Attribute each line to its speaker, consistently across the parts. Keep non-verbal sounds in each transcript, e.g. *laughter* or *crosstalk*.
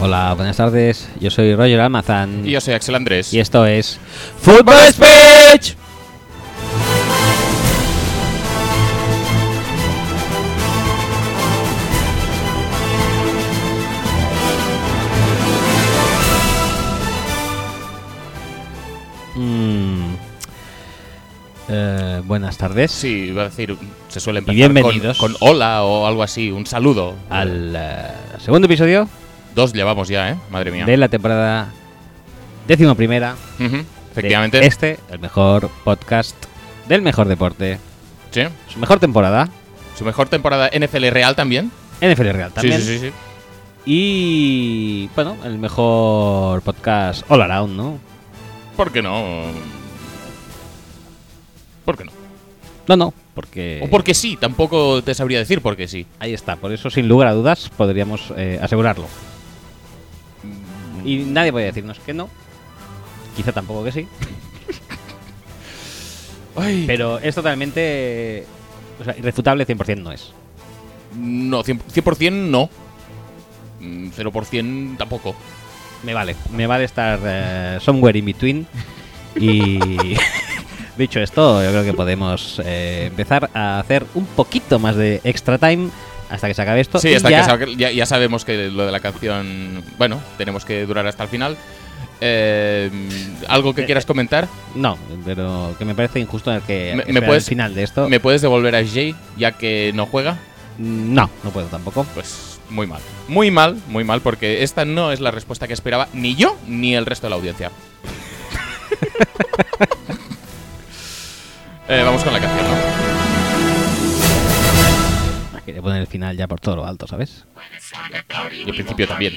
Speaker 1: Hola, buenas tardes. Yo soy Roger Almazán.
Speaker 2: Y yo soy Axel Andrés.
Speaker 1: Y esto es.
Speaker 2: ¡Fútbol Speech!
Speaker 1: Mm. Eh, buenas tardes.
Speaker 2: Sí, iba a decir, se suele empezar
Speaker 1: bienvenidos.
Speaker 2: Con, con hola o algo así, un saludo.
Speaker 1: Al eh, segundo episodio
Speaker 2: Dos llevamos ya, ¿eh? Madre mía.
Speaker 1: de la temporada décimo primera.
Speaker 2: Ujú,
Speaker 1: de
Speaker 2: Efectivamente.
Speaker 1: este, el mejor podcast del mejor deporte.
Speaker 2: Sí.
Speaker 1: Su mejor temporada.
Speaker 2: Su mejor temporada NFL real también.
Speaker 1: NFL Real también.
Speaker 2: Sí, sí, sí. sí.
Speaker 1: Y. Bueno, el mejor podcast all around, ¿no?
Speaker 2: ¿Por qué no? ¿Por qué no?
Speaker 1: No, no, porque.
Speaker 2: O porque sí, tampoco te sabría decir porque sí.
Speaker 1: Ahí está, por eso sin lugar a dudas podríamos eh, asegurarlo. Y
Speaker 2: Mm.
Speaker 1: nadie puede decirnos que no. Quizá tampoco que
Speaker 2: *laughs*
Speaker 1: sí.
Speaker 2: Ay,
Speaker 1: Pero es totalmente. O sea, irrefutable 100% no es.
Speaker 2: no, 100%, 100% no. Mm, 0% tampoco.
Speaker 1: Me vale. Me vale estar eh, somewhere in between. Y. *laughs* Dicho esto, yo creo que podemos eh, empezar a hacer un poquito más de extra time hasta que se acabe esto.
Speaker 2: Sí,
Speaker 1: y
Speaker 2: hasta
Speaker 1: ya-
Speaker 2: que sa- ya, ya sabemos que lo de la canción, bueno, tenemos que durar hasta el final. Eh, ¿Algo que
Speaker 1: eh,
Speaker 2: quieras comentar?
Speaker 1: No, pero que me parece injusto en el que.
Speaker 2: Me- me
Speaker 1: esperar
Speaker 2: puedes-
Speaker 1: el final de esto.
Speaker 2: ¿Me puedes devolver a Jay ya que no juega?
Speaker 1: No, no puedo tampoco.
Speaker 2: Pues muy mal. Muy mal, muy mal, porque esta no es la respuesta que esperaba ni yo ni el resto de la audiencia. *laughs* Eh, vamos con la canción, ¿no?
Speaker 1: Quería poner el final ya por todo lo alto, ¿sabes?
Speaker 2: Y el principio también.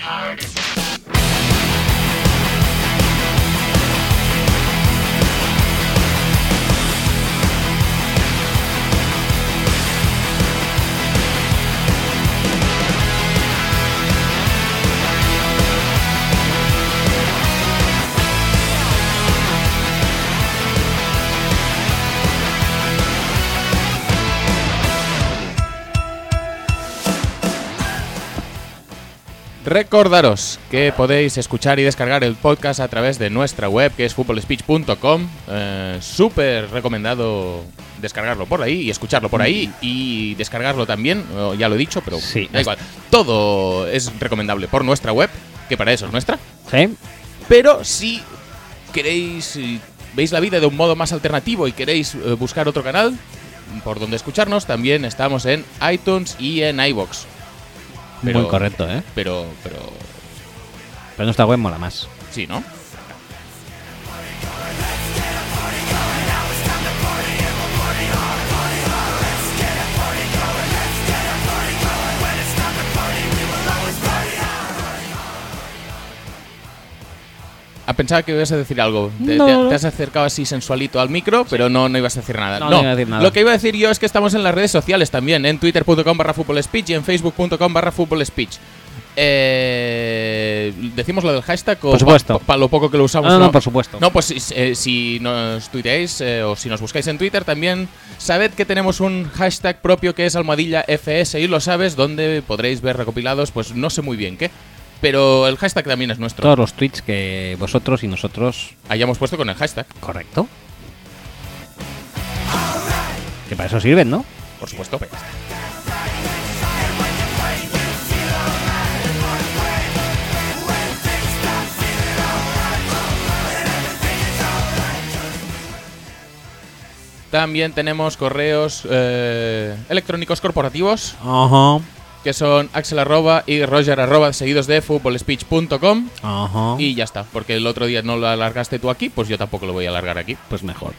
Speaker 2: Recordaros que podéis escuchar y descargar el podcast a través de nuestra web, que es footballspeech.com. Eh, Súper recomendado descargarlo por ahí y escucharlo por ahí y descargarlo también. eh, ya lo he dicho, pero
Speaker 1: Sí.
Speaker 2: da igual. Todo es recomendable por nuestra web, que para eso es nuestra.
Speaker 1: Sí.
Speaker 2: Pero si queréis, y veis la vida de un modo más alternativo y queréis eh, buscar otro canal por donde escucharnos, también estamos en iTunes y en iBox.
Speaker 1: Muy correcto, ¿eh?
Speaker 2: Pero, pero
Speaker 1: Pero nuestra web mola más.
Speaker 2: sí, ¿no? Ah, pensaba que ibas a decir algo. Te- Te,
Speaker 1: No, no.
Speaker 2: te has acercado así sensualito al micro, pero no, no ibas a decir nada.
Speaker 1: No, no iba a decir nada.
Speaker 2: Lo que iba a decir yo es que estamos en las redes sociales también, en twitter.com barra Fútbol speech y en facebook.com barra Fútbol speech. Eh, decimos lo del hashtag o
Speaker 1: Por supuesto.
Speaker 2: para lo poco que lo usamos.
Speaker 1: No, no, por supuesto.
Speaker 2: No, pues eh, si nos tuiteáis eh, o si nos buscáis en Twitter también, sabed que tenemos un hashtag propio que es almohadilla FS y lo sabes, donde podréis ver recopilados, pues no sé muy bien qué. Pero el hashtag también es nuestro.
Speaker 1: Todos los tweets que vosotros y nosotros.
Speaker 2: Hayamos puesto con el hashtag,
Speaker 1: Correcto. Que para eso sirven, ¿no?
Speaker 2: por supuesto. También tenemos correos eh, electrónicos corporativos
Speaker 1: Ajá.
Speaker 2: que son Axel arroba y Roger arroba seguidos de footballspeech.com
Speaker 1: Ajá.
Speaker 2: y ya está, porque el otro día no lo alargaste tú aquí, pues yo tampoco lo voy a alargar aquí.
Speaker 1: pues mejor.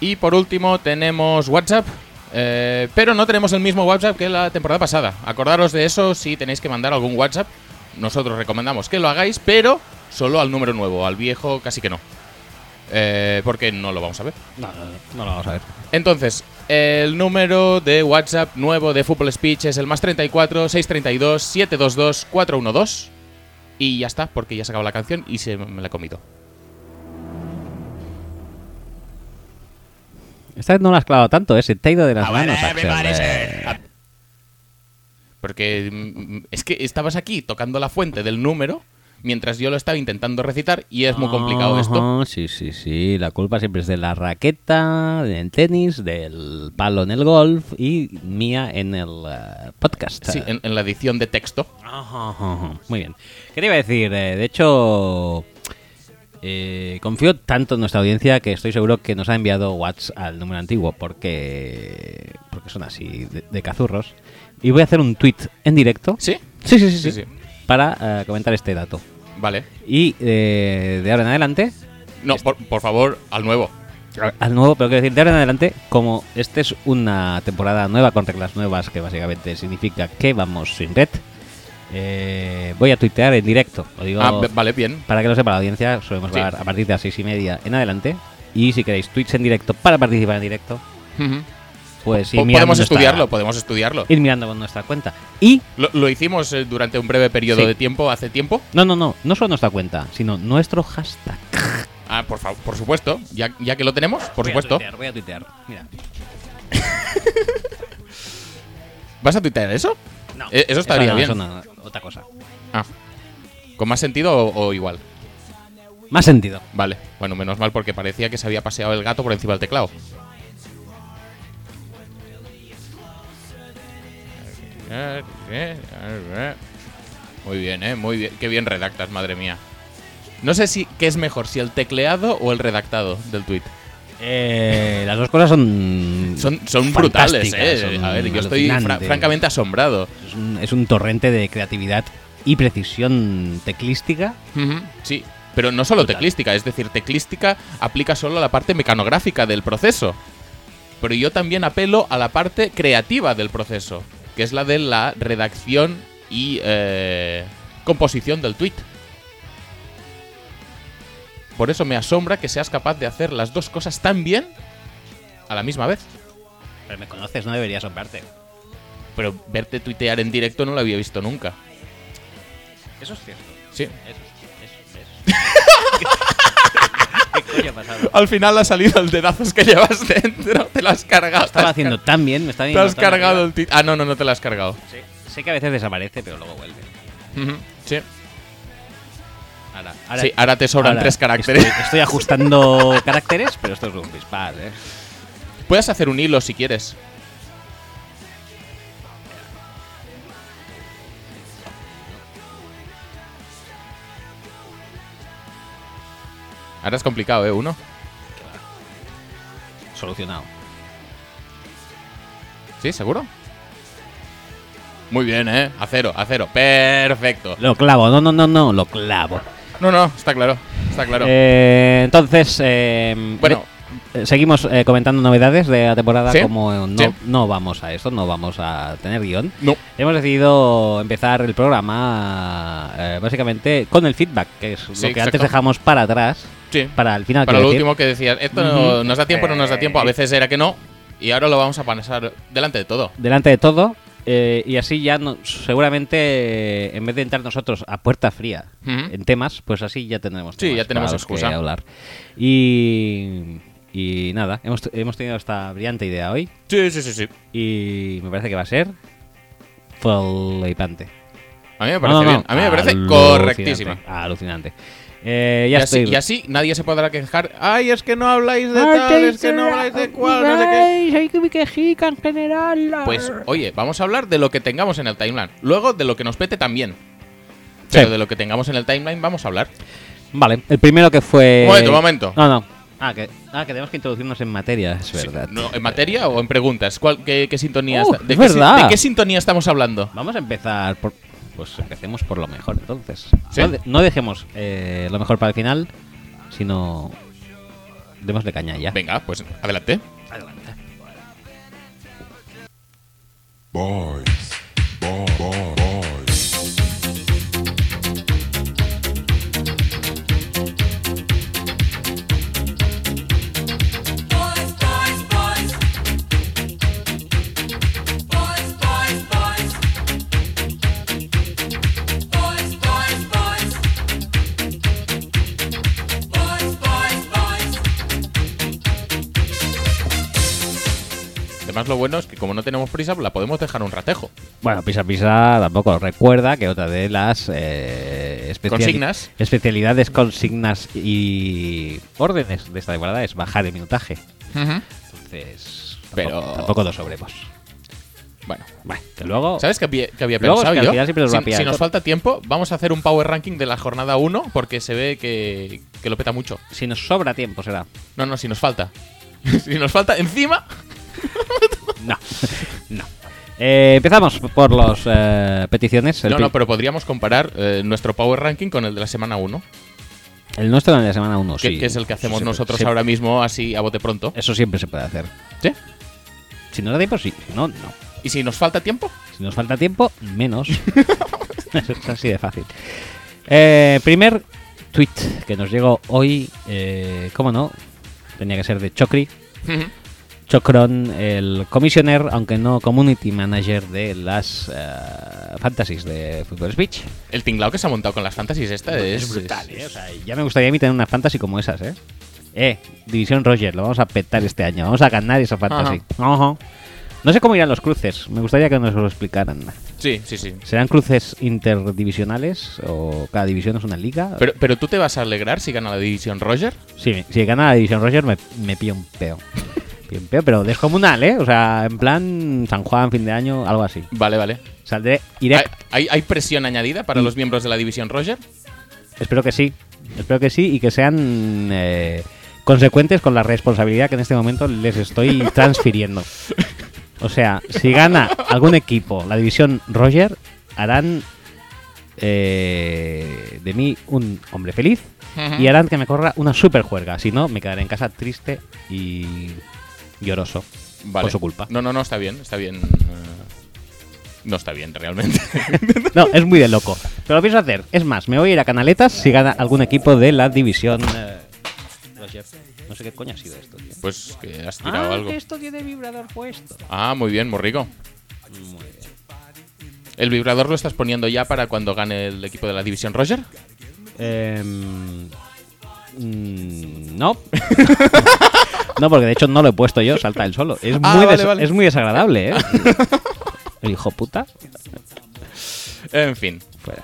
Speaker 2: Y por último tenemos WhatsApp, eh, pero no tenemos el mismo WhatsApp que la temporada pasada. Acordaros de eso si tenéis que mandar algún WhatsApp. Nosotros recomendamos que lo hagáis, pero solo al número nuevo, al viejo casi que no. Eh, porque no lo vamos a ver.
Speaker 1: No, no, no, no lo vamos a ver.
Speaker 2: Entonces, el número de WhatsApp nuevo de Fútbol Speech es el más 34 632 722 412. Y ya está, porque ya se acabó la canción y se me la he comido.
Speaker 1: Esta vez no la has clavado tanto, ¿eh? Se te ha ido de las
Speaker 2: Ah, vale,
Speaker 1: manos.
Speaker 2: me
Speaker 1: Axel,
Speaker 2: parece.
Speaker 1: eh.
Speaker 2: Porque mm, es que estabas aquí tocando la fuente del número mientras yo lo estaba intentando recitar y es muy complicado esto.
Speaker 1: Ajá, Sí, sí, sí. La culpa siempre es de la raqueta, del tenis, del palo en el golf y mía en el eh, podcast.
Speaker 2: Sí, en, en la edición de texto.
Speaker 1: Ajá, ajá, ajá. Muy bien. ¿Qué te iba a decir? Eh, de hecho, eh, confío tanto en nuestra audiencia que estoy seguro que nos ha enviado Whats al número antiguo porque, porque son así de, de cazurros. Y voy a hacer un tweet en directo.
Speaker 2: ¿Sí?
Speaker 1: Sí, sí, sí. sí,
Speaker 2: Sí, sí.
Speaker 1: Para eh, comentar este dato.
Speaker 2: Vale.
Speaker 1: Y eh, de ahora en adelante,
Speaker 2: No, por, por favor, al nuevo.
Speaker 1: al nuevo, pero quiero decir, de ahora en adelante, como esta es una temporada nueva con reglas nuevas, que básicamente significa que vamos sin red, eh, voy a tuitear en directo. Lo digo
Speaker 2: Ah, ve- vale, bien.
Speaker 1: para que lo sepa la audiencia, solemos
Speaker 2: Sí.
Speaker 1: grabar a partir de las seis y media en adelante. Y si queréis tweets en directo para participar en directo,
Speaker 2: Ujú.
Speaker 1: pues ir
Speaker 2: Po-
Speaker 1: mirando
Speaker 2: podemos
Speaker 1: nuestra-
Speaker 2: estudiarlo, podemos estudiarlo.
Speaker 1: ir mirando con nuestra cuenta. Y
Speaker 2: Lo, lo hicimos eh, durante un breve periodo
Speaker 1: Sí.
Speaker 2: de tiempo, hace tiempo.
Speaker 1: no, no, no, no solo nuestra cuenta, sino nuestro hashtag.
Speaker 2: Ah, por, fa- por supuesto, ya, ya que lo tenemos, por
Speaker 1: Voy a
Speaker 2: supuesto.
Speaker 1: tuitear, voy a tuitear. Mira.
Speaker 2: ¿Vas a tuitear eso?
Speaker 1: No,
Speaker 2: Eh, eso estaría
Speaker 1: no,
Speaker 2: bien.
Speaker 1: eso no, otra cosa.
Speaker 2: Ah. ¿Con más sentido o, o igual?
Speaker 1: Más sentido.
Speaker 2: Vale. Bueno, menos mal porque parecía que se había paseado el gato por encima del teclado. Muy bien, eh, muy bien. Qué bien redactas, madre mía. No sé si qué es mejor, si el tecleado o el redactado del tweet.
Speaker 1: Eh, las dos cosas son.
Speaker 2: *laughs* Son, son brutales, eh.
Speaker 1: fantásticas, son
Speaker 2: A ver, yo estoy fra-
Speaker 1: alucinantes.
Speaker 2: francamente asombrado.
Speaker 1: Es un, es un torrente de creatividad y precisión teclística.
Speaker 2: Ujú, Sí, pero no solo teclística, es decir, teclística aplica solo a la parte mecanográfica del proceso. Pero yo también apelo a la parte creativa del proceso, que es la de la redacción y eh, composición del tweet. Por eso me asombra que seas capaz de hacer las dos cosas tan bien a la misma vez.
Speaker 1: Pero me conoces, no debería asombrarte.
Speaker 2: Pero verte tuitear en directo no lo había visto nunca.
Speaker 1: Eso es cierto.
Speaker 2: Sí.
Speaker 1: Eso, eso, eso. *laughs* ¿Qué coño ha pasado?
Speaker 2: Al final ha salido el dedazos que *laughs* llevas dentro, te lo has cargado.
Speaker 1: Estaba haciendo tan bien, me estaba
Speaker 2: Te has
Speaker 1: yendo tan
Speaker 2: cargado
Speaker 1: arriba.
Speaker 2: el tit- Ah, no, no, no te lo has cargado.
Speaker 1: Sé, sé que a veces desaparece, pero luego vuelve.
Speaker 2: Ujú, Sí.
Speaker 1: Ahora,
Speaker 2: Sí, ahora te sobran
Speaker 1: ahora
Speaker 2: tres caracteres.
Speaker 1: Estoy, estoy ajustando
Speaker 2: *laughs*
Speaker 1: caracteres, pero esto es un dispar, ¿eh?
Speaker 2: Puedes hacer un hilo si quieres. Ahora es complicado, ¿eh? Uno.
Speaker 1: Solucionado.
Speaker 2: ¿Sí? ¿Seguro? Muy bien, ¿eh? A cero, a cero. Perfecto.
Speaker 1: Lo clavo, no, no, no, no, lo clavo.
Speaker 2: No, no, está claro. Está claro.
Speaker 1: Eh, entonces, eh,
Speaker 2: bueno,
Speaker 1: eh, seguimos eh, comentando novedades de la temporada.
Speaker 2: Sí,
Speaker 1: Como eh, no,
Speaker 2: sí.
Speaker 1: no vamos a esto, no vamos a tener guión.
Speaker 2: no.
Speaker 1: Hemos decidido empezar el programa eh, básicamente con el feedback, que es
Speaker 2: Sí,
Speaker 1: lo que antes
Speaker 2: exacto.
Speaker 1: dejamos para atrás,
Speaker 2: Sí.
Speaker 1: para el final.
Speaker 2: Para
Speaker 1: Ah, quiero
Speaker 2: lo
Speaker 1: decir. Eh,
Speaker 2: último que decías, esto no- nos da tiempo, no nos da tiempo. A veces era que no. Y ahora lo vamos a pasar delante de todo.
Speaker 1: delante de todo eh, y así ya no- seguramente eh, en vez de entrar nosotros a puerta fría
Speaker 2: Ujú.
Speaker 1: en temas, pues así ya tendremos
Speaker 2: ¿Mm? Sí,
Speaker 1: temas
Speaker 2: ya tenemos
Speaker 1: para los que
Speaker 2: excusa.
Speaker 1: hablar. Y, y nada, hemos, hemos tenido esta brillante idea hoy
Speaker 2: Sí, sí, sí, sí.
Speaker 1: y me parece que va a ser flipante.
Speaker 2: A mí me parece
Speaker 1: No, no, no,
Speaker 2: bien. A mí me parece
Speaker 1: alucinante,
Speaker 2: correctísima.
Speaker 1: Alucinante. Eh,
Speaker 2: Y
Speaker 1: ya
Speaker 2: así,
Speaker 1: estoy.
Speaker 2: y así nadie se podrá quejar. Ay, es que no habláis de
Speaker 3: Ay,
Speaker 2: tal, es que no
Speaker 3: será-
Speaker 2: habláis de cual, no sé qué.
Speaker 3: Ay, Hay que me quejica en general.
Speaker 2: Pues oye, vamos a hablar de lo que tengamos en el timeline. Luego de lo que nos pete también. Pero
Speaker 1: Sí.
Speaker 2: de lo que tengamos en el timeline vamos a hablar.
Speaker 1: Vale, el primero que fue.
Speaker 2: Un momento, un momento.
Speaker 1: No, no. Ah que, ah, que tenemos que introducirnos en materia, es
Speaker 2: Sí,
Speaker 1: verdad.
Speaker 2: no, ¿En materia o en preguntas? ¿Cuál, qué, qué sintonía
Speaker 1: Uh,
Speaker 2: está- ¿De,
Speaker 1: es
Speaker 2: qué, si-
Speaker 1: verdad.
Speaker 2: de qué sintonía estamos hablando?
Speaker 1: Vamos a empezar por. Pues empecemos por lo mejor, entonces.
Speaker 2: Sí.
Speaker 1: No, de- no dejemos eh, lo mejor para el final, sino. Démosle caña ya.
Speaker 2: Venga, pues adelante.
Speaker 4: Boys. Boy, boy, boys.
Speaker 5: Boys, boys, boys. Boys, boys, boys. Boys, boys, boys. Boys, boys, boys.
Speaker 2: además lo bueno es que como no tenemos prisa, la podemos dejar un ratejo.
Speaker 1: Bueno, Pisa Pisa tampoco recuerda que otra de las eh, especiali-
Speaker 2: Consignas.
Speaker 1: especialidades, consignas y órdenes de esta temporada es bajar el minutaje. Entonces, tampoco,
Speaker 2: Pero-
Speaker 1: tampoco lo sobremos.
Speaker 2: Bueno.
Speaker 1: Bueno, que luego.
Speaker 2: ¿Sabes qué había, qué había
Speaker 1: Oh. Luego es ¿eh?
Speaker 2: pensado
Speaker 1: que al
Speaker 2: yo?
Speaker 1: final siempre nos va a
Speaker 2: Si-
Speaker 1: pillar
Speaker 2: si
Speaker 1: el
Speaker 2: nos
Speaker 1: toro.
Speaker 2: falta tiempo, vamos a hacer un power ranking de la jornada 1 porque se ve que, que lo peta mucho.
Speaker 1: Si nos sobra tiempo será. *laughs*
Speaker 2: No, no, si nos falta. *laughs* si nos falta encima.
Speaker 1: No, *laughs* no. Eh, empezamos por las peticiones. El,
Speaker 2: No,
Speaker 1: pri-
Speaker 2: no, pero podríamos comparar eh, nuestro power ranking con el de la semana 1,
Speaker 1: el nuestro de la semana 1,
Speaker 2: que,
Speaker 1: Oh, sí. Eh.
Speaker 2: que es el que hacemos
Speaker 1: Eso siempre-
Speaker 2: nosotros
Speaker 1: siempre-
Speaker 2: ahora mismo así a bote pronto.
Speaker 1: Eso siempre se puede hacer.
Speaker 2: ¿Sí?
Speaker 1: Si nos da tiempo, sí. Si no, no.
Speaker 2: ¿Y si nos falta tiempo?
Speaker 1: Si nos falta tiempo,
Speaker 2: *laughs*
Speaker 1: menos. *laughs* Eso es así de fácil. Eh, primer tweet que nos llegó hoy, eh, ¿cómo no? Tenía que ser de Chocri. Chocron, el commissioner, aunque no community manager de las eh, fantasies de Football Speech.
Speaker 2: El tinglao que se ha montado con las fantasies
Speaker 1: Pues
Speaker 2: esta es, es-
Speaker 1: ¿eh? O sea, ya me gustaría a mí tener una fantasy como esas, ¿eh? Eh, División Roger, lo vamos a petar este año. Vamos a ganar esa fantasy. Ajá. No sé cómo irán los cruces. Me gustaría que nos lo explicaran.
Speaker 2: Sí, sí, sí.
Speaker 1: ¿Serán cruces interdivisionales o cada división es una liga?
Speaker 2: Pero, pero tú te vas a alegrar si gana la división Roger.
Speaker 1: Si, si gana la división Roger me, me pillo un peo. Pillo un peo, pero descomunal, ¿eh? O sea, en plan San Juan, fin de año, algo así.
Speaker 2: Vale, vale.
Speaker 1: Saldré, iré.
Speaker 2: ¿Hay, hay, hay presión añadida para los miembros de la división Roger?
Speaker 1: Espero que sí. Espero que sí y que sean eh, consecuentes con la responsabilidad que en este momento les estoy transfiriendo. O sea, si gana algún equipo la división Roger, harán eh, de mí un hombre feliz y harán que me corra una super juerga. Si no, me quedaré en casa triste y lloroso. Por su culpa.
Speaker 2: No, no, no, está bien, está bien. eh, No está bien, realmente. *laughs*
Speaker 1: No, es muy de loco. Pero lo pienso hacer. Es más, me voy a ir a Canaletas si gana algún equipo de la división eh, Roger. No sé qué coño ha sido esto, tío.
Speaker 2: pues que has tirado
Speaker 3: ah,
Speaker 2: algo.
Speaker 3: que esto tiene vibrador puesto.
Speaker 2: Ah, muy bien, muy rico. ¿El vibrador lo estás poniendo ya para cuando gane el equipo de la división Roger?
Speaker 1: Em, mm, no. *laughs* no, porque de hecho no lo he puesto yo, salta él solo. Es muy,
Speaker 2: Ah, vale,
Speaker 1: des-
Speaker 2: vale.
Speaker 1: Es muy
Speaker 2: *laughs*
Speaker 1: desagradable, ¿eh? El hijo puta.
Speaker 2: En fin.
Speaker 1: Fuera.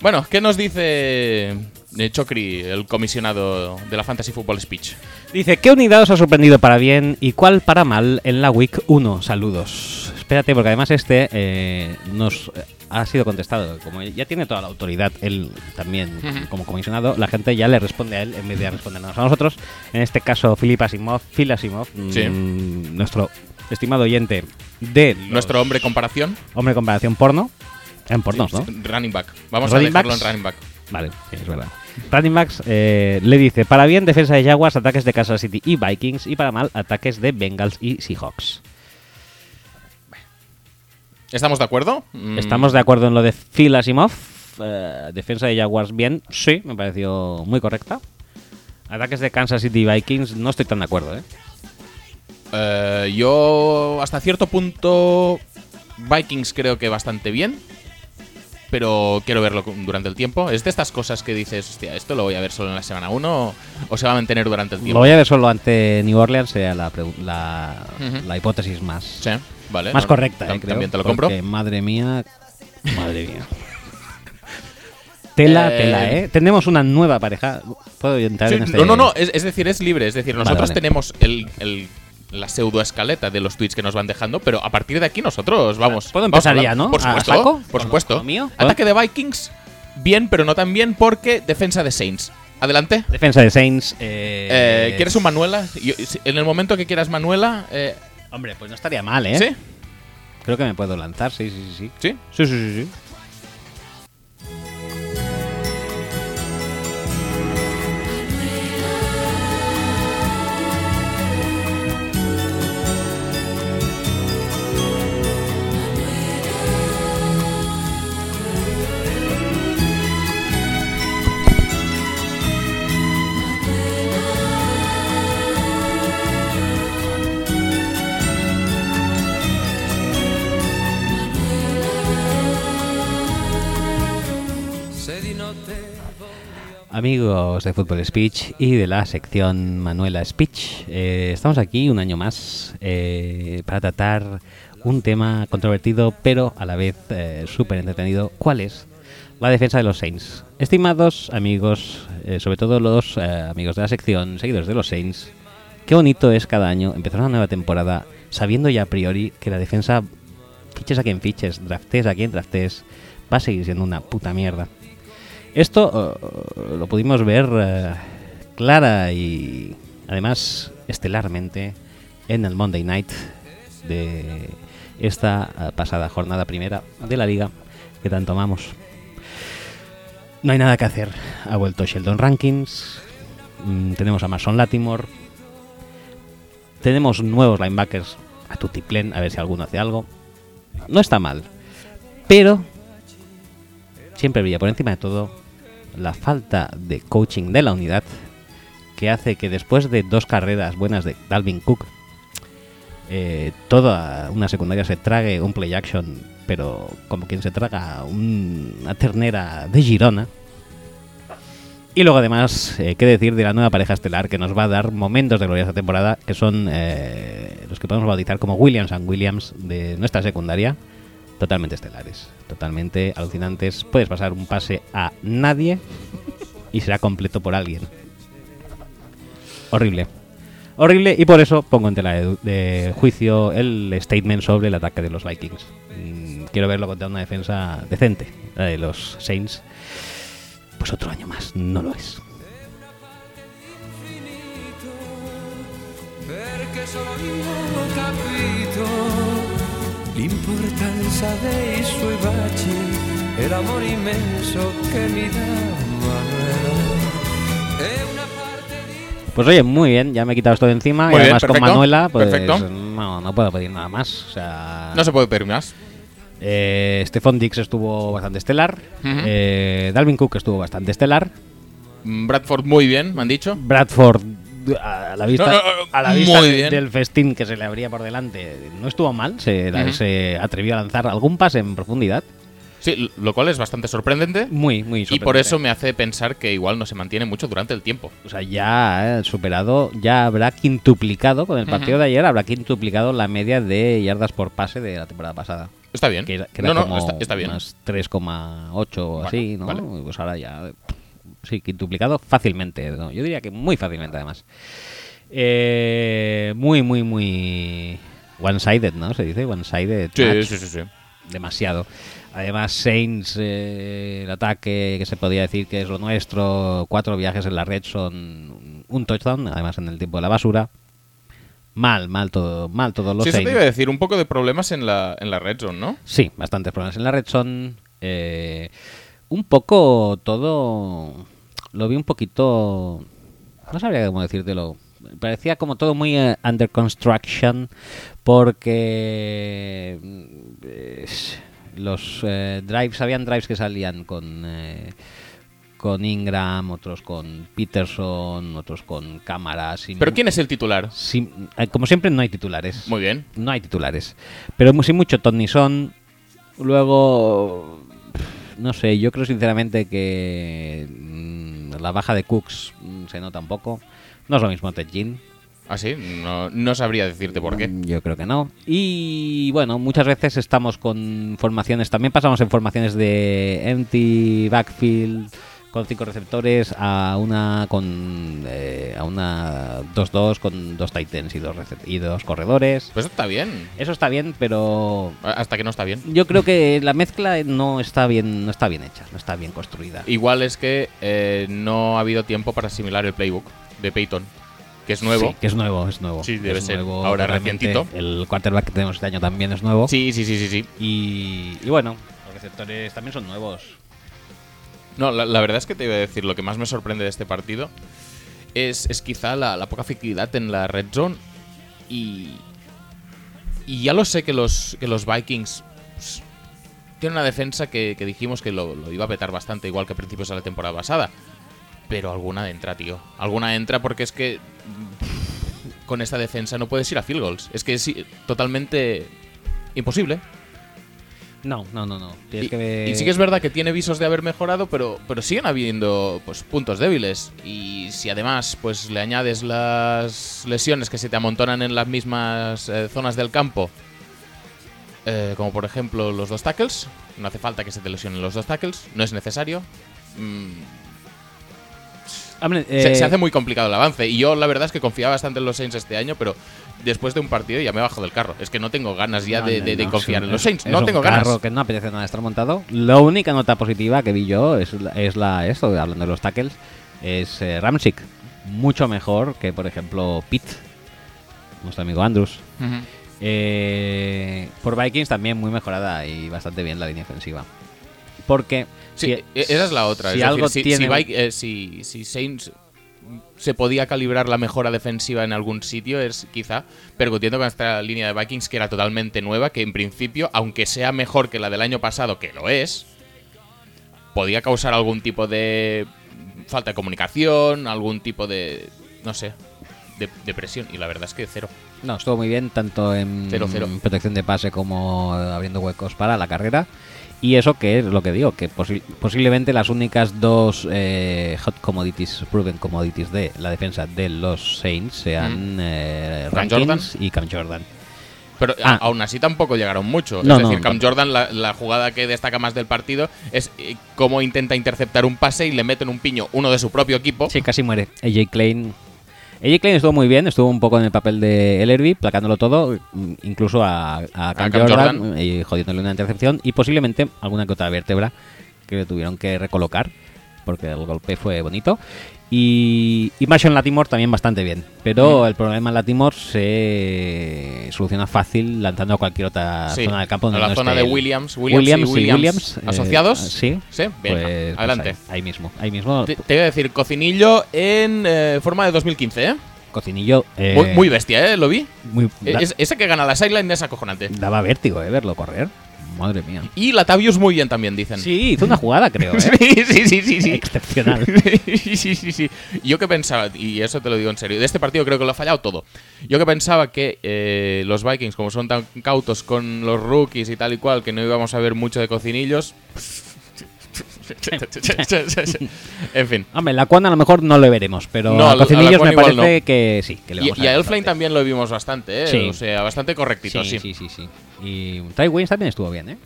Speaker 2: Bueno, ¿qué nos dice eh, Chocri, el comisionado de la Fantasy Football Speech?
Speaker 1: Dice, ¿qué unidad os ha sorprendido para bien y cuál para mal en la Week 1? Saludos. Espérate, porque además este eh, nos eh, ha sido contestado. Como ya tiene toda la autoridad él también
Speaker 2: Ujú.
Speaker 1: como comisionado, la gente ya le responde a él en vez de respondernos a nosotros. En este caso, Filip Asimov, Phil Asimov, mm,
Speaker 2: Sí.
Speaker 1: nuestro estimado oyente de los-
Speaker 2: Nuestro hombre comparación.
Speaker 1: hombre comparación porno. En pornos, ¿no?
Speaker 2: Running back. Vamos
Speaker 1: Running
Speaker 2: a dejarlo
Speaker 1: backs.
Speaker 2: en running back.
Speaker 1: Vale, sí, es verdad. Running Max eh, le dice, para bien defensa de Jaguars, ataques de Kansas City y Vikings, y para mal ataques de Bengals y Seahawks.
Speaker 2: ¿Estamos de acuerdo? Mm,
Speaker 1: ¿Estamos de acuerdo en lo de Phil Asimov? Eh, defensa de Jaguars bien, sí, me pareció muy correcta. Ataques de Kansas City y Vikings, no estoy tan de acuerdo, ¿eh?
Speaker 2: eh, yo hasta cierto punto Vikings creo que bastante bien, pero quiero verlo con- durante el tiempo. Es de estas cosas que dices, hostia, esto lo voy a ver solo en la semana 1 o se va a mantener durante el
Speaker 1: Lo
Speaker 2: tiempo.
Speaker 1: voy a ver solo ante New Orleans, sería la, pregu- la,
Speaker 2: Ujú.
Speaker 1: la hipótesis más,
Speaker 2: Sí, vale.
Speaker 1: más
Speaker 2: no,
Speaker 1: correcta,
Speaker 2: tam-
Speaker 1: eh, creo,
Speaker 2: También te lo compro.
Speaker 1: porque, madre mía, madre
Speaker 2: *laughs*
Speaker 1: mía. Tela,
Speaker 2: Eh,
Speaker 1: tela, ¿eh? Tenemos una nueva pareja. ¿Puedo entrar
Speaker 2: Sí,
Speaker 1: en este?
Speaker 2: no, no, no, es, es decir, es libre. Es decir, nosotros
Speaker 1: vale.
Speaker 2: tenemos el, el- la pseudoescaleta de los tweets que nos van dejando, pero a partir de aquí nosotros vamos.
Speaker 1: ¿Puedo
Speaker 2: vamos
Speaker 1: empezar
Speaker 2: hablando.
Speaker 1: ya, no?
Speaker 2: Por
Speaker 1: ¿A
Speaker 2: supuesto.
Speaker 1: saco? ¿Con
Speaker 2: Por
Speaker 1: lo-
Speaker 2: supuesto.
Speaker 1: con lo mío? ¿Eh?
Speaker 2: Ataque de Vikings, bien, pero no tan bien, porque defensa de Saints. Adelante.
Speaker 1: Defensa de Saints. eh,
Speaker 2: Eh, ¿Quieres un Manuela? Yo- si- en el momento que quieras Manuela. eh,
Speaker 1: Hombre, pues no estaría mal, ¿eh?
Speaker 2: ¿Sí?
Speaker 1: Creo que me puedo lanzar, sí, sí, sí. sí.
Speaker 2: ¿Sí?
Speaker 1: Sí, sí, sí, sí. Amigos de Fútbol Speech y de la sección Manuela Speech, eh, estamos aquí un año más eh, para tratar un tema controvertido pero a la vez eh, súper entretenido. ¿Cuál es? La defensa de los Saints. Estimados amigos, eh, sobre todo los eh, amigos de la sección, seguidores de los Saints, qué bonito es cada año empezar una nueva temporada sabiendo ya a priori que la defensa, fiches a quien fiches, draftes a quien draftes, va a seguir siendo una puta mierda. Esto eh, lo pudimos ver eh, clara y además estelarmente en el Monday Night de esta eh, pasada jornada primera de la liga que tanto amamos. No hay nada que hacer. Ha vuelto Sheldon Rankins. mm, tenemos a Mason Latimore. Tenemos nuevos linebackers a Tutiplén, a ver si alguno hace algo. No está mal. Pero siempre brilla por encima de todo la falta de coaching de la unidad que hace que después de dos carreras buenas de Dalvin Cook eh, toda una secundaria se trague un play action pero como quien se traga un- una ternera de Girona y luego además, eh, qué decir de la nueva pareja estelar que nos va a dar momentos de gloria esta temporada, que son eh, los que podemos bautizar como Williams and Williams de nuestra secundaria, totalmente estelares, totalmente alucinantes. Puedes pasar un pase a nadie y será completo por alguien. Horrible. Horrible y por eso pongo en tela de, du- de juicio el statement sobre el ataque de los Vikings. Mm, quiero verlo contra una defensa decente, la de los Saints. Pues otro año más, no lo es.
Speaker 6: infinito, perché sono capito l'importanza dei suoi baci e l'amore immenso che mi dà Manuela. È una parte di
Speaker 1: Pues oye, muy bien, ya me he quitado esto de encima y
Speaker 2: Muy bien,
Speaker 1: además con
Speaker 2: perfecto,
Speaker 1: Manuela, pues
Speaker 2: perfecto.
Speaker 1: no, no puedo pedir nada más. O sea,
Speaker 2: No se puede pedir más.
Speaker 1: Eh, Stephon Dix estuvo bastante estelar.
Speaker 2: Ujú.
Speaker 1: Eh, Dalvin Cook estuvo bastante estelar.
Speaker 2: Mm, Bradford muy bien, me han dicho.
Speaker 1: Bradford, a la vista,
Speaker 2: No, no, no,
Speaker 1: a la vista
Speaker 2: muy
Speaker 1: de-
Speaker 2: bien.
Speaker 1: del festín que se le abría por delante, no estuvo mal. Se, eh,
Speaker 2: Ujú.
Speaker 1: se atrevió a lanzar algún pase en profundidad.
Speaker 2: Sí, lo cual es bastante sorprendente.
Speaker 1: Muy, muy
Speaker 2: Y por
Speaker 1: sorprendente.
Speaker 2: eso me hace pensar que igual no se mantiene mucho durante el tiempo.
Speaker 1: O sea, ya ha superado, ya habrá quintuplicado, con el partido de ayer, habrá quintuplicado la media de yardas por pase de la temporada pasada.
Speaker 2: Está bien.
Speaker 1: Que era, que
Speaker 2: no,
Speaker 1: era
Speaker 2: no,
Speaker 1: como
Speaker 2: está, está bien.
Speaker 1: unas 3,8 o
Speaker 2: Vale,
Speaker 1: así, ¿no?
Speaker 2: vale.
Speaker 1: Pues ahora ya, sí, quintuplicado fácilmente, ¿no? Yo diría que muy fácilmente, además. Eh, muy, muy, muy one-sided, ¿no? Se dice one-sided.
Speaker 2: Sí,
Speaker 1: match.
Speaker 2: sí, sí, sí.
Speaker 1: Demasiado. Además, Saints, eh, el ataque que se podía decir que es lo nuestro, cuatro viajes en la red son un touchdown, además en el tiempo de la basura. Mal, mal todo, mal todos los
Speaker 2: Sí, eso te
Speaker 1: Saints.
Speaker 2: iba a decir, un poco de problemas en la, en la red zone, ¿no?
Speaker 1: Sí, bastantes problemas en la red son. eh, un poco todo. Lo vi un poquito. No sabría cómo decírtelo. Parecía como todo muy eh, under construction. Porque. mm, es- los eh, drives. Habían drives que salían con. eh, con Ingram, otros con Peterson, otros con cámaras. sin-
Speaker 2: Pero ¿quién es el titular?
Speaker 1: sin- eh, como siempre, no hay titulares
Speaker 2: Muy bien.
Speaker 1: no hay titulares. Pero mu- sí mucho Tony Son. Luego, pf, no sé, yo creo sinceramente que mm, la baja de Cooks mm, se nota un poco. No es lo mismo Ted Ginn,
Speaker 2: Así, Ah, no, no sabría decirte por qué.
Speaker 1: Mm, Yo creo que no. Y bueno, muchas veces estamos con formaciones, también pasamos en formaciones de empty, backfield, con cinco receptores, a una con eh, a una 2-2 con dos Titans y dos, recep- y dos corredores.
Speaker 2: Pues está bien.
Speaker 1: Eso está bien, pero
Speaker 2: A- Hasta que no está bien.
Speaker 1: yo creo que la mezcla no está bien, no está bien hecha, no está bien construida.
Speaker 2: Igual es que eh, no ha habido tiempo para asimilar el playbook de Peyton, que es nuevo.
Speaker 1: Sí, que es nuevo, es nuevo.
Speaker 2: Sí, debe
Speaker 1: Es
Speaker 2: ser ahora
Speaker 1: totalmente.
Speaker 2: recientito.
Speaker 1: El quarterback que tenemos este año también es nuevo.
Speaker 2: Sí, sí, sí, sí, sí.
Speaker 1: Y, y bueno, los receptores también son nuevos.
Speaker 2: No, la, la verdad es que te iba a decir, lo que más me sorprende de este partido es, es quizá la, la poca efectividad en la red zone. Y, y ya lo sé que los, que los Vikings pues, tienen una defensa que, que dijimos que lo, lo iba a petar bastante, igual que a principios de la temporada pasada. Pero alguna entra, tío. Alguna entra porque es que mm, con esta defensa no puedes ir a field goals. Es que es i- totalmente imposible.
Speaker 1: No, no, no, no. Tienes
Speaker 2: Y,
Speaker 1: que-
Speaker 2: y sí que es verdad que tiene visos de haber mejorado, pero, pero siguen habiendo pues, puntos débiles. Y si además pues, le añades las lesiones que se te amontonan en las mismas eh, zonas del campo, eh, como por ejemplo los dos tackles, no hace falta que se te lesionen los dos tackles, no es necesario. Mm,
Speaker 1: Hombre,
Speaker 2: se,
Speaker 1: eh,
Speaker 2: se hace muy complicado el avance. Y yo la verdad es que confiaba bastante en los Saints este año, pero después de un partido ya me bajo del carro. Es que no tengo ganas ya
Speaker 1: no,
Speaker 2: de,
Speaker 1: no,
Speaker 2: de- de
Speaker 1: no,
Speaker 2: confiar
Speaker 1: es
Speaker 2: en
Speaker 1: un-
Speaker 2: los Saints.
Speaker 1: es
Speaker 2: No
Speaker 1: un
Speaker 2: tengo
Speaker 1: carro
Speaker 2: ganas.
Speaker 1: que no apetece nada estar montado. La única nota positiva que vi yo es la, es la eso, hablando de los tackles, es eh, Ramsick. Mucho mejor que, por ejemplo, Pitt, nuestro amigo Andrews.
Speaker 2: Ujú.
Speaker 1: Eh, por Vikings también muy mejorada y bastante bien la línea ofensiva. Porque
Speaker 2: Sí,
Speaker 1: si-
Speaker 2: e- esa es la otra.
Speaker 1: Si
Speaker 2: es decir,
Speaker 1: algo
Speaker 2: si- si
Speaker 1: tiene-
Speaker 2: Vik- eh, si- si Saints se podía calibrar la mejora defensiva en algún sitio, es quizá percutiendo con esta línea de Vikings que era totalmente nueva, que en principio, aunque sea mejor que la del año pasado, que lo es, podía causar algún tipo de falta de comunicación, algún tipo de, no sé, de, de presión. Y la verdad es que cero.
Speaker 1: No, estuvo muy bien, tanto en
Speaker 2: Cero, cero.
Speaker 1: protección de pase como abriendo huecos para la carrera. Y eso que es lo que digo, que posi- posiblemente las únicas dos eh, hot commodities, proven commodities de la defensa de los Saints sean eh,
Speaker 2: Mm. Cam
Speaker 1: Rankins
Speaker 2: Jordan.
Speaker 1: y Cam Jordan.
Speaker 2: Pero
Speaker 1: Ah.
Speaker 2: a- aún así tampoco llegaron mucho.
Speaker 1: No,
Speaker 2: es decir,
Speaker 1: no,
Speaker 2: Cam
Speaker 1: tampoco.
Speaker 2: Jordan, la, la jugada que destaca más del partido es eh, cómo intenta interceptar un pase y le meten un piño uno de su propio equipo.
Speaker 1: Sí, casi muere. AJ Klein. AJ Klein estuvo muy bien, estuvo un poco en el papel de Ellerby, placándolo todo, mm, incluso a, a Cam
Speaker 2: Cam
Speaker 1: Jordan,
Speaker 2: Jordan.
Speaker 1: y jodiéndole una intercepción y posiblemente alguna que otra vértebra que le tuvieron que recolocar, porque el golpe fue bonito. Y, y Marshall Latimore también bastante bien,
Speaker 2: Mm.
Speaker 1: pero el problema en Latimore se soluciona fácil lanzando a cualquier otra
Speaker 2: Sí,
Speaker 1: zona del campo.
Speaker 2: a
Speaker 1: donde
Speaker 2: la
Speaker 1: no
Speaker 2: zona
Speaker 1: esté
Speaker 2: de
Speaker 1: él.
Speaker 2: Williams, Williams, y Williams,
Speaker 1: eh,
Speaker 2: asociados.
Speaker 1: sí,
Speaker 2: sí, bien,
Speaker 1: Pues- pues
Speaker 2: adelante.
Speaker 1: ahí, ahí mismo, ahí mismo.
Speaker 2: te, te voy a decir, cocinillo en eh, forma de 2015, ¿eh?
Speaker 1: Cocinillo. eh,
Speaker 2: muy, muy bestia, ¿eh? Lo vi.
Speaker 1: Muy-
Speaker 2: E-
Speaker 1: da-
Speaker 2: es- ese que gana la sideline es acojonante.
Speaker 1: daba vértigo, ¿eh? Verlo correr. Madre mía.
Speaker 2: Y Latavius muy bien también, dicen.
Speaker 1: Sí, hizo una jugada, creo, ¿eh?
Speaker 2: *laughs* sí, sí, sí, sí, sí.
Speaker 1: Excepcional.
Speaker 2: *laughs* sí, sí, sí, sí. Yo que pensaba, y eso te lo digo en serio, de este partido creo que lo ha fallado todo. Yo que pensaba que eh, los Vikings, como son tan cautos con los rookies y tal y cual, que no íbamos a ver mucho
Speaker 1: *laughs*
Speaker 2: de cocinillos. en fin.
Speaker 1: Hombre, la Quan a lo mejor no lo veremos, pero
Speaker 2: No,
Speaker 1: a
Speaker 2: al- a
Speaker 1: Cocinillos
Speaker 2: Lacuan
Speaker 1: me
Speaker 2: igual
Speaker 1: parece que sí. Que le vamos
Speaker 2: Y, y
Speaker 1: a
Speaker 2: a
Speaker 1: dar
Speaker 2: Elfline
Speaker 1: bastante.
Speaker 2: también lo vimos bastante, ¿eh?
Speaker 1: Sí.
Speaker 2: O sea, bastante correctito, sí.
Speaker 1: Sí, sí, sí, sí. Y Ty Waynes también estuvo bien, ¿eh?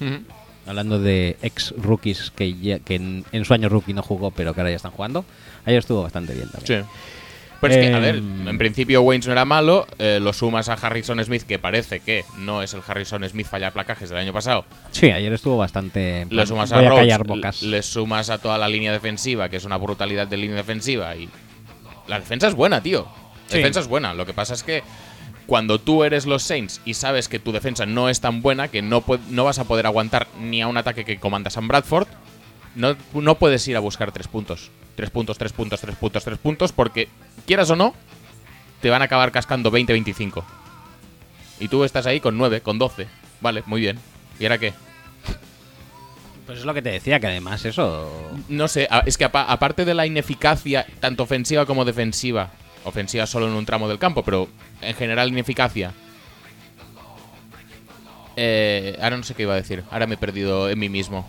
Speaker 2: Ujú.
Speaker 1: Hablando de ex rookies que, ya- que en, en su año rookie no jugó, pero que ahora ya están jugando. Ayer estuvo bastante bien también.
Speaker 2: Sí. Pero es que, a
Speaker 1: Eh,
Speaker 2: ver, en principio Waynes no era malo, eh, lo sumas a Harrison Smith, que parece que no es el Harrison Smith falla placajes del año pasado,
Speaker 1: Sí, ayer estuvo bastante. en
Speaker 2: le
Speaker 1: plan,
Speaker 2: sumas
Speaker 1: voy
Speaker 2: a Rhodes,
Speaker 1: callar bocas.
Speaker 2: le sumas a toda la línea defensiva, que es una brutalidad de línea defensiva, y la defensa es buena, tío. La
Speaker 1: Sí.
Speaker 2: defensa es buena, lo que pasa es que cuando tú eres los Saints y sabes que tu defensa no es tan buena, que no, pue- no vas a poder aguantar ni a un ataque que comanda Sam Bradford, no, no puedes ir a buscar tres puntos. Tres puntos, tres puntos, tres puntos, tres puntos, porque quieras o no, te van a acabar cascando 20-25. Y tú estás ahí con 9, con 12. Vale, muy bien. ¿Y ahora qué?
Speaker 1: Pues es lo que te decía, que además eso.
Speaker 2: No sé, a- es que apa- aparte de la ineficacia, tanto ofensiva como defensiva, ofensiva solo en un tramo del campo, pero en general ineficacia. Eh, ahora no sé qué iba a decir, ahora me he perdido en mí mismo.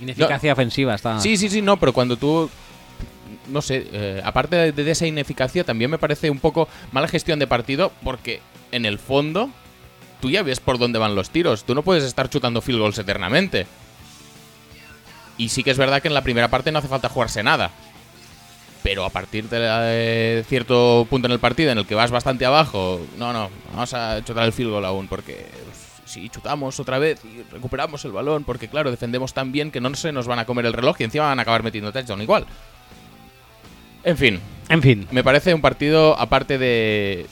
Speaker 1: Ineficacia ofensiva está.
Speaker 2: Sí, sí, sí, no, pero cuando tú... No sé, eh, aparte de, de esa ineficacia, también me parece un poco mala gestión de partido porque en el fondo tú ya ves por dónde van los tiros. Tú no puedes estar chutando field goals eternamente. Y sí que es verdad que en la primera parte no hace falta jugarse nada. Pero a partir de, la- de cierto punto en el partido en el que vas bastante abajo, no, no, vamos a chutar el field goal aún porque pues, si chutamos otra vez y recuperamos el balón, porque claro, defendemos tan bien que no se nos van a comer el reloj y encima van a acabar metiendo touchdown igual. En fin,
Speaker 1: En fin.
Speaker 2: me parece un partido, aparte de,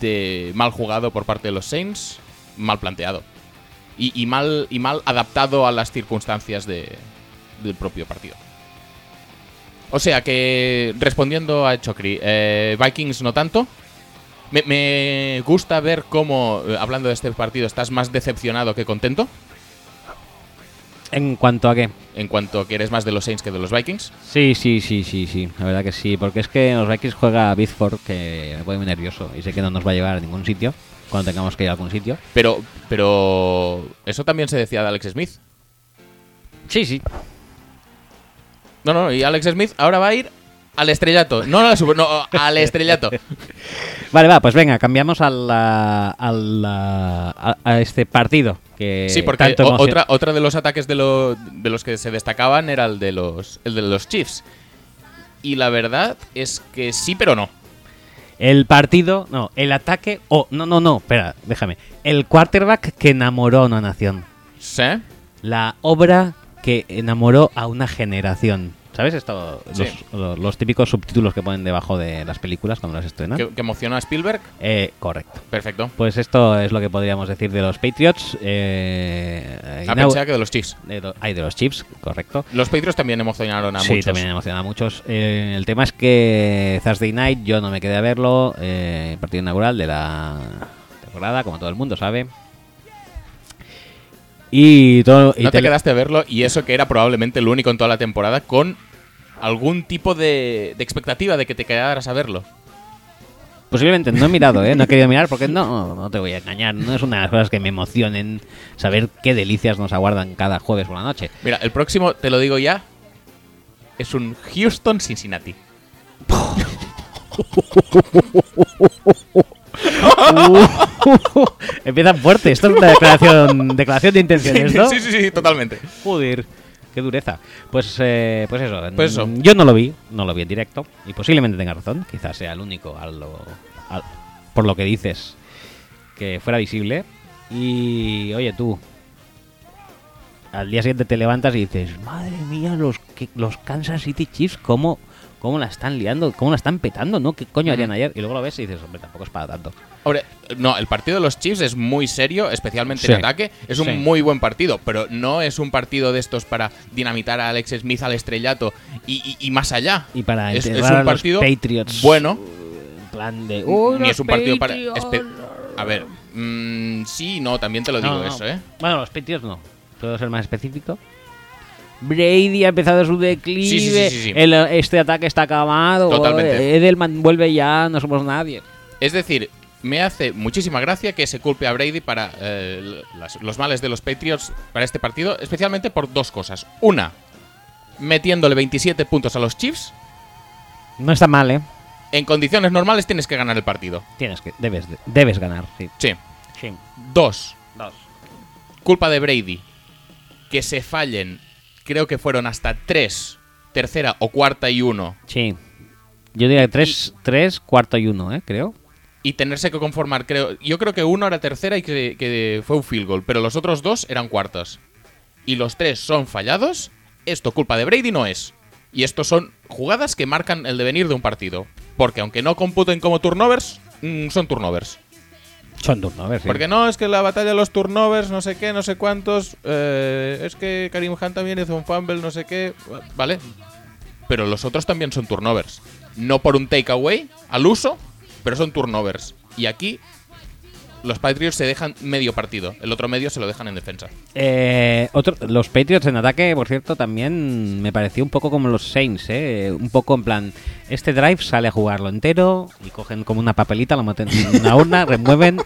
Speaker 2: de mal jugado por parte de los Saints, mal planteado. Y, y mal, y mal adaptado a las circunstancias de- del propio partido. O sea que, respondiendo a Chocri, eh, Vikings no tanto. Me, me gusta ver cómo, eh, hablando de este partido, estás más decepcionado que contento.
Speaker 1: En cuanto a qué.
Speaker 2: En cuanto que eres más de los Saints que de los Vikings.
Speaker 1: Sí, sí, sí, sí, sí. La verdad que sí. Porque es que en los Vikings juega Bitford, que me pone muy nervioso y sé que no nos va a llevar a ningún sitio. cuando tengamos que ir a algún sitio.
Speaker 2: Pero, pero eso también se decía de Alex Smith.
Speaker 1: Sí, sí.
Speaker 2: No, no, y Alex Smith ahora va a ir al estrellato. No a la super, no,
Speaker 1: *laughs*
Speaker 2: al estrellato.
Speaker 1: Eh, Vale, va, pues venga, cambiamos a, la- a, la- a, a este partido. Que
Speaker 2: Sí, porque
Speaker 1: tanto
Speaker 2: o-
Speaker 1: emocio-
Speaker 2: otra, otra de los ataques de, lo- de los que se destacaban era el de los, el de los Chiefs. Y la verdad es que sí, pero no.
Speaker 1: El partido, no, el ataque. Oh, no, no, no, espera, déjame. El quarterback que enamoró a una nación.
Speaker 2: ¿Sí?
Speaker 1: Ah. La obra que enamoró a una generación. ¿Sabes esto? Los,
Speaker 2: Sí.
Speaker 1: lo- los típicos subtítulos que ponen debajo de las películas cuando las estrenan.
Speaker 2: Que, que emocionó a Spielberg.
Speaker 1: Eh, correcto.
Speaker 2: Perfecto.
Speaker 1: Pues esto es lo que podríamos decir de los Patriots. Eh,
Speaker 2: A
Speaker 1: inau-
Speaker 2: pensar que de los Chiefs.
Speaker 1: de lo- ay, de los Chips, correcto.
Speaker 2: Los Patriots también emocionaron a
Speaker 1: sí,
Speaker 2: muchos.
Speaker 1: también emociona a muchos. Eh, el tema es que Thursday Night yo no me quedé a verlo. eh, partido inaugural de la temporada, como todo el mundo sabe. Y todo. y
Speaker 2: No te
Speaker 1: tele-
Speaker 2: quedaste a verlo y eso que era probablemente el único en toda la temporada con algún tipo de, de expectativa de que te quedaras a verlo.
Speaker 1: Posiblemente no he mirado, ¿eh? No he querido mirar porque no, no te voy a engañar. No es una de las cosas que me emocionen saber qué delicias nos aguardan cada jueves por la noche.
Speaker 2: Mira, el próximo, te lo digo ya, es un Houston-Cincinnati. Uh.
Speaker 1: *laughs* Empiezan fuerte. Esto es una declaración, declaración de intenciones, ¿no?
Speaker 2: *laughs* Sí, sí, sí, totalmente.
Speaker 1: Joder, qué dureza. Pues, eh, pues, eso,
Speaker 2: Pues eso.
Speaker 1: mm, Yo no lo vi, no lo vi en directo. Y posiblemente tenga razón. Quizás sea el único, al lo- al- por lo que dices, que fuera visible. Y oye, tú. Al día siguiente te levantas y dices: Madre mía, los, que- los Kansas City Chiefs, ¿cómo, ¿cómo la están liando? ¿Cómo la están petando? ¿no? ¿Qué coño harían ayer? Y luego lo ves y dices: Hombre, tampoco es para tanto.
Speaker 2: Hombre, no, el partido de los Chiefs es muy serio, especialmente
Speaker 1: Sí.
Speaker 2: en ataque. Es un
Speaker 1: Sí.
Speaker 2: muy buen partido, pero no es un partido de estos para dinamitar a Alex Smith al estrellato y, y- y más allá.
Speaker 1: Y para
Speaker 2: Es- es
Speaker 1: enterrar
Speaker 2: un
Speaker 1: a los
Speaker 2: partido
Speaker 1: Patriots.
Speaker 2: bueno.
Speaker 1: En plan de. "Uy,
Speaker 2: Ni
Speaker 1: los
Speaker 2: es un partido para.
Speaker 1: Patriots".
Speaker 2: espe- A ver, mm, sí, no, también te lo digo
Speaker 1: No, no.
Speaker 2: eso, ¿eh?
Speaker 1: Bueno, los Patriots no. Puedo ser más específico. Brady ha empezado su declive.
Speaker 2: Sí, sí, sí, sí, sí.
Speaker 1: el- este ataque está acabado.
Speaker 2: Totalmente.
Speaker 1: Edelman vuelve ya, no somos nadie.
Speaker 2: Es decir, me hace muchísima gracia que se culpe a Brady para eh, las- los males de los Patriots para este partido, especialmente por dos cosas. Una, metiéndole 27 puntos a los Chiefs.
Speaker 1: No está mal, ¿eh?
Speaker 2: En condiciones normales tienes que ganar el partido.
Speaker 1: Tienes que, debes, de- debes ganar, sí.
Speaker 2: Sí.
Speaker 1: Sí.
Speaker 2: Dos,
Speaker 1: Dos.
Speaker 2: culpa de Brady. Que se fallen, creo que fueron hasta tres, tercera o cuarta y uno.
Speaker 1: Sí. Yo diría que tres, tres, cuarto y uno, ¿eh? Creo.
Speaker 2: Y tenerse que conformar, creo. Yo creo que uno era tercera y que, que fue un field goal, pero los otros dos eran cuartas. Y los tres son fallados. Esto culpa de Brady no es. Y estos son jugadas que marcan el devenir de un partido. Porque aunque no computen como turnovers, mm, son turnovers.
Speaker 1: Son turnovers, sí.
Speaker 2: Porque no, es que la batalla de los turnovers, no sé qué, no sé cuántos. eh, es que Karim Khan también hizo un fumble, no sé qué. Vale. Pero los otros también son turnovers. No por un takeaway al uso, pero son turnovers. Y aquí los Patriots se dejan medio partido. El otro medio se lo dejan en defensa.
Speaker 1: Eh, otro, los Patriots en ataque, por cierto, también me pareció un poco como los Saints, ¿eh? Un poco en plan, este drive sale a jugarlo entero y cogen como una papelita, lo meten en una *laughs* urna, remueven...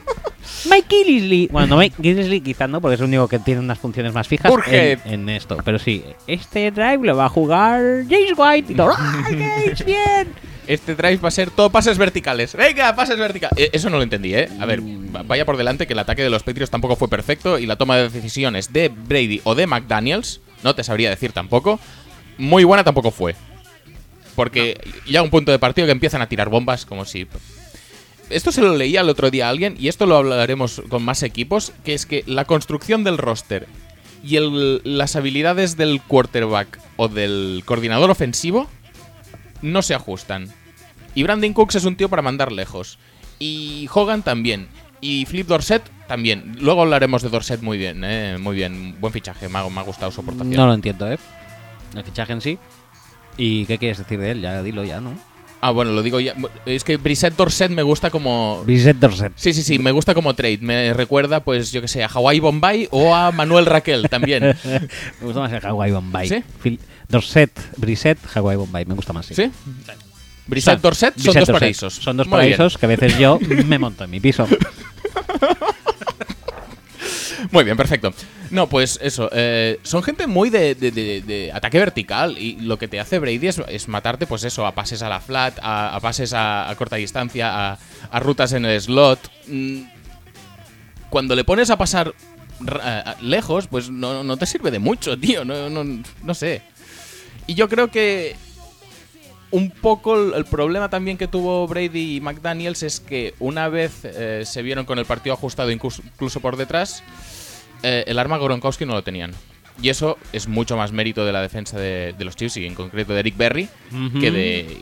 Speaker 1: Mike Gillisley. Bueno, no, Mike Gillisley quizás no, porque es el único que tiene unas funciones más fijas
Speaker 2: Burhead.
Speaker 1: en, en esto. Pero sí, este drive lo va a jugar James White. Y todo, *laughs* ¡Ah, James, bien!
Speaker 2: Este drive va a ser todo pases verticales. Venga, pases verticales. Eh, eso no lo entendí, ¿eh? A ver, va- vaya por delante que el ataque de los Patriots tampoco fue perfecto y la toma de decisiones de Brady o de McDaniels, no te sabría decir tampoco, muy buena tampoco fue. Porque llega un punto de partido que empiezan a tirar bombas como si... Esto se lo leía el otro día a alguien y esto lo hablaremos con más equipos, que es que la construcción del roster y el- las habilidades del quarterback o del coordinador ofensivo no se ajustan. Y Brandon Cooks es un tío para mandar lejos. Y Hogan también. Y Flip Dorset también. Luego hablaremos de Dorset muy bien, eh, muy bien. Buen fichaje, me ha, me ha gustado su aportación.
Speaker 1: No lo entiendo, ¿eh? El fichaje en sí. ¿Y qué quieres decir de él? Ya dilo ya, ¿no?
Speaker 2: Ah, bueno, lo digo ya. Es que Brissette Dorset me gusta como.
Speaker 1: Brissett Dorset.
Speaker 2: Sí, sí, sí, me gusta como trade. Me recuerda, pues, yo que sé, a Hawaii Bombay o a Manuel Raquel también.
Speaker 1: Me gusta más el Hawaii Bombay.
Speaker 2: ¿Sí?
Speaker 1: Fil- Dorset, Brisset, Hawaii Bombay. Me gusta más, *laughs* sí.
Speaker 2: ¿Sí? Brissette
Speaker 1: Brissette
Speaker 2: Dorset son dos
Speaker 1: Dorset.
Speaker 2: paraísos.
Speaker 1: Son dos
Speaker 2: Muy bien. *laughs*
Speaker 1: paraísos que a veces yo me monto en mi piso.
Speaker 2: Muy bien, perfecto. No, pues eso. eh, son gente muy de, de- de- de ataque vertical. Y lo que te hace Brady es, es matarte, pues eso, a pases a la flat, a, a pases a, a corta distancia, a, a rutas en el slot. Mm, Cuando le pones a pasar ra- a- lejos, pues no, no te sirve de mucho, *laughs* tío. No, no, no sé. Y yo creo que un poco el, el problema también que tuvo Brady y McDaniels es que una vez eh, se vieron con el partido ajustado incluso, incluso por detrás, eh, el arma Goronkowski no lo tenían. Y eso es mucho más mérito de la defensa de, de los Chiefs y en concreto de Eric Berry
Speaker 1: Ujú.
Speaker 2: que de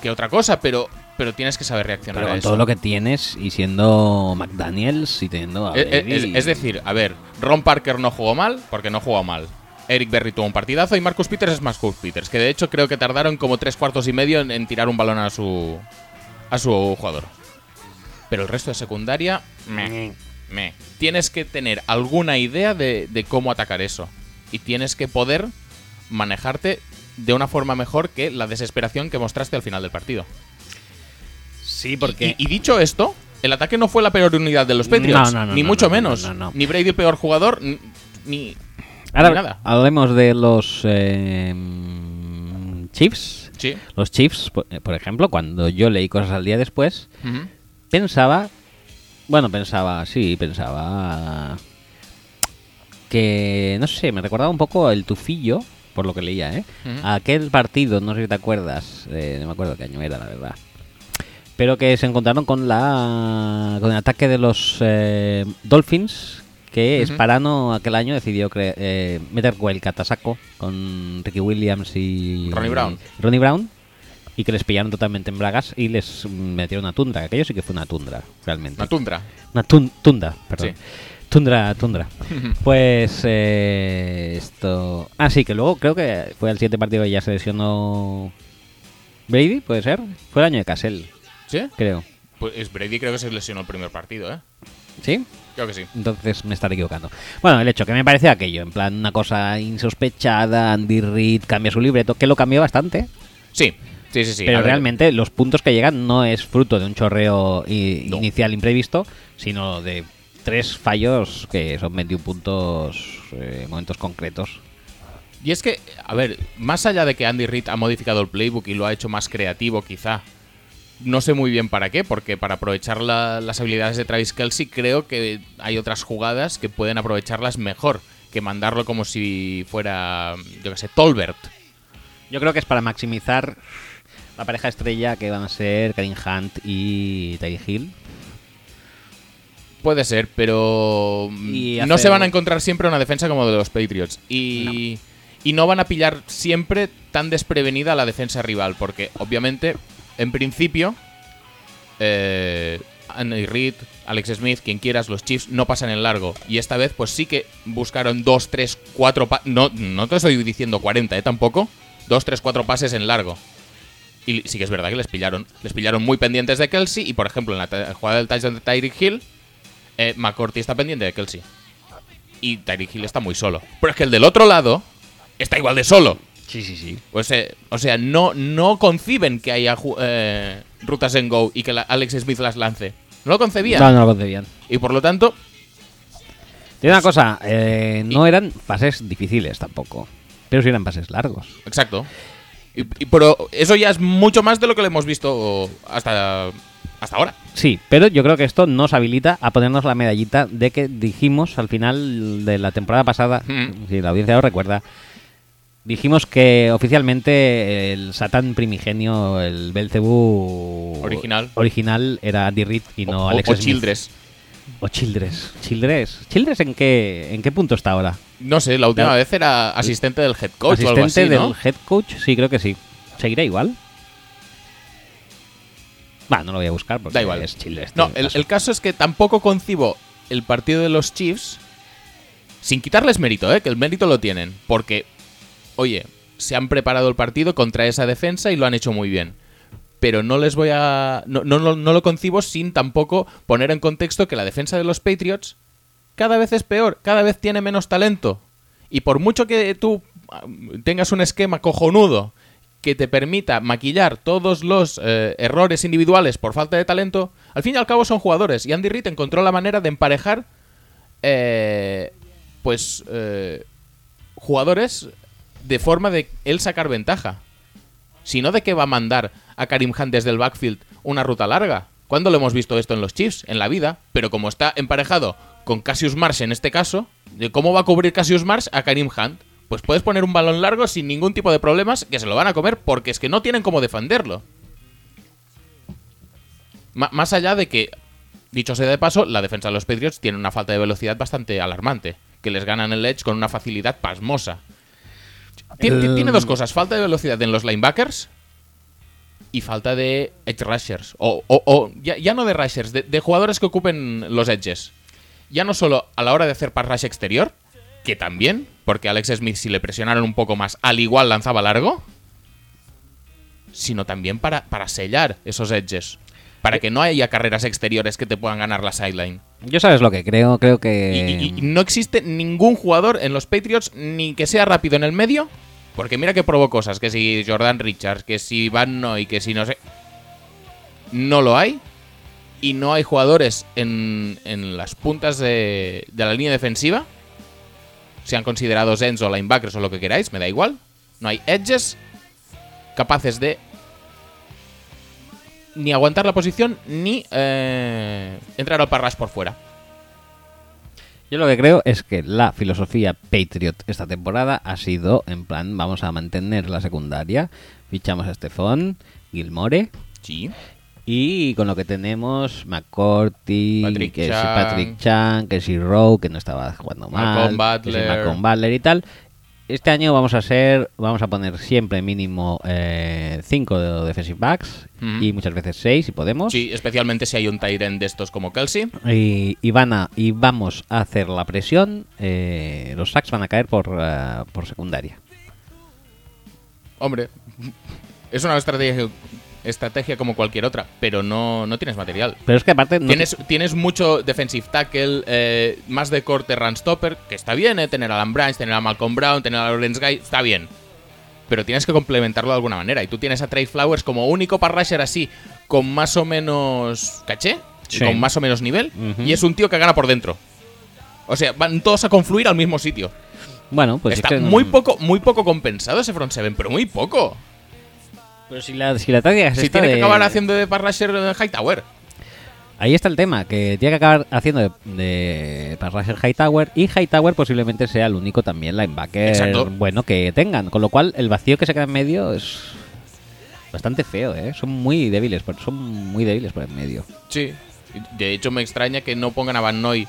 Speaker 2: que otra cosa, pero pero tienes que saber reaccionar
Speaker 1: Pero
Speaker 2: a
Speaker 1: con
Speaker 2: eso.
Speaker 1: todo lo que tienes y siendo McDaniels y teniendo a
Speaker 2: Eh, eh, es,
Speaker 1: Brady-
Speaker 2: es decir, a ver, Ron Parker no jugó mal porque no jugó mal. Eric Berry tuvo un partidazo y Marcus Peters es Marcus Peters, que de hecho creo que tardaron como tres cuartos y medio en, en tirar un balón a su a su jugador. Pero el resto de secundaria, meh, meh. Tienes que tener alguna idea de, de cómo atacar eso y tienes que poder manejarte de una forma mejor que la desesperación que mostraste al final del partido.
Speaker 1: Sí, porque.
Speaker 2: Y, y dicho esto, el ataque no fue la peor unidad de los Patriots.
Speaker 1: No, no, no,
Speaker 2: ni
Speaker 1: no,
Speaker 2: mucho
Speaker 1: no, no,
Speaker 2: menos.
Speaker 1: no, no.
Speaker 2: Ni Brady peor jugador, ni, ni-
Speaker 1: Ahora
Speaker 2: ni nada.
Speaker 1: hablemos de los eh, mm, Chiefs.
Speaker 2: Sí.
Speaker 1: Los Chiefs, po- eh, por ejemplo, cuando yo leí cosas al día después,
Speaker 2: Ujú.
Speaker 1: pensaba. Bueno, pensaba, sí, pensaba. Que, no sé, me recordaba un poco el tufillo, por lo que leía, ¿eh?
Speaker 2: Ujú.
Speaker 1: Aquel partido, no sé si te acuerdas, eh, no me acuerdo qué año era, la verdad. Pero que se encontraron con la con el ataque de los eh, Dolphins, que
Speaker 2: Ujú.
Speaker 1: Esparano aquel año decidió cre- eh, meter el catasaco con Ricky Williams y
Speaker 2: Ronnie Brown.
Speaker 1: Ronnie Brown y que les pillaron totalmente en bragas y les metieron una tundra. Aquello sí que fue una tundra, realmente.
Speaker 2: Una tundra.
Speaker 1: Una tun- tunda, perdón.
Speaker 2: Sí.
Speaker 1: Tundra, tundra. Pues eh, esto. Ah, sí, que luego creo que fue al siguiente partido que ya se lesionó Brady, puede ser. Fue el año de Cassell,
Speaker 2: ¿Sí?
Speaker 1: creo.
Speaker 2: Pues Brady creo que se lesionó el primer partido, ¿eh?
Speaker 1: ¿Sí?
Speaker 2: Creo que sí.
Speaker 1: Entonces me estaré equivocando. Bueno, el hecho que me pareció aquello, en plan una cosa insospechada, Andy Reid cambia su libreto, que lo cambió bastante,
Speaker 2: Sí, sí, sí. sí. A
Speaker 1: pero
Speaker 2: ver,
Speaker 1: realmente los puntos que llegan no es fruto de un chorreo i-
Speaker 2: No.
Speaker 1: inicial imprevisto, sino de tres fallos que son 21 puntos, eh, momentos concretos.
Speaker 2: Y es que, a ver, más allá de que Andy Reid ha modificado el playbook y lo ha hecho más creativo, quizá. No sé muy bien para qué, porque para aprovechar la- las habilidades de Travis Kelsey creo que hay otras jugadas que pueden aprovecharlas mejor que mandarlo como si fuera, yo qué sé, Tolbert.
Speaker 1: Yo creo que es para maximizar la pareja estrella que van a ser Karim Hunt y Ty Hill.
Speaker 2: Puede ser, pero mm,
Speaker 1: Y
Speaker 2: no
Speaker 1: hacer-
Speaker 2: se van a encontrar siempre una defensa como de los Patriots. Y no. y no van a pillar siempre tan desprevenida a la defensa rival, porque obviamente, en principio, eh, Andy Reid, Alex Smith, quien quieras, los Chiefs no pasan en largo. Y esta vez, pues sí que buscaron dos, tres, cuatro... pa- no, no te estoy diciendo 40, ¿eh? Tampoco. Dos, tres, cuatro pases en largo. Y sí que es verdad que les pillaron. Les pillaron muy pendientes de Kelsey. Y por ejemplo, en la ta- jugada del touchdown de Tyreek Hill, eh, McCourty está pendiente de Kelsey. Y Tyreek Hill está muy solo. Pero es que el del otro lado está igual de solo.
Speaker 1: Sí, sí, sí.
Speaker 2: O sea, o sea, no, no conciben que haya ju- eh, rutas en Go y que la- Alex Smith las lance. No lo concebían.
Speaker 1: No, no lo concebían.
Speaker 2: Y por lo tanto,
Speaker 1: Te digo una cosa, eh, no eran pases difíciles tampoco, pero sí eran pases largos.
Speaker 2: exacto. Y- y- pero eso ya es mucho más de lo que le hemos visto hasta, hasta ahora.
Speaker 1: Sí, pero yo creo que esto nos habilita a ponernos la medallita de que dijimos al final de la temporada pasada,
Speaker 2: Mm.
Speaker 1: si la audiencia lo recuerda, dijimos que oficialmente el Satán primigenio, el Belcebú
Speaker 2: Original.
Speaker 1: original era Andy Reid y no
Speaker 2: o,
Speaker 1: Alex
Speaker 2: o
Speaker 1: Smith.
Speaker 2: Childress.
Speaker 1: O Childress. Childress. ¿Childress en qué, en qué punto está ahora?
Speaker 2: No sé, la última
Speaker 1: Claro.
Speaker 2: vez era asistente del head coach o algo
Speaker 1: ¿Asistente
Speaker 2: así, ¿no?
Speaker 1: del head coach? Sí, creo que sí. ¿Seguirá igual? Va, no lo voy a buscar porque
Speaker 2: Da igual.
Speaker 1: es Childress.
Speaker 2: No,
Speaker 1: tiene
Speaker 2: el,
Speaker 1: este caso.
Speaker 2: el caso es que tampoco concibo el partido de los Chiefs sin quitarles mérito, ¿eh? que el mérito lo tienen. Porque, oye, se han preparado el partido contra esa defensa y lo han hecho muy bien. Pero no les voy a. No, no, no- no lo concibo sin tampoco poner en contexto que la defensa de los Patriots cada vez es peor, cada vez tiene menos talento. Y por mucho que tú ah, tengas un esquema cojonudo que te permita maquillar todos los eh, errores individuales por falta de talento, al fin y al cabo son jugadores. Y Andy Reid encontró la manera de emparejar eh, pues eh, jugadores de forma de él sacar ventaja. Si no, ¿de qué va a mandar a Karim Hunt desde el backfield una ruta larga? ¿Cuándo lo hemos visto esto en los Chiefs? En la vida. Pero como está emparejado con Cassius Marsh en este caso, ¿de ¿cómo va a cubrir Cassius Marsh a Karim Hunt? Pues puedes poner un balón largo sin ningún tipo de problemas que se lo van a comer porque es que no tienen cómo defenderlo. Ma- más allá de que, dicho sea de paso, la defensa de los Patriots tiene una falta de velocidad bastante alarmante, que les ganan el edge con una facilidad pasmosa. Tien- ti-
Speaker 7: El-
Speaker 2: Tiene dos cosas, falta de velocidad en los linebackers y falta de edge rushers, o, o- o ya, ya no de rushers, de, de jugadores que ocupen los edges. Ya no solo a la hora de hacer pass rush exterior, que también, porque a Alex Smith si le presionaron un poco más, al igual lanzaba largo sino también para, para sellar esos edges. Para que no haya carreras exteriores que te puedan ganar la sideline.
Speaker 1: Yo sabes lo que creo, creo
Speaker 2: Y,
Speaker 1: que...
Speaker 2: y- y no existe ningún jugador en los Patriots ni que sea rápido en el medio. Porque mira que probó cosas, que si Jordan Richards, que si Van Noy, que si no sé... No lo hay. Y no hay jugadores en, en las puntas de, de la línea defensiva. Sean considerados ends o linebackers o lo que queráis, me da igual. No hay edges capaces de ni aguantar la posición ni eh, entrar al parrash por fuera.
Speaker 1: Yo lo que creo es que la filosofía Patriot esta temporada ha sido, en plan, vamos a mantener la secundaria, fichamos a Estefón, Gilmore,
Speaker 2: Sí.
Speaker 1: y con lo que tenemos, McCourty,
Speaker 2: Patrick
Speaker 1: que si
Speaker 2: Chung.
Speaker 1: Patrick Chan, que si Rowe, que no estaba jugando mal,
Speaker 2: Malcolm
Speaker 1: que si
Speaker 2: Butler.
Speaker 1: Malcolm Butler y tal. Este año vamos a ser, vamos a poner siempre mínimo 5 de defensive backs
Speaker 2: Ujú.
Speaker 1: y muchas veces 6 si podemos.
Speaker 2: Sí, especialmente si hay un Tyren de estos como Kelsey.
Speaker 1: Y, y van a- y vamos a hacer la presión. eh, los sacks van a caer por, eh, por secundaria.
Speaker 2: Hombre, es una estrategia, estrategia como cualquier otra, pero no, no tienes material.
Speaker 1: Pero es que aparte no,
Speaker 2: Tienes, tienes mucho defensive tackle, eh, más de corte run stopper, que está bien, ¿eh? Tener a Alan Branch, tener a Malcolm Brown, tener a Lawrence Guy, está bien. Pero tienes que complementarlo de alguna manera. Y tú tienes a Trey Flowers como único pass rusher así, con más o menos caché, y
Speaker 1: Sí.
Speaker 2: con más o menos nivel,
Speaker 1: Ujú.
Speaker 2: y es un tío que gana por dentro. O sea, van todos a confluir al mismo sitio.
Speaker 1: bueno, pues
Speaker 2: está
Speaker 1: es que no-
Speaker 2: muy poco muy poco compensado ese front seven, pero muy poco.
Speaker 1: Pero si la, si la táctica es
Speaker 2: Si
Speaker 1: esta
Speaker 2: tiene que
Speaker 1: de-
Speaker 2: acabar haciendo de pass rusher en Hightower.
Speaker 1: Ahí está el tema, que tiene que acabar haciendo de, de pass rusher Hightower y Hightower posiblemente sea el único también linebacker
Speaker 2: Exacto.
Speaker 1: bueno que tengan. Con lo cual el vacío que se queda en medio es bastante feo, ¿eh? Son muy débiles, por- son muy débiles por en medio.
Speaker 2: Sí. De hecho, me extraña que no pongan a Van Noy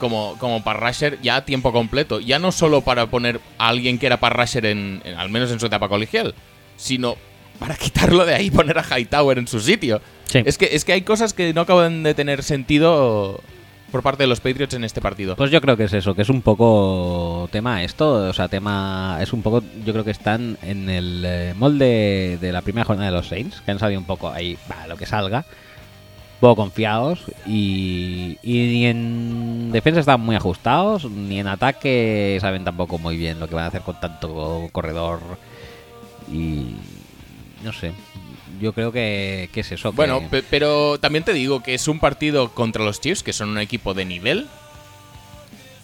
Speaker 2: como, como pass rusher ya a tiempo completo. Ya no solo para poner a alguien que era pass rusher en, en- al menos en su etapa colegial, sino para *laughs* quitarlo de ahí y poner a Hightower en su sitio.
Speaker 1: Sí.
Speaker 2: Es, que, es que hay cosas que no acaban de tener sentido por parte de los Patriots en este partido.
Speaker 1: Pues yo creo que es eso, que es un poco tema esto, o sea, tema es un poco, yo creo que están en el eh, molde de la primera jornada de los Saints, que han salido un poco ahí, va, lo que salga, un poco confiados y, y ni en defensa están muy ajustados, ni en ataque saben tampoco muy bien lo que van a hacer con tanto corredor y no sé, yo creo que, que es eso. que-
Speaker 2: Bueno, pe- pero también te digo que es un partido contra los Chiefs, que son un equipo de nivel,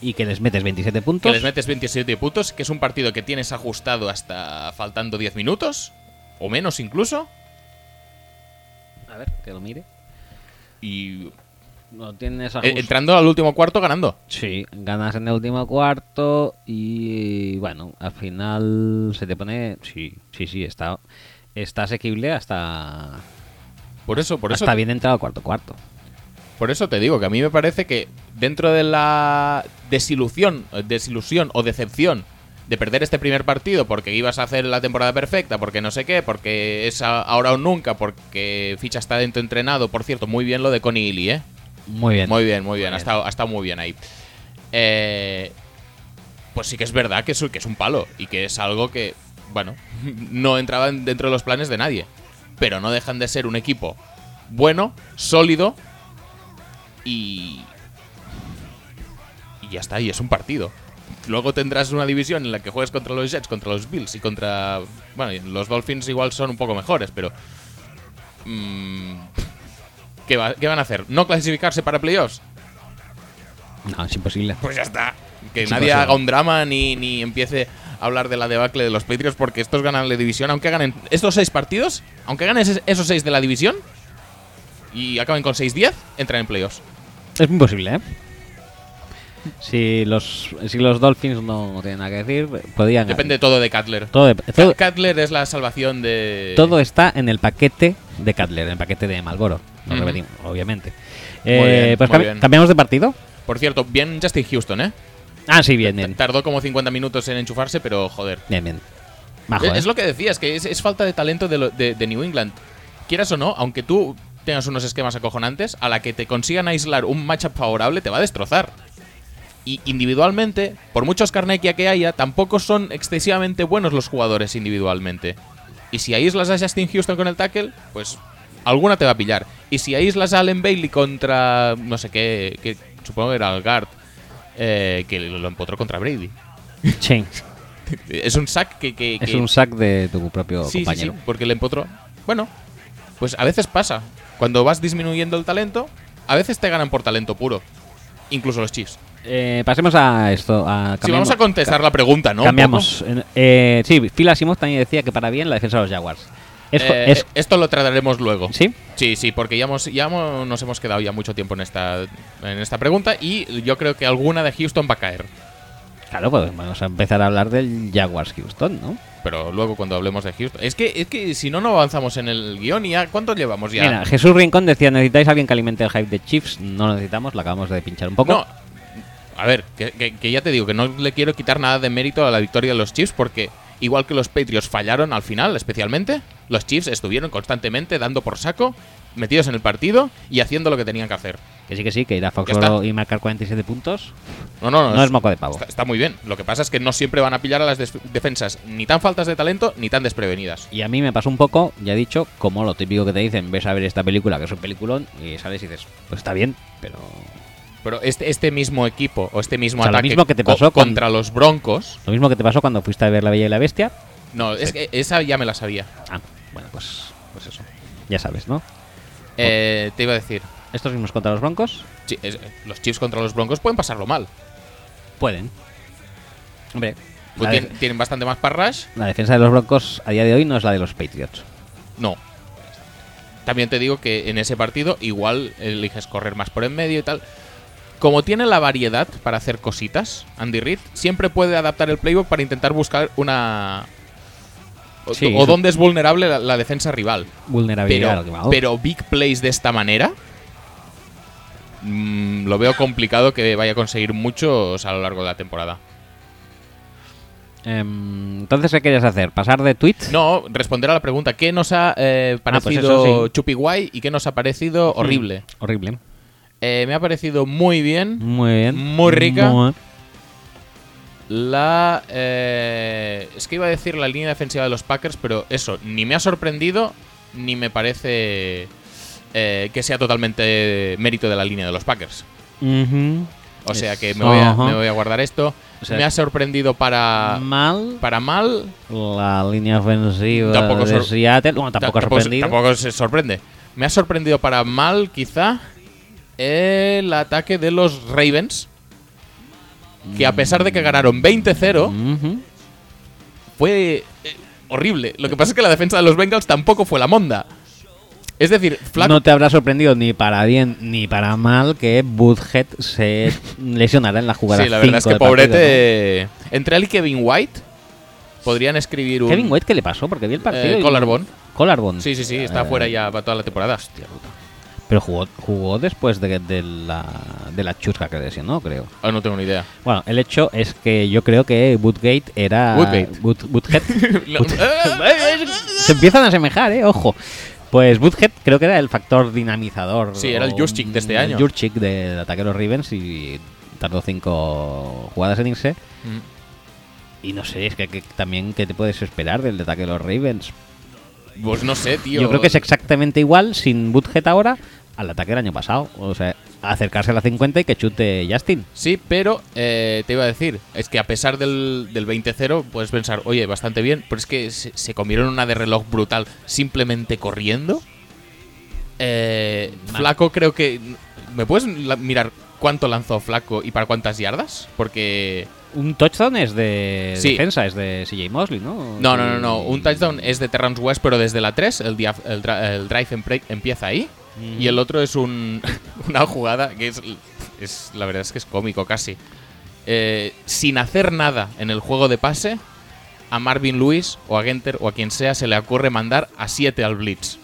Speaker 1: y que les metes 27 puntos.
Speaker 2: que les metes 27 puntos, que es un partido que tienes ajustado hasta faltando 10 minutos, o menos incluso,
Speaker 1: A ver, que lo mire.
Speaker 2: y
Speaker 1: No tienes
Speaker 2: eh, entrando al último cuarto ganando.
Speaker 1: Sí, ganas en el último cuarto y bueno, al final se te pone... Sí, sí, sí, está, está asequible hasta,
Speaker 2: Por eso, por eso,
Speaker 1: hasta bien entrado cuarto cuarto.
Speaker 2: por eso te digo que a mí me parece que dentro de la desilusión, eh, desilusión o decepción de perder este primer partido porque ibas a hacer la temporada perfecta, porque no sé qué, porque es a- ahora o nunca, porque ficha está dentro entrenado, por cierto, muy bien lo de Connie Ely, ¿eh?
Speaker 1: Muy bien.
Speaker 2: Muy bien, muy bien. Ha
Speaker 1: bien.
Speaker 2: estado, ha estado muy bien ahí. Eh, pues sí que es verdad que es, que es un palo y que es algo que, bueno, *laughs* no entraba en- dentro de los planes de nadie. Pero no dejan de ser un equipo bueno, sólido y... Y ya está, y es un partido. Luego tendrás una división en la que juegues contra los Jets, contra los Bills y contra... Bueno, y los Dolphins igual son un poco mejores, pero... mm, ¿Qué, va- qué van a hacer? ¿No clasificarse para playoffs?
Speaker 1: No, es imposible.
Speaker 2: Pues ya está. Que
Speaker 1: Es
Speaker 2: nadie
Speaker 1: imposible.
Speaker 2: haga un drama ni, ni empiece a hablar de la debacle de los Patriots porque estos ganan la división, aunque ganen estos seis partidos, aunque ganen ese- esos seis de la división y acaben con 6-10, entran en playoffs.
Speaker 1: Es muy posible, ¿eh? Si los, si los Dolphins no tienen nada que decir, podrían.
Speaker 2: Depende todo de Cutler.
Speaker 1: Todo, dep- todo,
Speaker 2: Cutler es la salvación de...
Speaker 1: todo está en el paquete de Cutler, en el paquete de Malboro. No
Speaker 2: Ujú.
Speaker 1: repetimos, obviamente.
Speaker 2: Muy
Speaker 1: Eh,
Speaker 2: bien,
Speaker 1: pues
Speaker 2: muy
Speaker 1: cambi-
Speaker 2: bien.
Speaker 1: cambiamos de partido.
Speaker 2: Por cierto, bien Justin Houston, ¿eh?
Speaker 1: Ah, sí, bien, bien.
Speaker 2: Tardó como 50 minutos en enchufarse, pero joder.
Speaker 1: Bien, bien. Majo,
Speaker 2: Es,
Speaker 1: ¿eh?
Speaker 2: es lo que decías, que es, es falta de talento de, lo- de- de New England. Quieras o no, aunque tú tengas unos esquemas acojonantes, a la que te consigan aislar un matchup favorable te va a destrozar. Y individualmente, por muchos Carnequia que haya, tampoco son excesivamente buenos los jugadores individualmente. Y si aíslas a Justin Houston con el tackle, pues alguna te va a pillar. Y si aíslas a Allen Bailey contra, no sé qué, que supongo que era el guard, eh, que lo empotró contra Brady.
Speaker 1: Sí,
Speaker 2: Es un sack que... que-
Speaker 1: es
Speaker 2: que-
Speaker 1: un sack de tu propio
Speaker 2: Sí, sí,
Speaker 1: compañero.
Speaker 2: sí, porque le empotró. Bueno, pues a veces pasa. Cuando vas disminuyendo el talento, a veces te ganan por talento puro. Incluso los Chiefs.
Speaker 1: Eh, pasemos a esto. A
Speaker 2: Si vamos a contestar la pregunta, ¿no? Un poco.
Speaker 1: Cambiamos. En- eh, sí, Phil Asimov también decía que para bien la defensa de los Jaguars. Es, co-
Speaker 2: Eh,
Speaker 1: es-
Speaker 2: esto lo trataremos luego.
Speaker 1: ¿Sí?
Speaker 2: Sí, sí, porque ya, hemos, ya hemos- nos hemos quedado ya mucho tiempo en esta, en esta pregunta y yo creo que alguna de Houston va a caer.
Speaker 1: Claro, pues vamos a empezar a hablar del Jaguars Houston, ¿no?
Speaker 2: Pero luego cuando hablemos de Houston. Es que, es que si no, no avanzamos en el guión y ya. ¿Cuánto llevamos ya?
Speaker 1: Mira, Jesús Rincón decía, ¿necesitáis alguien que alimente el hype de Chiefs? No lo necesitamos, lo acabamos de pinchar un poco.
Speaker 2: No. A ver, que, que- que ya te digo que no le quiero quitar nada de mérito a la victoria de los Chiefs porque igual que los Patriots fallaron al final, especialmente, los Chiefs estuvieron constantemente dando por saco, metidos en el partido y haciendo lo que tenían que hacer.
Speaker 1: Que sí, que sí, que ir a
Speaker 2: Ya
Speaker 1: Foxboro y marcar 47 puntos
Speaker 2: No, no,
Speaker 1: no es moco de pavo.
Speaker 2: Está, está muy bien. Lo que pasa es que no siempre van a pillar a las des- defensas ni tan faltas de talento ni tan desprevenidas.
Speaker 1: Y a mí me pasó un poco, ya he dicho, como lo típico que te dicen, ves a ver esta película, que es un peliculón, y sales y dices, pues está bien, pero...
Speaker 2: Pero este, este mismo equipo o este mismo
Speaker 1: O sea, lo
Speaker 2: ataque
Speaker 1: mismo que te
Speaker 2: co-
Speaker 1: pasó con-
Speaker 2: contra los Broncos.
Speaker 1: Lo mismo que te pasó cuando fuiste a ver La Bella y la Bestia.
Speaker 2: No, es que esa ya me la sabía.
Speaker 1: Ah, bueno, pues, pues eso. Ya sabes, ¿no?
Speaker 2: Eh, te iba a decir,
Speaker 1: Estos mismos contra los Broncos
Speaker 2: chi- es- los Chiefs contra los Broncos pueden pasarlo mal.
Speaker 1: pueden. Hombre,
Speaker 2: Pues
Speaker 1: la,
Speaker 2: tien-
Speaker 1: def-
Speaker 2: tienen bastante más parrash.
Speaker 1: la defensa de los Broncos a día de hoy no es la de los Patriots.
Speaker 2: No. También te digo que en ese partido igual eliges correr más por en medio y tal. Como tiene la variedad para hacer cositas, Andy Reid siempre puede adaptar el playbook para intentar buscar una... O,
Speaker 1: Sí,
Speaker 2: o
Speaker 1: eso-
Speaker 2: dónde es vulnerable la, la defensa rival.
Speaker 1: Vulnerabilidad,
Speaker 2: Pero,
Speaker 1: lo que va, oh.
Speaker 2: pero big plays de esta manera... mm, lo veo complicado que vaya a conseguir muchos a lo largo de la temporada.
Speaker 1: Em, Entonces, ¿qué querías hacer? ¿Pasar de tweet?
Speaker 2: No, responder a la pregunta, ¿qué nos ha eh,
Speaker 1: Ah, pues
Speaker 2: parecido
Speaker 1: eso sí.
Speaker 2: chupi guay y qué nos ha parecido horrible?
Speaker 1: Horrible.
Speaker 2: Eh, me ha parecido muy bien
Speaker 1: Muy bien.
Speaker 2: Muy rica.
Speaker 1: Muy-
Speaker 2: la... eh, es que iba a decir la línea defensiva de los Packers, pero eso, ni me ha sorprendido, ni me parece eh, que sea totalmente mérito de la línea de los Packers.
Speaker 1: Ujú.
Speaker 2: O sea que me
Speaker 1: Eso.
Speaker 2: voy a,
Speaker 1: Ajá.
Speaker 2: me voy a guardar esto.
Speaker 1: O sea, Mm.
Speaker 2: me ha sorprendido para,
Speaker 1: Mal.
Speaker 2: para mal.
Speaker 1: La línea ofensiva
Speaker 2: Tampoco
Speaker 1: de
Speaker 2: sor-
Speaker 1: Seattle. Bueno, tampoco ha
Speaker 2: Ta- se-
Speaker 1: sorprendido.
Speaker 2: tampoco se sorprende. Me ha sorprendido para mal, quizá, el ataque de los Ravens. Que a pesar de que ganaron 20-0,
Speaker 1: Ujú.
Speaker 2: fue eh, horrible. Lo que pasa es que la defensa de los Bengals tampoco fue la monda. Es decir, Flaco,
Speaker 1: No te habrá sorprendido ni para bien ni para mal que Budhead se *laughs* lesionara en la jugada.
Speaker 2: sí, la verdad es
Speaker 1: cinco
Speaker 2: que
Speaker 1: del partido,
Speaker 2: pobrete. Entre él y Kevin White podrían escribir
Speaker 1: ¿no?
Speaker 2: un.
Speaker 1: Kevin White, ¿qué le pasó? Porque vi el partido.
Speaker 2: Eh,
Speaker 1: y- Mm.
Speaker 2: collarbone.
Speaker 1: Collarbone.
Speaker 2: Sí, sí, sí, está
Speaker 1: Eh,
Speaker 2: fuera ya para toda la temporada.
Speaker 1: Pero jugó, jugó después de, de la, de la chusca que lesionó, creo.
Speaker 2: Ah, no tengo ni
Speaker 1: *laughs*
Speaker 2: idea.
Speaker 1: Bueno, el hecho es que yo creo que Woodgate era.
Speaker 2: Woodgate.
Speaker 1: Wood- Woodhead.
Speaker 2: *laughs* Lo-
Speaker 1: eh, *laughs* Se empiezan a asemejar, ¿eh? Ojo. Pues Woodhead creo que era el factor dinamizador.
Speaker 2: Sí, era el
Speaker 1: o,
Speaker 2: Jurczyk de este
Speaker 1: mm,
Speaker 2: año.
Speaker 1: El Jurczyk del ataque de los Ravens y tardó cinco jugadas en irse.
Speaker 2: *laughs* Mm.
Speaker 1: Y no sé, es que, que también, ¿qué te puedes esperar del ataque de los Ravens?
Speaker 2: Pues no sé, tío.
Speaker 1: Yo creo que es exactamente igual sin Woodhead ahora al ataque del año pasado. O sea, acercarse a la 50 y que chute Justin.
Speaker 2: Sí, pero eh, te iba a decir, es que a pesar del, del 20-0 puedes pensar, oye, bastante bien, pero es que se, se comieron una de reloj brutal simplemente corriendo. Eh,
Speaker 1: Mal.
Speaker 2: flaco creo que... ¿Me puedes la- mirar cuánto lanzó Flaco y para cuántas yardas? Porque.
Speaker 1: Un touchdown es de
Speaker 2: Sí.
Speaker 1: defensa, es de CJ Mosley, ¿no?
Speaker 2: No, no, no, no. Un touchdown es de Terrance West, pero desde la 3. El, dia- el dra- el drive empre- empieza ahí. Y el otro es un, *laughs* una jugada que es, es- La verdad es que es cómico casi. Eh, sin hacer nada en el juego de pase, a Marvin Lewis o a Genter o a quien sea se le ocurre mandar a 7 al Blitz.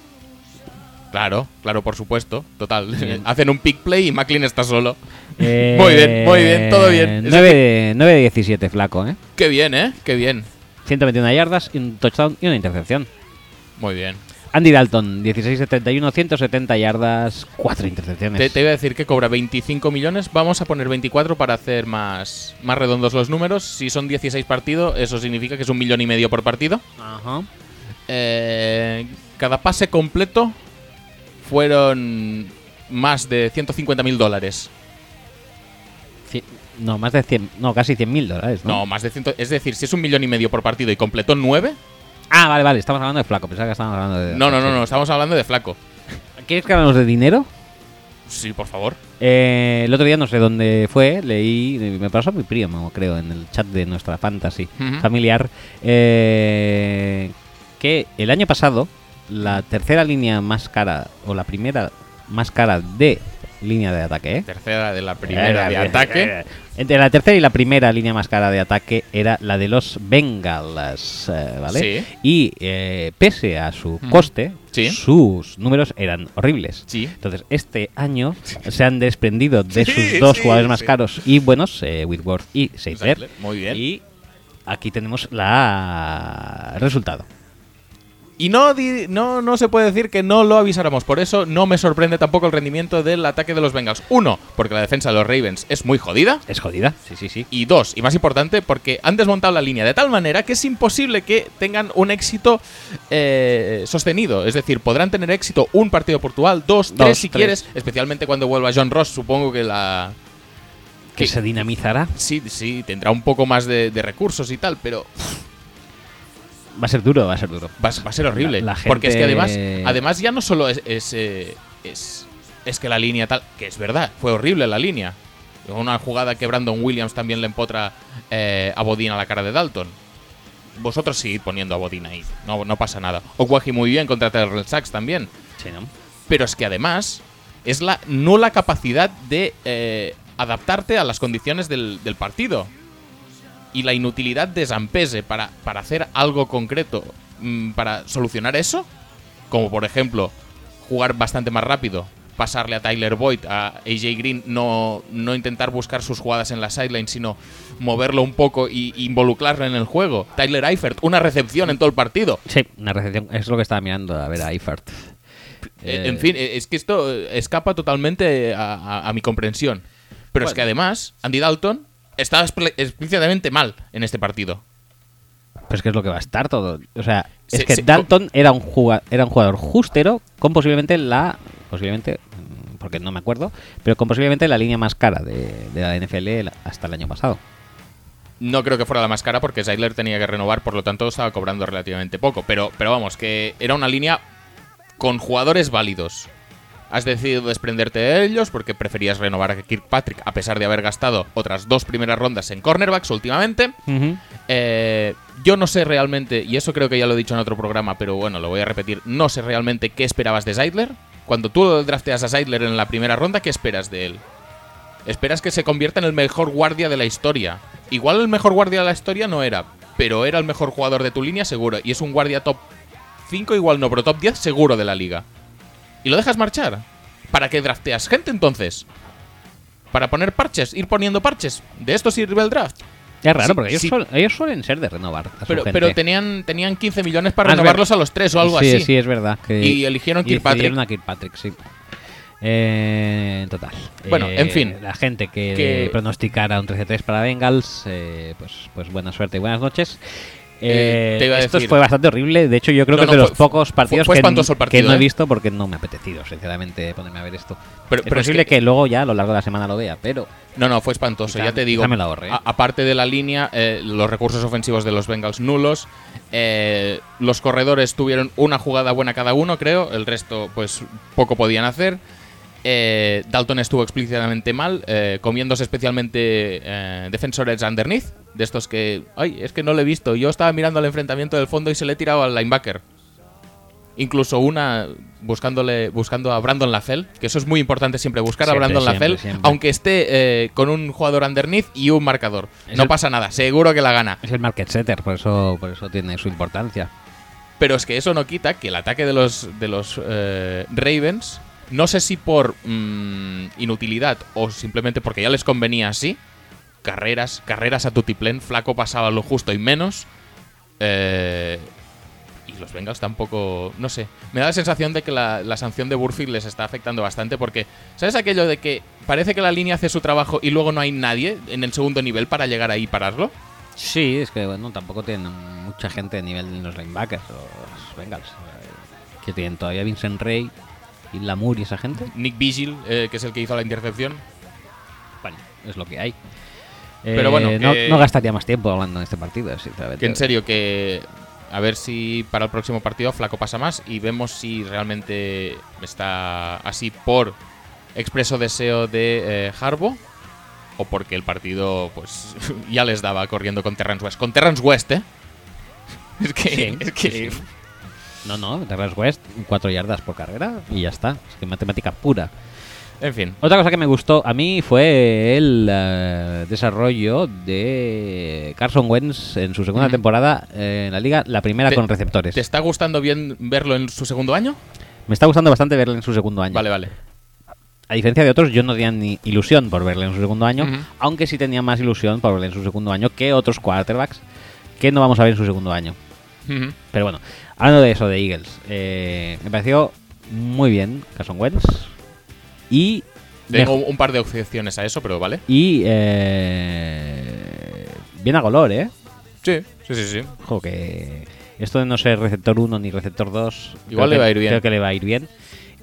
Speaker 2: Claro, claro, por supuesto. Total. *laughs* Hacen un pick play y McLean está solo.
Speaker 1: Eh,
Speaker 2: Muy bien, muy bien, todo bien. Es
Speaker 1: 9 de, 9 de 17, flaco, ¿eh?
Speaker 2: Qué bien, ¿eh? Qué bien.
Speaker 1: 121 yardas, y un touchdown y una intercepción.
Speaker 2: Muy bien.
Speaker 1: Andy Dalton, 16 de 31, 170 yardas, 4 intercepciones.
Speaker 2: Te, te iba a decir que cobra 25 millones, vamos a poner 24 para hacer más, más redondos los números. Si son 16 partidos, eso significa que es un millón y medio por partido.
Speaker 1: Ajá.
Speaker 2: Eh, cada pase completo fueron más de 150 mil dólares.
Speaker 1: Cien- no, más de 100, no, casi 100 mil dólares, ¿no?
Speaker 2: No, más de 100. Es decir, si es un millón y medio por partido y completó 9.
Speaker 1: Ah, vale, vale, estamos hablando de flaco, pensaba que estábamos hablando de...
Speaker 2: No, no, no, no, estamos hablando de flaco.
Speaker 1: ¿Quieres que hablamos de dinero?
Speaker 2: Sí, por favor.
Speaker 1: Eh, el otro día no sé dónde fue, leí, me pasó mi primo, creo, en el chat de nuestra fantasy
Speaker 2: Ujú.
Speaker 1: familiar, eh, que el año pasado la tercera línea más cara, o la primera más cara de línea de ataque, ¿eh?
Speaker 2: Tercera de la primera de
Speaker 1: Eh, eh,
Speaker 2: ataque.
Speaker 1: *laughs* eh, Entre la tercera y la primera línea más cara de ataque era la de los Bengals, eh, ¿vale?
Speaker 2: Sí.
Speaker 1: Y eh, pese a su
Speaker 2: Ujú.
Speaker 1: coste,
Speaker 2: Sí.
Speaker 1: sus números eran horribles.
Speaker 2: Sí.
Speaker 1: Entonces, este año se han desprendido de sus dos jugadores más caros y buenos, eh, Whitworth y Seidler.
Speaker 2: Saitler, muy bien.
Speaker 1: Y aquí tenemos la el resultado.
Speaker 2: Y no, di- no, no se puede decir que no lo avisáramos. Por eso no me sorprende tampoco el rendimiento del ataque de los Bengals. Uno, porque la defensa de los Ravens es muy jodida.
Speaker 1: Es jodida, sí, sí, sí.
Speaker 2: Y dos, y más importante, porque han desmontado la línea de tal manera que es imposible que tengan un éxito eh, sostenido. Es decir, podrán tener éxito un partido portual,
Speaker 1: Dos,
Speaker 2: dos, tres si
Speaker 1: tres.
Speaker 2: quieres. Especialmente cuando vuelva John Ross, supongo que la...
Speaker 1: Que
Speaker 2: Sí.
Speaker 1: se dinamizará.
Speaker 2: Sí, sí, tendrá un poco más de, de recursos y tal, pero
Speaker 1: Va a ser duro, va a ser duro.
Speaker 2: Va, a- va a ser horrible.
Speaker 1: La- la
Speaker 2: Porque es que
Speaker 1: gente-
Speaker 2: además, además ya no solo es, es, eh, es, es que la línea tal, que es verdad, fue horrible la línea. Una jugada que Brandon Williams también le empotra eh, a Bodine a la cara de Dalton. Vosotros seguid poniendo a Bodine ahí, no, no pasa nada. Okwagi muy bien contra Terrell Sachs también.
Speaker 1: Sí, ¿no?
Speaker 2: Pero es que además es la nula capacidad de eh, adaptarte a las condiciones del, del partido. Y la inutilidad de Zampese para, para hacer algo concreto, mm, para solucionar eso, como por ejemplo jugar bastante más rápido, pasarle a Tyler Boyd, a AJ Green, no, no intentar buscar sus jugadas en la sideline, sino moverlo un poco y involucrarlo en el juego. Tyler Eifert, una recepción en todo el partido.
Speaker 1: Sí, una recepción. Es lo que estaba mirando, a ver, a Eifert.
Speaker 2: Eh,
Speaker 1: Eh,
Speaker 2: en fin, eh, es que esto eh, escapa totalmente eh, a, a- a mi comprensión. Pero es que además, Andy Dalton está expl- explícitamente mal en este partido.
Speaker 1: Pues que es lo que va a estar todo. O sea, es
Speaker 2: Sí,
Speaker 1: que
Speaker 2: sí,
Speaker 1: Dalton era un, juga- era un jugador justero con posiblemente la. Posiblemente, mm, porque no me acuerdo, pero con posiblemente la línea más cara de, de la NFL la- hasta el año pasado.
Speaker 2: No creo que fuera la más cara porque Zeidler tenía que renovar, por lo tanto estaba cobrando relativamente poco. Pero, pero vamos, que era una línea con jugadores válidos. Has decidido desprenderte de ellos porque preferías renovar a Kirkpatrick a pesar de haber gastado otras dos primeras rondas en cornerbacks últimamente. Eh, yo no sé realmente, y eso creo que ya lo he dicho en otro programa, pero bueno, lo voy a repetir. No sé realmente qué esperabas de Seidler. Cuando tú drafteas a Seidler en la primera ronda, ¿qué esperas de él? Esperas que se convierta en el mejor guardia de la historia. Igual el mejor guardia de la historia no era, pero era el mejor jugador de tu línea seguro. Y es un guardia top 5, igual no, pero top 10 seguro de la liga. ¿Y lo dejas marchar? ¿Para qué drafteas gente entonces? ¿Para poner parches? ¿Ir poniendo parches? ¿De esto sirve el draft?
Speaker 1: Es raro,
Speaker 2: Sí,
Speaker 1: porque ellos,
Speaker 2: sí.
Speaker 1: suel- ellos suelen ser de renovar. a su
Speaker 2: Pero,
Speaker 1: gente.
Speaker 2: pero tenían, tenían 15 millones para
Speaker 1: Ah, es
Speaker 2: renovarlos
Speaker 1: verdad.
Speaker 2: a los tres o algo
Speaker 1: sí,
Speaker 2: así.
Speaker 1: Sí, es verdad. que-
Speaker 2: Y eligieron Kirkpatrick.
Speaker 1: decidieron a Kirkpatrick, sí. Eh, total.
Speaker 2: Bueno,
Speaker 1: Eh,
Speaker 2: en fin.
Speaker 1: La gente que,
Speaker 2: Que-
Speaker 1: pronosticara un 13-3 para Bengals, eh, pues, pues buena suerte y buenas noches.
Speaker 2: Eh,
Speaker 1: Eh,
Speaker 2: te iba a
Speaker 1: esto
Speaker 2: decir-
Speaker 1: fue bastante horrible. De hecho, yo creo
Speaker 2: No,
Speaker 1: que es de
Speaker 2: no,
Speaker 1: los
Speaker 2: fue-
Speaker 1: pocos
Speaker 2: fue-
Speaker 1: partidos
Speaker 2: fue
Speaker 1: que,
Speaker 2: espantoso el partido,
Speaker 1: que no he
Speaker 2: ¿eh?
Speaker 1: visto porque no me ha apetecido, sinceramente, ponerme a ver esto.
Speaker 2: Pero-
Speaker 1: es
Speaker 2: pero es
Speaker 1: posible
Speaker 2: que-
Speaker 1: que... luego ya a lo largo de la semana lo vea, pero
Speaker 2: No, no, fue espantoso,
Speaker 1: Quizá-
Speaker 2: ya te digo.
Speaker 1: quizá me lo ahorré.
Speaker 2: A- aparte de la línea, eh, los recursos ofensivos de los Bengals nulos. eh, los corredores tuvieron una jugada buena cada uno, creo. El resto, pues, poco podían hacer. Eh, Dalton estuvo explícitamente mal, eh, comiéndose especialmente eh, defensores underneath, de estos que. Ay, es que no lo he visto. Yo estaba mirando el enfrentamiento del fondo y se le he tirado al linebacker. Incluso una buscándole, buscando a Brandon Lafell, que eso es muy importante siempre, buscar
Speaker 1: Siempre,
Speaker 2: a Brandon
Speaker 1: siempre,
Speaker 2: Lafell,
Speaker 1: siempre.
Speaker 2: aunque esté eh, con un jugador underneath y un marcador.
Speaker 1: Es
Speaker 2: no
Speaker 1: el-
Speaker 2: pasa nada, seguro que la gana.
Speaker 1: Es el market setter, por eso, por eso tiene su importancia.
Speaker 2: Pero es que eso no quita que el ataque de los, de los eh, Ravens, no sé si por mm, inutilidad o simplemente porque ya les convenía así, carreras, carreras a tutiplén, Flaco pasaba lo justo y menos. eh, y los Bengals tampoco, no sé. Me da la sensación de que la, la sanción de Burfield les está afectando bastante porque, ¿sabes aquello de que parece que la línea hace su trabajo y luego no hay nadie en el segundo nivel para llegar ahí y pararlo?
Speaker 1: Sí, es que bueno, tampoco tienen mucha gente de nivel en los linebackers, los Bengals. eh, Que tienen todavía Vincent Rey y Lamour y esa gente.
Speaker 2: Nick Vigil, eh, que es el que hizo la intercepción,
Speaker 1: Bueno, es lo que hay.
Speaker 2: Pero
Speaker 1: Eh,
Speaker 2: bueno,
Speaker 1: no,
Speaker 2: que-
Speaker 1: no gastaría más tiempo hablando de este partido, sinceramente.
Speaker 2: Que en serio, que a ver si para el próximo partido Flaco pasa más y vemos si realmente está así por expreso deseo de eh, Harbo o porque el partido pues *laughs* ya les daba corriendo con Terrence West. Con Terrence West, ¿eh? *laughs* Es que...
Speaker 1: Sí,
Speaker 2: es que
Speaker 1: sí, sí. No, no, Terrence West, cuatro yardas por carrera y ya está. Es que matemática pura.
Speaker 2: En fin.
Speaker 1: Otra cosa que me gustó a mí fue el eh, desarrollo de Carson Wentz en su segunda
Speaker 2: Ujú.
Speaker 1: temporada eh, en la liga, la primera
Speaker 2: Te-
Speaker 1: con receptores.
Speaker 2: ¿Te está gustando bien verlo en su segundo año?
Speaker 1: Me está gustando bastante verle en su segundo año.
Speaker 2: Vale, vale.
Speaker 1: A diferencia de otros, yo no tenía ni ilusión por verle en su segundo año,
Speaker 2: Ujú.
Speaker 1: aunque sí tenía más ilusión por verle en su segundo año que otros quarterbacks que no vamos a ver en su segundo año.
Speaker 2: Ujú.
Speaker 1: Pero bueno, hablando de eso, de Eagles, eh, me pareció muy bien Carson Wentz y...
Speaker 2: Tengo un par de objeciones a eso, pero vale.
Speaker 1: Y... eh, bien a color, ¿eh?
Speaker 2: Sí, sí, sí, sí.
Speaker 1: Ojo, que esto de no ser receptor 1 ni receptor 2.
Speaker 2: Igual le va a ir bien.
Speaker 1: Creo que le va a ir bien.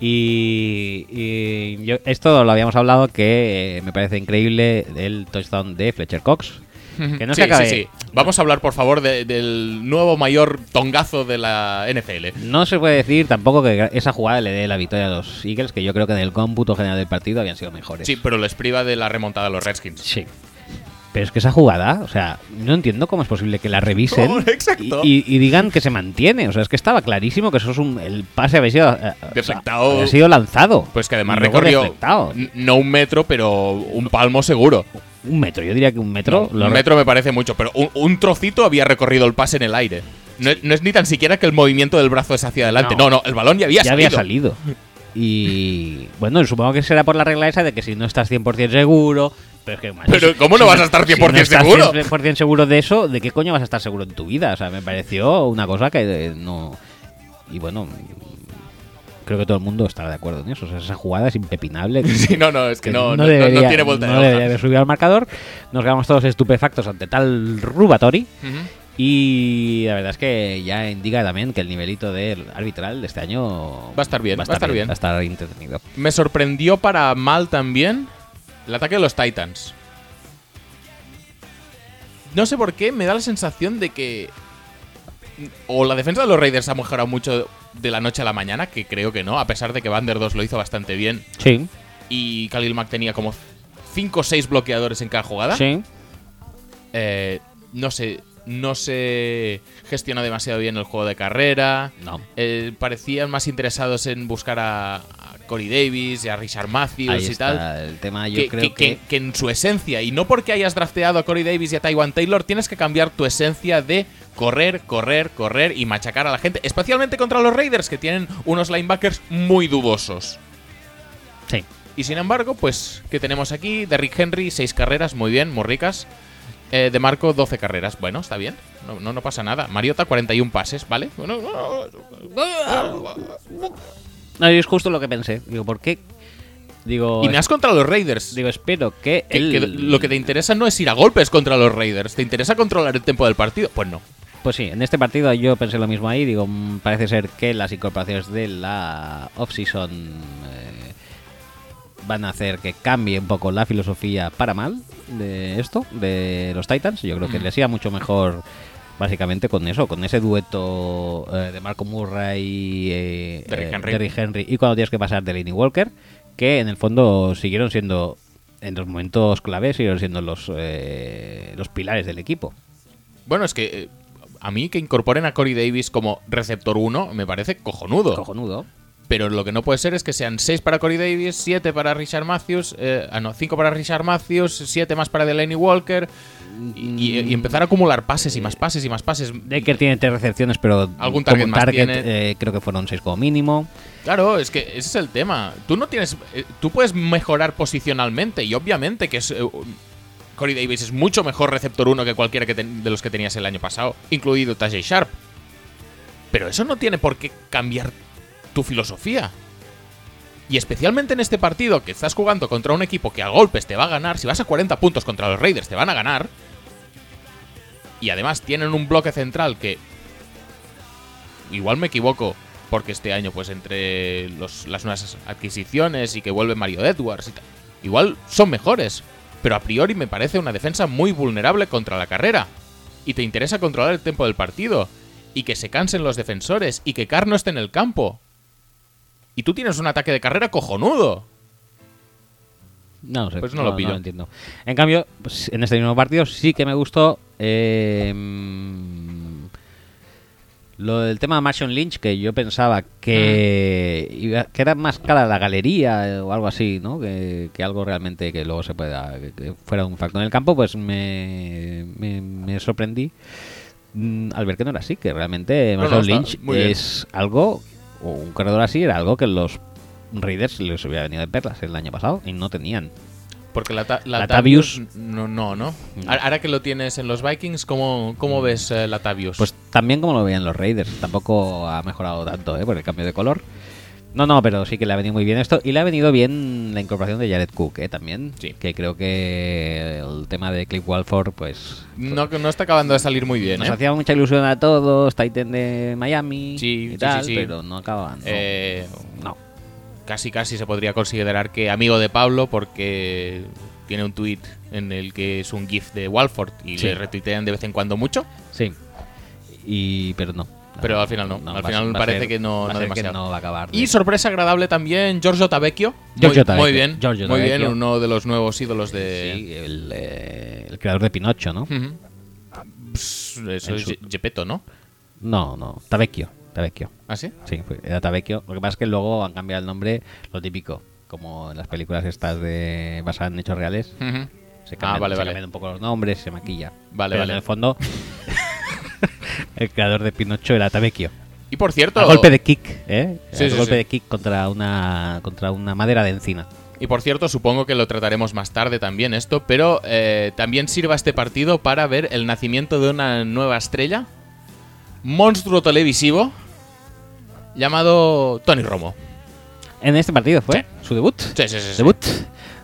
Speaker 1: Y, y yo- esto lo habíamos hablado que eh, me parece increíble el touchdown de Fletcher Cox. *laughs* Que no
Speaker 2: sí,
Speaker 1: se acabe.
Speaker 2: sí, sí. Vamos a hablar, por favor, de- del nuevo mayor tongazo de la NFL.
Speaker 1: No se puede decir tampoco que gra- esa jugada le dé la victoria a los Eagles, que yo creo que en el cómputo general del partido habían sido mejores.
Speaker 2: Sí, pero les priva de la remontada a los Redskins.
Speaker 1: Sí. Pero es que esa jugada, o sea, no entiendo cómo es posible que la revisen
Speaker 2: *laughs* Oh, exacto.
Speaker 1: Y, y- y digan que se mantiene. O sea, es que estaba clarísimo que eso es un, el pase había sido, eh, o sea,
Speaker 2: Deflectado.
Speaker 1: había sido lanzado.
Speaker 2: Pues que además
Speaker 1: Y luego
Speaker 2: recorrió
Speaker 1: deflectado.
Speaker 2: n- no un metro, pero un palmo seguro.
Speaker 1: Un metro, yo diría que un metro. lo
Speaker 2: un
Speaker 1: re-
Speaker 2: metro me parece mucho, pero un, un trocito había recorrido el pase en el aire. No, no es ni tan siquiera que el movimiento del brazo es hacia adelante. No,
Speaker 1: No.
Speaker 2: no, el balón ya había
Speaker 1: ya
Speaker 2: salido.
Speaker 1: había salido. Y bueno, supongo que será por la regla esa de que si no estás 100% seguro. Pero, es que, macho,
Speaker 2: Pero,
Speaker 1: si-
Speaker 2: ¿cómo no vas a estar
Speaker 1: si
Speaker 2: 100%
Speaker 1: estás
Speaker 2: seguro?
Speaker 1: 100% seguro de eso, ¿de qué coño vas a estar seguro en tu vida? O sea, me pareció una cosa que eh, no. Y bueno, creo que todo el mundo estará de acuerdo en eso. O sea, esa jugada es
Speaker 2: *laughs*
Speaker 1: impepinable.
Speaker 2: *laughs* Sí, no, no, es que no, no, no- no
Speaker 1: debería,
Speaker 2: tiene vuelta
Speaker 1: no
Speaker 2: de hoja.
Speaker 1: debería haber subido al marcador. Nos quedamos todos estupefactos ante tal Rubatori.
Speaker 2: Ujú.
Speaker 1: Y la verdad es que ya indica también que el nivelito del arbitral de este año
Speaker 2: Va a estar bien, va a estar bien.
Speaker 1: va a estar entretenido.
Speaker 2: Me sorprendió para mal también el ataque de los Titans. No sé por qué, me da la sensación de que. O la defensa de los Raiders ha mejorado mucho de la noche a la mañana, que creo que no, a pesar de que Van der 2 lo hizo bastante bien
Speaker 1: Sí,
Speaker 2: y Khalil Mack tenía como 5 o 6 bloqueadores en cada jugada.
Speaker 1: sí.
Speaker 2: Eh, no sé, no se gestiona demasiado bien el juego de carrera.
Speaker 1: No.
Speaker 2: Eh, parecían más interesados en buscar a, a Corey Davis y a Richard Matthews
Speaker 1: Ahí
Speaker 2: y
Speaker 1: está
Speaker 2: tal.
Speaker 1: el tema. Yo
Speaker 2: Que,
Speaker 1: creo
Speaker 2: que- que- que en su esencia, y no porque hayas drafteado a Corey Davis y a Taiwan Taylor, tienes que cambiar tu esencia de correr, correr, correr y machacar a la gente, especialmente contra los Raiders, que tienen unos linebackers muy dudosos.
Speaker 1: Sí.
Speaker 2: Y sin embargo, pues, ¿qué tenemos aquí? De Rick Henry, 6 carreras, muy bien, muy ricas. Eh, de Marco, 12 carreras. Bueno, está bien. No, no, no pasa nada. Mariota, 41 pases, ¿vale? Bueno, no,
Speaker 1: No, yo es justo lo que pensé. Digo, ¿por qué? Digo,
Speaker 2: Y me has contra los Raiders.
Speaker 1: digo espero que,
Speaker 2: Que-
Speaker 1: el-
Speaker 2: que lo que te interesa no es ir a golpes contra los Raiders. ¿Te interesa controlar el tiempo del partido? Pues no.
Speaker 1: Pues sí, en este partido yo pensé lo mismo ahí. Digo, mm, parece ser que las incorporaciones de la off-season eh, van a hacer que cambie un poco la filosofía para mal de esto, de los Titans. Yo creo que
Speaker 2: Mm.
Speaker 1: les iba mucho mejor básicamente con eso, con ese dueto eh, de Marco Murray y eh,
Speaker 2: Derrick
Speaker 1: eh,
Speaker 2: Henry.
Speaker 1: Derrick Henry. Y cuando tienes que pasar de Lenny Walker, que en el fondo siguieron siendo, en los momentos claves, siguieron siendo los, eh, los pilares del equipo.
Speaker 2: Bueno, es que eh, a mí que incorporen a Corey Davis como receptor 1 me parece cojonudo.
Speaker 1: Cojonudo.
Speaker 2: Pero lo que no puede ser es que sean 6 para Corey Davis, 7 para Richard Matthews, eh, ah, no, 5 para Richard Matthews, 7 más para Delaney Walker y, y- y empezar a acumular pases y más pases y más pases.
Speaker 1: Decker tiene tres recepciones, pero
Speaker 2: Algún target
Speaker 1: como
Speaker 2: más
Speaker 1: target,
Speaker 2: tiene.
Speaker 1: eh, creo que fueron seis como mínimo.
Speaker 2: Claro, es que ese es el tema. Tú no tienes. eh, Tú puedes mejorar posicionalmente y obviamente que es. eh, un- Corey Davis es mucho mejor receptor 1 que cualquiera que ten- de los que tenías el año pasado, incluido Tajay Sharp. Pero eso no tiene por qué cambiar tu filosofía. Y especialmente en este partido que estás jugando contra un equipo que a golpes te va a ganar, si vas a 40 puntos contra los Raiders te van a ganar. Y además tienen un bloque central que igual me equivoco, porque este año, pues entre los- las nuevas adquisiciones y que vuelve Mario Edwards, y tal, igual son mejores. Pero a priori me parece una defensa muy vulnerable contra la carrera. Y te interesa controlar el tiempo del partido. Y que se cansen los defensores. Y que Carr no esté en el campo. Y tú tienes un ataque de carrera cojonudo.
Speaker 1: No, lo sé,
Speaker 2: Pues no lo pillo.
Speaker 1: entiendo. En cambio, pues, en este mismo partido sí que me gustó eh, mm, lo del tema de Marshawn Lynch, que yo pensaba que,
Speaker 2: Mm.
Speaker 1: iba- que era más cara la galería eh, o algo así, ¿no? Que, que algo realmente que luego se pueda, que, que fuera un factor en el campo, pues me, me, me sorprendí mm, al ver que no era así, que realmente
Speaker 2: No, no,
Speaker 1: Marshawn
Speaker 2: está
Speaker 1: Lynch
Speaker 2: muy bien.
Speaker 1: es algo, o un corredor así, era algo que los Raiders les hubiera venido de perlas el año pasado y no tenían.
Speaker 2: Porque la, ta- la
Speaker 1: Latavius-
Speaker 2: Tavius- No, no, no. A- Ahora que lo tienes en los Vikings, ¿cómo, cómo ves eh, la Tavius?
Speaker 1: Pues también como lo veían los Raiders, tampoco ha mejorado tanto ¿eh? por el cambio de color. No, no, pero sí que le ha venido muy bien esto. Y le ha venido bien la incorporación de Jared Cook ¿eh? también.
Speaker 2: Sí.
Speaker 1: Que creo que el tema de Cliff Walford, pues.
Speaker 2: no, no está acabando de salir muy bien,
Speaker 1: Nos
Speaker 2: ¿eh?
Speaker 1: hacía mucha ilusión a todos, Titan de Miami
Speaker 2: Sí,
Speaker 1: y
Speaker 2: sí,
Speaker 1: tal,
Speaker 2: sí, sí.
Speaker 1: pero no acababan. No.
Speaker 2: Eh,
Speaker 1: No.
Speaker 2: casi casi se podría considerar que amigo de Pablo porque tiene un tweet en el que es un gif de Walford y
Speaker 1: Sí.
Speaker 2: le retuitean de vez en cuando mucho.
Speaker 1: Sí. Y, pero no.
Speaker 2: Pero al final no. Al
Speaker 1: va a
Speaker 2: final
Speaker 1: ser- va a
Speaker 2: parece
Speaker 1: ser-
Speaker 2: que no-
Speaker 1: va a ser
Speaker 2: no
Speaker 1: que
Speaker 2: demasiado.
Speaker 1: no va a acabar.
Speaker 2: Y
Speaker 1: de-
Speaker 2: sorpresa agradable también Giorgio Tavecchio.
Speaker 1: Giorgio
Speaker 2: muy, muy
Speaker 1: Tavecchio.
Speaker 2: bien,
Speaker 1: Giorgio
Speaker 2: muy bien,
Speaker 1: Tavecchio.
Speaker 2: uno de los nuevos ídolos de
Speaker 1: Sí, el, eh, el creador de Pinocho, ¿no?
Speaker 2: Ujú. Ah, Pss, eso
Speaker 1: En
Speaker 2: es
Speaker 1: su-
Speaker 2: Ge- Gepetto, ¿no?
Speaker 1: No, no. Tavecchio. Tavecchio.
Speaker 2: ¿Ah, sí?
Speaker 1: Sí, fue- era Tavecchio. Lo que pasa es que luego han cambiado el nombre, lo típico, como en las películas estas de basadas en hechos reales.
Speaker 2: Ujú.
Speaker 1: Se cambian,
Speaker 2: Ah, vale,
Speaker 1: se
Speaker 2: vale.
Speaker 1: cambian un poco los nombres, se maquilla.
Speaker 2: Vale,
Speaker 1: Pero
Speaker 2: vale.
Speaker 1: En el
Speaker 2: *laughs*
Speaker 1: fondo, el creador de Pinocho era Tavecchio.
Speaker 2: Y por cierto,
Speaker 1: A golpe de kick, ¿eh?
Speaker 2: Sí,
Speaker 1: A
Speaker 2: sí,
Speaker 1: golpe
Speaker 2: sí.
Speaker 1: de kick contra una, contra una madera de encina.
Speaker 2: Y por cierto, supongo que lo trataremos más tarde también esto, pero eh, también sirva este partido para ver el nacimiento de una nueva estrella, monstruo televisivo, llamado Tony Romo.
Speaker 1: En este partido fue su debut.
Speaker 2: Sí, sí, sí, sí.
Speaker 1: Debut.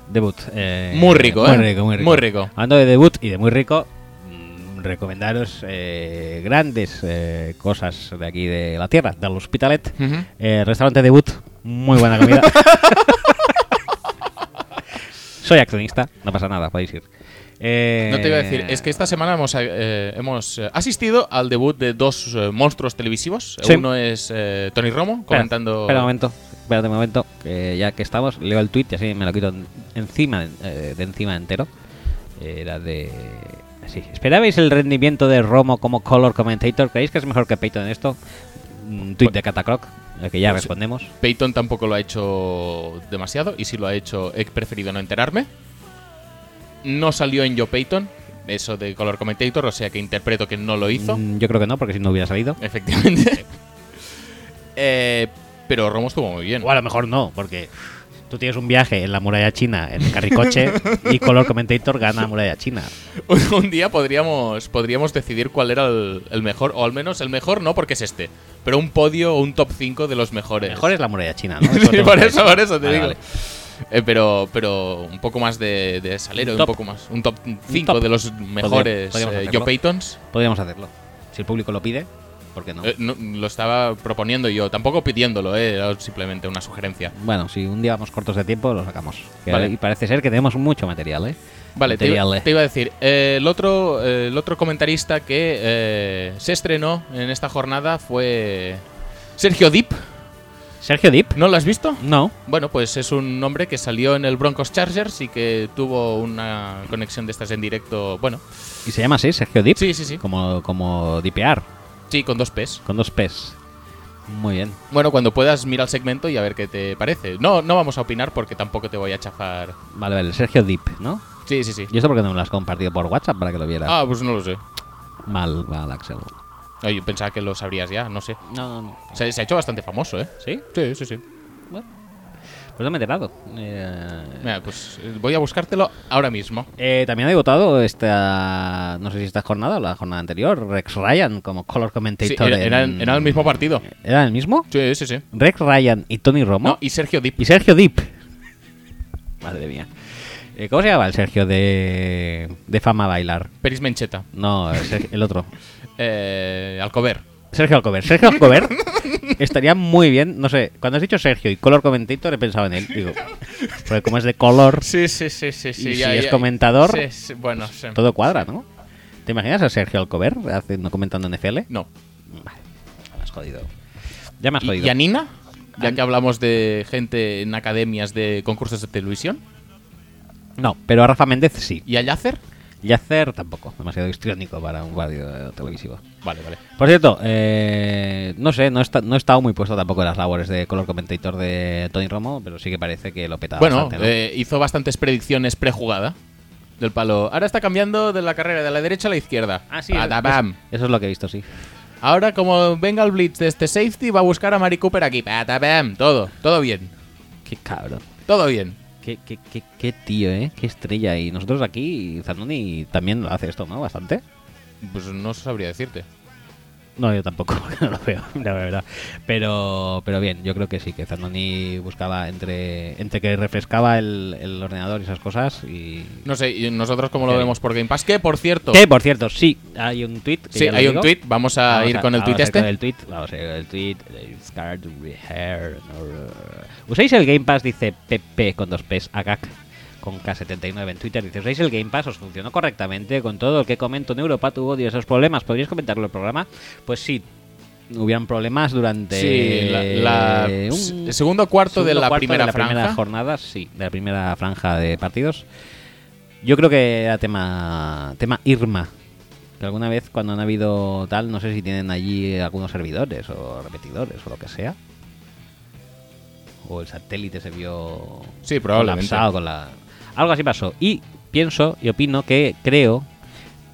Speaker 1: Debut. eh,
Speaker 2: Muy rico,
Speaker 1: muy
Speaker 2: ¿eh?
Speaker 1: Rico, muy rico.
Speaker 2: Muy rico.
Speaker 1: Hablando de debut y de muy rico, mm, recomendaros eh, grandes eh, cosas de aquí de la tierra, del Hospitalet.
Speaker 2: Ujú.
Speaker 1: Eh, restaurante debut, muy buena
Speaker 2: *laughs*
Speaker 1: comida. Soy accionista, no pasa nada, podéis ir. Eh,
Speaker 2: No te iba a decir, es que esta semana hemos, eh, hemos eh, asistido al debut de dos eh, monstruos televisivos.
Speaker 1: Sí.
Speaker 2: Uno es eh, Tony Romo
Speaker 1: Espera,
Speaker 2: comentando...
Speaker 1: Espera un momento, espérate un momento, que ya que estamos, leo el tweet y así me lo quito en- encima, eh, de encima entero. Era de. Así. ¿Esperabais el rendimiento de Romo como color commentator? ¿Creéis que es mejor que Peyton en esto? Un tweet de Catacroc, al que ya
Speaker 2: Pues-
Speaker 1: respondemos.
Speaker 2: Peyton tampoco lo ha hecho demasiado y si lo ha hecho he preferido no enterarme. No salió en Yo Peyton, eso de Color Commentator, o sea que interpreto que no lo hizo,
Speaker 1: Mm, Yo creo que no, porque si no hubiera salido.
Speaker 2: efectivamente. *laughs* Eh, pero Romo estuvo muy bien.
Speaker 1: O a lo mejor no, porque tú tienes un viaje en la muralla china en *laughs* carricoche y color commentator gana muralla china.
Speaker 2: Un- *laughs* Un día podríamos, podríamos decidir cuál era el, el mejor, o al menos el mejor no porque es este, pero un podio o un top 5 de los mejores.
Speaker 1: Mejor es la muralla china, *laughs* ¿no?
Speaker 2: *laughs* Sí,
Speaker 1: tengo
Speaker 2: por
Speaker 1: que decir.
Speaker 2: eso, por eso te
Speaker 1: Vale,
Speaker 2: digo.
Speaker 1: vale.
Speaker 2: Eh, pero, pero un poco más de, de
Speaker 1: Un
Speaker 2: salero, un,
Speaker 1: top.
Speaker 2: poco más. Un top 5
Speaker 1: top.
Speaker 2: de los mejores
Speaker 1: podríamos
Speaker 2: eh,
Speaker 1: hacerlo.
Speaker 2: Joe Paytons.
Speaker 1: Podríamos hacerlo. Si el público lo pide, ¿por qué no?
Speaker 2: Eh, no, lo estaba proponiendo yo, tampoco pidiéndolo, eh, era simplemente una sugerencia.
Speaker 1: Bueno, si un día vamos cortos de tiempo, lo sacamos. Que
Speaker 2: Vale.
Speaker 1: Y parece ser que tenemos mucho material, ¿eh?
Speaker 2: Vale, te, iba-
Speaker 1: Material, eh.
Speaker 2: te iba a decir, eh, el, otro, eh, el otro comentarista que eh, se estrenó en esta jornada fue Sergio Dip.
Speaker 1: Sergio Dip.
Speaker 2: ¿No lo has visto?
Speaker 1: No.
Speaker 2: Bueno, pues es un hombre que salió en el Broncos Chargers y que tuvo una conexión de estas en directo. Bueno,
Speaker 1: ¿Y se llama así, Sergio Dip?
Speaker 2: Sí, sí, sí.
Speaker 1: Como, como dipear,
Speaker 2: sí, con dos P's.
Speaker 1: con dos P's. Muy bien.
Speaker 2: Bueno, cuando puedas, mira el segmento y a ver qué te parece. No, no vamos a opinar porque tampoco te voy a chafar.
Speaker 1: Vale, vale, Sergio Dip, ¿no?
Speaker 2: Sí, sí, sí.
Speaker 1: ¿Y esto por qué no me lo has compartido por WhatsApp para que lo vieras?
Speaker 2: Ah, pues no lo sé.
Speaker 1: Mal, mal, Axel.
Speaker 2: Ay, yo pensaba que lo sabrías ya, no sé.
Speaker 1: No, no, no.
Speaker 2: Se, se ha hecho bastante famoso, ¿eh?
Speaker 1: ¿Sí?
Speaker 2: Sí, sí, sí.
Speaker 1: Bueno. Pues no me he enterado. Eh,
Speaker 2: Mira, pues eh, voy a buscártelo ahora mismo.
Speaker 1: Eh, también ha debutado esta, no sé si esta jornada o la jornada anterior, Rex Ryan como color
Speaker 2: Sí,
Speaker 1: commentator.
Speaker 2: era, era
Speaker 1: en-
Speaker 2: el- era el mismo partido.
Speaker 1: ¿Era el mismo?
Speaker 2: Sí, sí, sí.
Speaker 1: Rex Ryan y Tony Romo.
Speaker 2: No, y Sergio Dip.
Speaker 1: Y Sergio Dip. Madre mía. Eh, ¿Cómo se llama el Sergio de, de Fama Bailar?
Speaker 2: Peris Mencheta.
Speaker 1: No, el Ser- el otro.
Speaker 2: Eh, Alcover.
Speaker 1: Sergio Alcover. Sergio Alcover estaría muy bien. No sé, cuando has dicho Sergio y color commentator he pensado en él. Digo, porque como es de color,
Speaker 2: Sí, sí, sí, sí. sí
Speaker 1: si es comentador,
Speaker 2: sí, sí, bueno, sí.
Speaker 1: todo cuadra, ¿no? ¿Te imaginas a Sergio Alcover haciendo, comentando NFL?
Speaker 2: No.
Speaker 1: Vale, me has jodido. Ya me has
Speaker 2: ¿Y,
Speaker 1: jodido.
Speaker 2: y a Nina? Ya
Speaker 1: An-
Speaker 2: que hablamos de gente en academias de concursos de televisión.
Speaker 1: No, pero a Rafa Méndez sí.
Speaker 2: ¿Y a Yacer?
Speaker 1: Yacer tampoco. Demasiado histriónico para un radio televisivo.
Speaker 2: Vale, vale.
Speaker 1: Por cierto, eh, no sé, no, he esta- no he estado muy puesto tampoco en las labores de color commentator de Tony Romo, pero sí que parece que lo petaba
Speaker 2: Bueno,
Speaker 1: bastante, ¿no?
Speaker 2: eh, hizo bastantes predicciones prejugada. Del palo. Ahora está cambiando de la carrera de la derecha a la izquierda.
Speaker 1: Ah, sí,
Speaker 2: Patabam.
Speaker 1: eso- Eso es lo que he visto, sí.
Speaker 2: Ahora, como venga el blitz de este safety, va a buscar a Mari Cooper aquí. Patabam. Todo, todo bien.
Speaker 1: Qué cabrón.
Speaker 2: Todo bien.
Speaker 1: Qué, qué, qué, qué tío, ¿eh? Qué estrella. Y nosotros aquí, Zanoni también lo hace esto, ¿no? Bastante.
Speaker 2: Pues no sabría decirte.
Speaker 1: No, yo tampoco, *laughs* porque no lo veo, la verdad. Pero, pero bien, yo creo que sí, que Zanoni buscaba entre, entre que refrescaba el, el ordenador y esas cosas y...
Speaker 2: No sé, ¿y nosotros cómo lo
Speaker 1: Ok.
Speaker 2: vemos por Game Pass? Que, por cierto,
Speaker 1: Que, por cierto, sí, hay un tweet. que
Speaker 2: sí,
Speaker 1: ya lo
Speaker 2: hay un
Speaker 1: digo.
Speaker 2: tweet. Vamos a
Speaker 1: Vamos
Speaker 2: ir con el
Speaker 1: vamos
Speaker 2: tweet
Speaker 1: a ir
Speaker 2: este.
Speaker 1: ah, con el tweet, vamos a ir con el tweet. eh, Scar to rehair, no, eh. ¿Usáis el Game Pass? Dice PP con dos P's, agac con K79 en Twitter. Dice, ¿usáis el Game Pass? ¿Os funcionó correctamente? Con todo lo que comento en Europa tuvo diversos problemas. ¿Podríais comentarlo en el programa? Pues sí, hubieran problemas durante...
Speaker 2: Sí, la, la-
Speaker 1: eh, un-
Speaker 2: s- segundo cuarto de
Speaker 1: segundo
Speaker 2: la
Speaker 1: cuarto
Speaker 2: primera
Speaker 1: de la
Speaker 2: franja.
Speaker 1: primera jornada, sí, de la primera franja de partidos. Yo creo que era tema, tema Irma. Que alguna vez cuando han habido tal, no sé si tienen allí algunos servidores o repetidores o lo que sea. O el satélite se vio
Speaker 2: Sí, probablemente.
Speaker 1: colapsado con la... Algo así pasó. Y pienso y opino que creo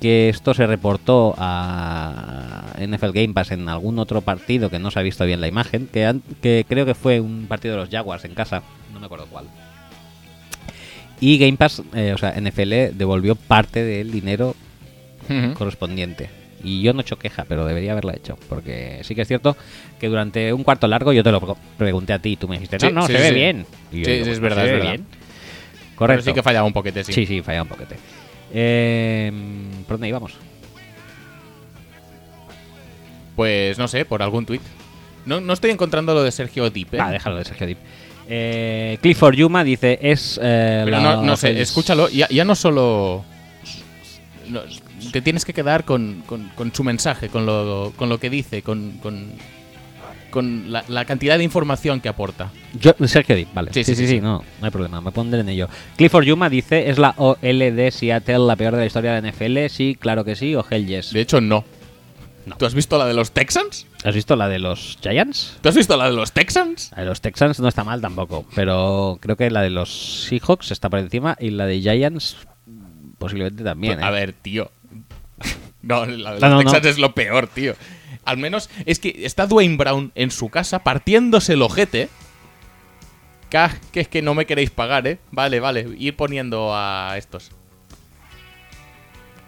Speaker 1: que esto se reportó a NFL Game Pass en algún otro partido que no se ha visto bien la imagen, que, an- que creo que fue un partido de los Jaguars en casa, no me acuerdo cuál. Y Game Pass, eh, o sea, NFL devolvió parte del dinero
Speaker 2: Ujú.
Speaker 1: correspondiente. Y yo no he hecho queja, pero debería haberla hecho. Porque sí que es cierto que durante un cuarto largo yo te lo pre- pregunté a ti y tú me dijiste, no,
Speaker 2: Sí,
Speaker 1: no,
Speaker 2: sí,
Speaker 1: se
Speaker 2: sí,
Speaker 1: ve
Speaker 2: sí.
Speaker 1: bien. Y yo
Speaker 2: Sí,
Speaker 1: digo,
Speaker 2: sí,
Speaker 1: "Pues,
Speaker 2: es verdad,
Speaker 1: se
Speaker 2: es
Speaker 1: ve
Speaker 2: verdad".
Speaker 1: bien".
Speaker 2: Pero
Speaker 1: Correcto.
Speaker 2: sí que fallaba un poquete, sí.
Speaker 1: Sí, sí, falla un poquete. Eh, ¿Por dónde íbamos?
Speaker 2: Pues no sé, por algún tuit. No, no estoy encontrando lo de Sergio Dip, ¿eh?
Speaker 1: Ah, déjalo de Sergio Dip. Eh, Clifford Yuma dice, es... eh,
Speaker 2: Pero
Speaker 1: la-
Speaker 2: no, no sé,
Speaker 1: el-
Speaker 2: escúchalo. Ya, ya no solo. no, te tienes que quedar con, con- con su mensaje, con lo, con lo que dice, con, con, con la, la cantidad de información que aporta.
Speaker 1: Yo- Sergio Dip, vale.
Speaker 2: Sí,
Speaker 1: Sí sí,
Speaker 2: sí,
Speaker 1: sí,
Speaker 2: sí.
Speaker 1: no, no hay problema, me pondré en ello. Clifford Yuma dice, ¿es la OL de Seattle la peor de la historia de la NFL? Sí, claro que sí, o hell yes.
Speaker 2: De hecho, no.
Speaker 1: No.
Speaker 2: ¿Tú has visto la de los Texans?
Speaker 1: ¿Has visto la de los Giants?
Speaker 2: ¿Tú has visto la de los Texans?
Speaker 1: La de los Texans no está mal tampoco, pero creo que la de los Seahawks está por encima y la de Giants mm, posiblemente también. ¿eh?
Speaker 2: Pues, A ver, tío. *laughs* No, la de los
Speaker 1: No, no,
Speaker 2: Texans
Speaker 1: no.
Speaker 2: es lo peor, tío. Al menos es que está Dwayne Brown en su casa partiéndose el ojete. Ca- Que es que no me queréis pagar, ¿eh? Vale, vale, ir poniendo a estos.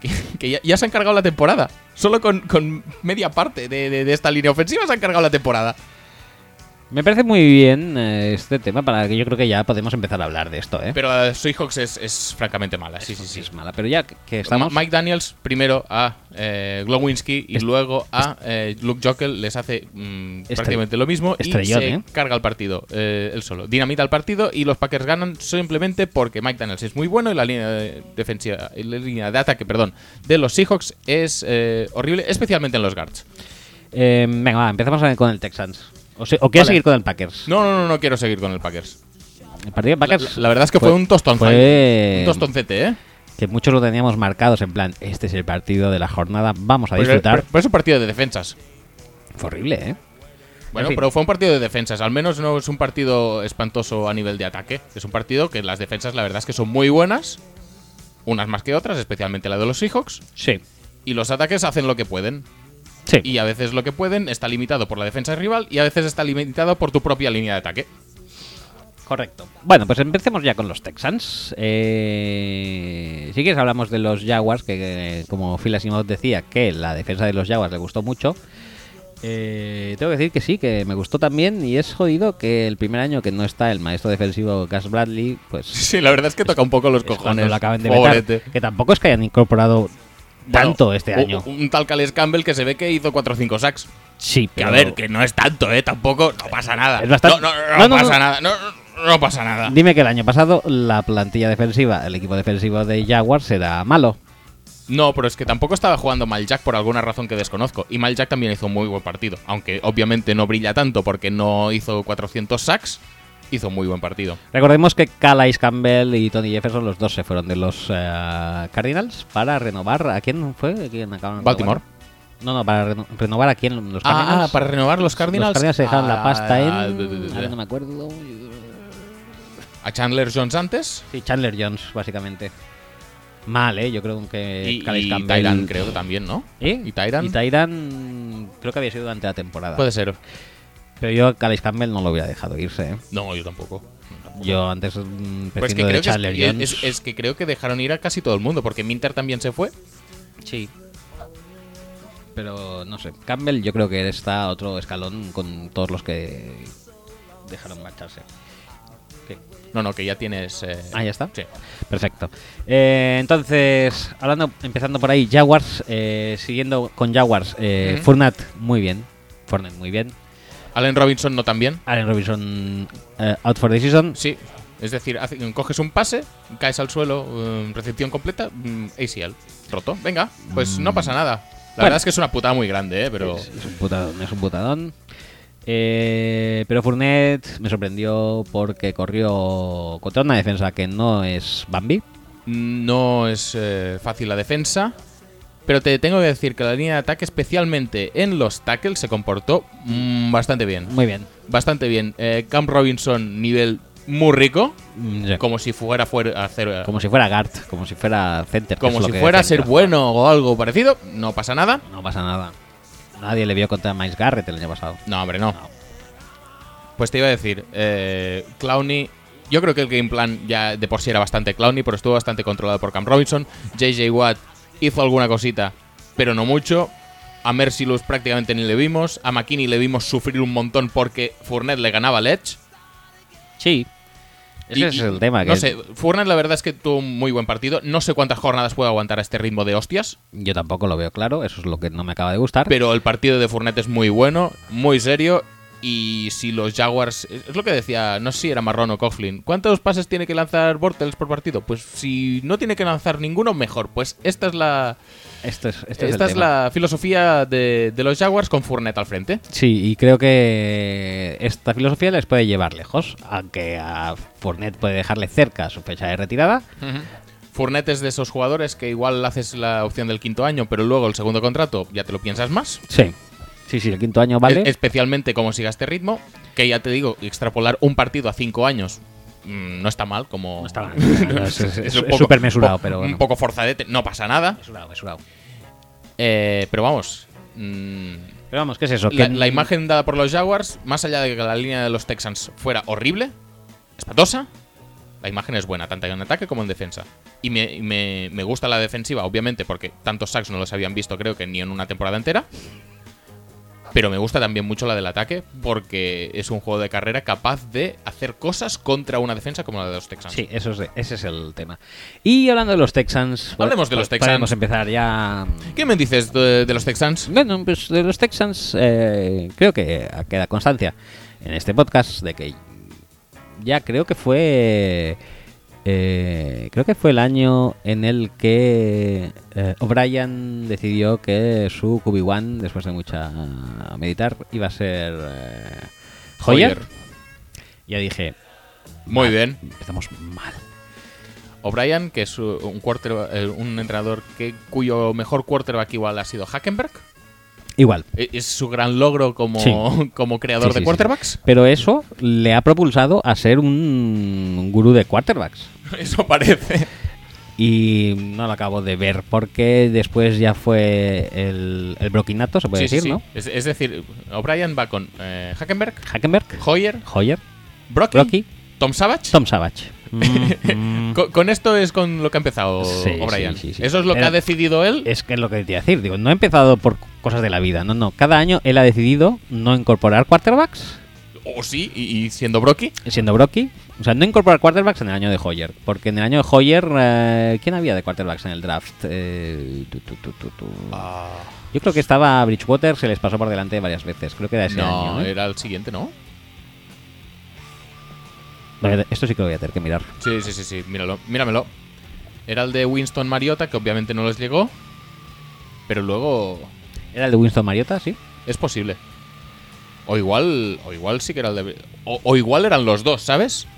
Speaker 2: Que, que ya, ya se han cargado la temporada. Solo con, con media parte de, de- de esta línea ofensiva se han cargado la temporada.
Speaker 1: Me parece muy bien eh, este tema para que yo creo que ya podemos empezar a hablar de esto, ¿eh?
Speaker 2: Pero la de Seahawks es, es francamente mala, sí, sí, sí.
Speaker 1: Es mala, pero ya que- que
Speaker 2: Ma-
Speaker 1: estamos...
Speaker 2: Mike Daniels primero a eh, Glowinski y
Speaker 1: Est-
Speaker 2: luego a eh, Luke Jokel les hace mm,
Speaker 1: Estre-
Speaker 2: prácticamente lo mismo y
Speaker 1: estrellón,
Speaker 2: se
Speaker 1: ¿eh?
Speaker 2: carga el partido eh, él solo. Dinamita el partido y los Packers ganan simplemente porque Mike Daniels es muy bueno y la línea de defensiva, y la línea de ataque, perdón, de los Seahawks es eh, horrible, especialmente en los guards.
Speaker 1: Eh, venga, va, empezamos a- con el Texans. O, se- o quieres
Speaker 2: Vale.
Speaker 1: seguir con el Packers.
Speaker 2: No, no, no, no quiero seguir con el Packers.
Speaker 1: El partido del Packers.
Speaker 2: La, la verdad es que fue, un tostón.
Speaker 1: fue-
Speaker 2: Un tostoncete, ¿eh?
Speaker 1: Que muchos lo teníamos marcados en plan, este es el partido de la jornada, vamos a
Speaker 2: Pues,
Speaker 1: disfrutar.
Speaker 2: por- por eso partido de defensas.
Speaker 1: Fue horrible, ¿eh?
Speaker 2: Bueno,
Speaker 1: En fin.
Speaker 2: pero fue un partido de defensas. Al menos no es un partido espantoso a nivel de ataque. Es un partido que las defensas, la verdad es que son muy buenas. Unas más que otras, especialmente la de los Seahawks.
Speaker 1: Sí.
Speaker 2: Y los ataques hacen lo que pueden.
Speaker 1: Sí.
Speaker 2: Y a veces lo que pueden está limitado por la defensa rival y a veces está limitado por tu propia línea de ataque. *laughs*
Speaker 1: Correcto. Bueno, pues empecemos ya con los Texans. Eh, si quieres hablamos de los Jaguars, que eh, como Phil Asimov decía, que la defensa de los Jaguars le gustó mucho. Eh, tengo que decir que sí, que me gustó también y es jodido que el primer año que no está el maestro defensivo Gas Bradley, pues
Speaker 2: Sí, la verdad es que toca un poco los
Speaker 1: es cuando
Speaker 2: cojones.
Speaker 1: lo acaban de
Speaker 2: Pobrete.
Speaker 1: meter. Que tampoco es que hayan incorporado
Speaker 2: Bueno,
Speaker 1: tanto este
Speaker 2: u-
Speaker 1: año.
Speaker 2: Un tal Cales Campbell que se ve que hizo 4 o 5 sacks.
Speaker 1: sí,
Speaker 2: Que
Speaker 1: pero-
Speaker 2: a ver, que no es tanto, ¿eh? Tampoco, no pasa nada.
Speaker 1: Es bastante-
Speaker 2: No, no, no,
Speaker 1: No, no,
Speaker 2: pasa
Speaker 1: no.
Speaker 2: nada. No, no, no pasa nada.
Speaker 1: Dime que el año pasado la plantilla defensiva, el equipo defensivo de Jaguars era malo.
Speaker 2: No, pero es que tampoco estaba jugando mal Jack por alguna razón que desconozco. Y mal Jack también hizo un muy buen partido. Aunque obviamente no brilla tanto porque no hizo 400 sacks, hizo muy buen partido.
Speaker 1: Recordemos que Calais Campbell y Tony Jefferson, los dos se fueron de los eh, Cardinals para renovar. ¿A quién fue? ¿A quién acabaron de
Speaker 2: Baltimore.
Speaker 1: renovar? No, no, para reno- renovar a quién los Cardinals.
Speaker 2: Ah, ah, para renovar los Cardinals.
Speaker 1: Los Cardinals se dejaron la pasta en.
Speaker 2: Ah, de- de- de- de.
Speaker 1: ahora no me acuerdo.
Speaker 2: A Chandler Jones antes.
Speaker 1: Sí, Chandler Jones, básicamente. Mal, ¿eh? Yo creo que
Speaker 2: Y,
Speaker 1: Calais
Speaker 2: y
Speaker 1: Campbell.
Speaker 2: Tyran, creo que también, ¿no?
Speaker 1: ¿Eh?
Speaker 2: Y Tyran.
Speaker 1: Y Tyran, creo que había sido durante la temporada.
Speaker 2: Puede ser.
Speaker 1: Pero yo a Calais Campbell no lo hubiera dejado irse. ¿eh?
Speaker 2: No, yo tampoco. Tampoco.
Speaker 1: Yo antes mm,
Speaker 2: Pero
Speaker 1: prescindo
Speaker 2: es Pues que,
Speaker 1: de
Speaker 2: creo que, es-
Speaker 1: Chandler
Speaker 2: es,
Speaker 1: Jones.
Speaker 2: es- es que creo que dejaron ir a casi todo el mundo, porque Minter también se fue.
Speaker 1: Sí. Pero no sé, Campbell yo creo que está a otro escalón con todos los que dejaron marcharse. Sí.
Speaker 2: No, no, que ya tienes. eh,
Speaker 1: Ah, ya está.
Speaker 2: Sí.
Speaker 1: Perfecto. Eh, entonces, hablando, empezando por ahí, Jaguars, eh, siguiendo con Jaguars, eh,
Speaker 2: Ujú.
Speaker 1: Fournette, muy bien. Fournette muy bien.
Speaker 2: Allen Robinson no también.
Speaker 1: Allen Robinson eh, out for the season.
Speaker 2: Sí, es decir, hace- coges un pase, caes al suelo, eh, recepción completa, mm, ACL, roto. Venga, pues no pasa nada. La
Speaker 1: Mm. Bueno.
Speaker 2: verdad es que es una putada muy grande, ¿eh? pero
Speaker 1: Es, es un putadón, es un putadón. Eh, pero Fournette me sorprendió porque corrió contra una defensa que no es Bambi.
Speaker 2: no es eh, fácil la defensa. Pero te tengo que decir que la línea de ataque, especialmente en los tackles, se comportó mm, bastante bien.
Speaker 1: Muy bien.
Speaker 2: Bastante bien. Eh, Cam Robinson, nivel muy rico,
Speaker 1: Mm, sí. Como,
Speaker 2: como si fuera, fuera a hacer, eh,
Speaker 1: si fuera Gart, como si fuera Center. que
Speaker 2: como
Speaker 1: es lo
Speaker 2: si
Speaker 1: que
Speaker 2: fuera a
Speaker 1: decía
Speaker 2: ser
Speaker 1: Rafa.
Speaker 2: bueno o algo parecido. No pasa nada.
Speaker 1: No pasa nada. Nadie le vio contra Miles Garrett el año pasado.
Speaker 2: No, hombre, no.
Speaker 1: No.
Speaker 2: Pues te iba a decir, eh, Clowney. Yo creo que el game plan ya de por sí era bastante Clowney, pero estuvo bastante controlado por Cam Robinson. JJ Watt hizo alguna cosita, pero no mucho. A Mercilus prácticamente ni le vimos. A McKinney le vimos sufrir un montón porque Fournette le ganaba al Edge.
Speaker 1: Sí. Ese
Speaker 2: Y-
Speaker 1: es
Speaker 2: y-
Speaker 1: el tema.
Speaker 2: No
Speaker 1: que
Speaker 2: sé, Fournette la verdad es que tuvo un muy buen partido. No sé cuántas jornadas puede aguantar a este ritmo de hostias,
Speaker 1: Yo tampoco lo veo claro. Eso es lo que no me acaba de gustar.
Speaker 2: pero el partido de Fournette es muy bueno, muy serio. Y si los Jaguars. Es lo que decía, no sé si era Marrón o Coughlin. ¿Cuántos pases tiene que lanzar Bortles por partido? Pues si no tiene que lanzar ninguno, mejor. Pues esta es la,
Speaker 1: Esto es, este es, el
Speaker 2: esta es
Speaker 1: tema.
Speaker 2: la filosofía de, de los Jaguars con Fournette al frente.
Speaker 1: Sí, y creo que esta filosofía les puede llevar lejos, aunque a Fournette puede dejarle cerca su fecha de retirada.
Speaker 2: Fournette es de esos jugadores que igual haces la opción del quinto año, pero luego el segundo contrato ya te lo piensas más.
Speaker 1: Sí. Sí, sí, el quinto año vale.
Speaker 2: Es- Especialmente como siga este ritmo, que ya te digo, extrapolar un partido a cinco años mm, no está mal, como.
Speaker 1: No está mal. *laughs* No, es- es- es súper mesurado,
Speaker 2: po-
Speaker 1: pero bueno.
Speaker 2: Un poco forzadete, no pasa nada.
Speaker 1: Mesurado, mesurado.
Speaker 2: Eh, pero vamos. mm,
Speaker 1: Pero vamos, ¿qué es eso?
Speaker 2: la,
Speaker 1: Que-
Speaker 2: la imagen dada por los Jaguars, más allá de que la línea de los Texans fuera horrible, espantosa, la imagen es buena, tanto en ataque como en defensa. Y me, y me- me gusta la defensiva, obviamente, porque tantos sacks no los habían visto, creo que ni en una temporada entera. Pero me gusta también mucho la del ataque, porque es un juego de carrera capaz de hacer cosas contra una defensa como la de los Texans.
Speaker 1: Sí, eso es de- ese es el tema. Y hablando de los Texans. pues,
Speaker 2: Hablemos de los Texans.
Speaker 1: Podemos empezar ya.
Speaker 2: ¿Qué me dices de, de los Texans?
Speaker 1: Bueno, pues de los Texans, eh, creo que queda constancia en este podcast de que ya creo que fue. eh, creo que fue el año en el que eh, O'Brien decidió que su QB1, después de mucha meditar, iba a ser eh, Hoyer. Ya dije,
Speaker 2: Muy bien.
Speaker 1: empezamos mal.
Speaker 2: O'Brien, que es uh, un, quarterba- eh, un entrenador que, cuyo mejor quarterback igual ha sido Hackenberg.
Speaker 1: Igual.
Speaker 2: E- Es su gran logro como,
Speaker 1: Sí.
Speaker 2: *laughs* como creador
Speaker 1: Sí, sí,
Speaker 2: de
Speaker 1: sí.
Speaker 2: quarterbacks. *laughs*
Speaker 1: Pero eso le ha propulsado a ser un, un gurú de quarterbacks.
Speaker 2: Eso parece.
Speaker 1: Y no lo acabo de ver porque después ya fue el, el broquinato, se puede
Speaker 2: Sí, sí,
Speaker 1: decir,
Speaker 2: sí.
Speaker 1: ¿no?
Speaker 2: Es, es decir, O'Brien va con eh, Hackenberg,
Speaker 1: Hackenberg,
Speaker 2: Hoyer,
Speaker 1: Hoyer,
Speaker 2: Brocky,
Speaker 1: Brocky,
Speaker 2: Tom Savage.
Speaker 1: Tom Savage. Mm, mm.
Speaker 2: Co- *laughs* Con, esto es con lo que ha empezado
Speaker 1: Sí,
Speaker 2: O'Brien.
Speaker 1: sí, sí, sí.
Speaker 2: Eso es lo que
Speaker 1: Pero-
Speaker 2: ha decidido él.
Speaker 1: Es que es lo que te iba a decir. Digo, no he empezado por cosas de la vida. No, no. Cada año él ha decidido no incorporar quarterbacks, eh.
Speaker 2: O sí, y, y siendo Brocky.
Speaker 1: siendo Brocky. O sea, no incorporar quarterbacks en el año de Hoyer. Porque en el año de Hoyer, eh, ¿quién había de quarterbacks en el draft? Eh, tu, tu, tu, tu, tu.
Speaker 2: Ah.
Speaker 1: Yo creo que estaba Bridgewater, se les pasó por delante varias veces. Creo que era ese
Speaker 2: no,
Speaker 1: año. ¿eh?
Speaker 2: era el siguiente, ¿no?
Speaker 1: Vale, Esto sí que lo voy a tener que mirar.
Speaker 2: Sí, sí, sí, sí, míralo, míramelo. Era el de Winston Mariota, que obviamente no les llegó. Pero luego
Speaker 1: ¿Era el de Winston Mariota? Sí.
Speaker 2: es posible. O igual, o igual sí que era el de. O, o igual eran los dos, ¿sabes?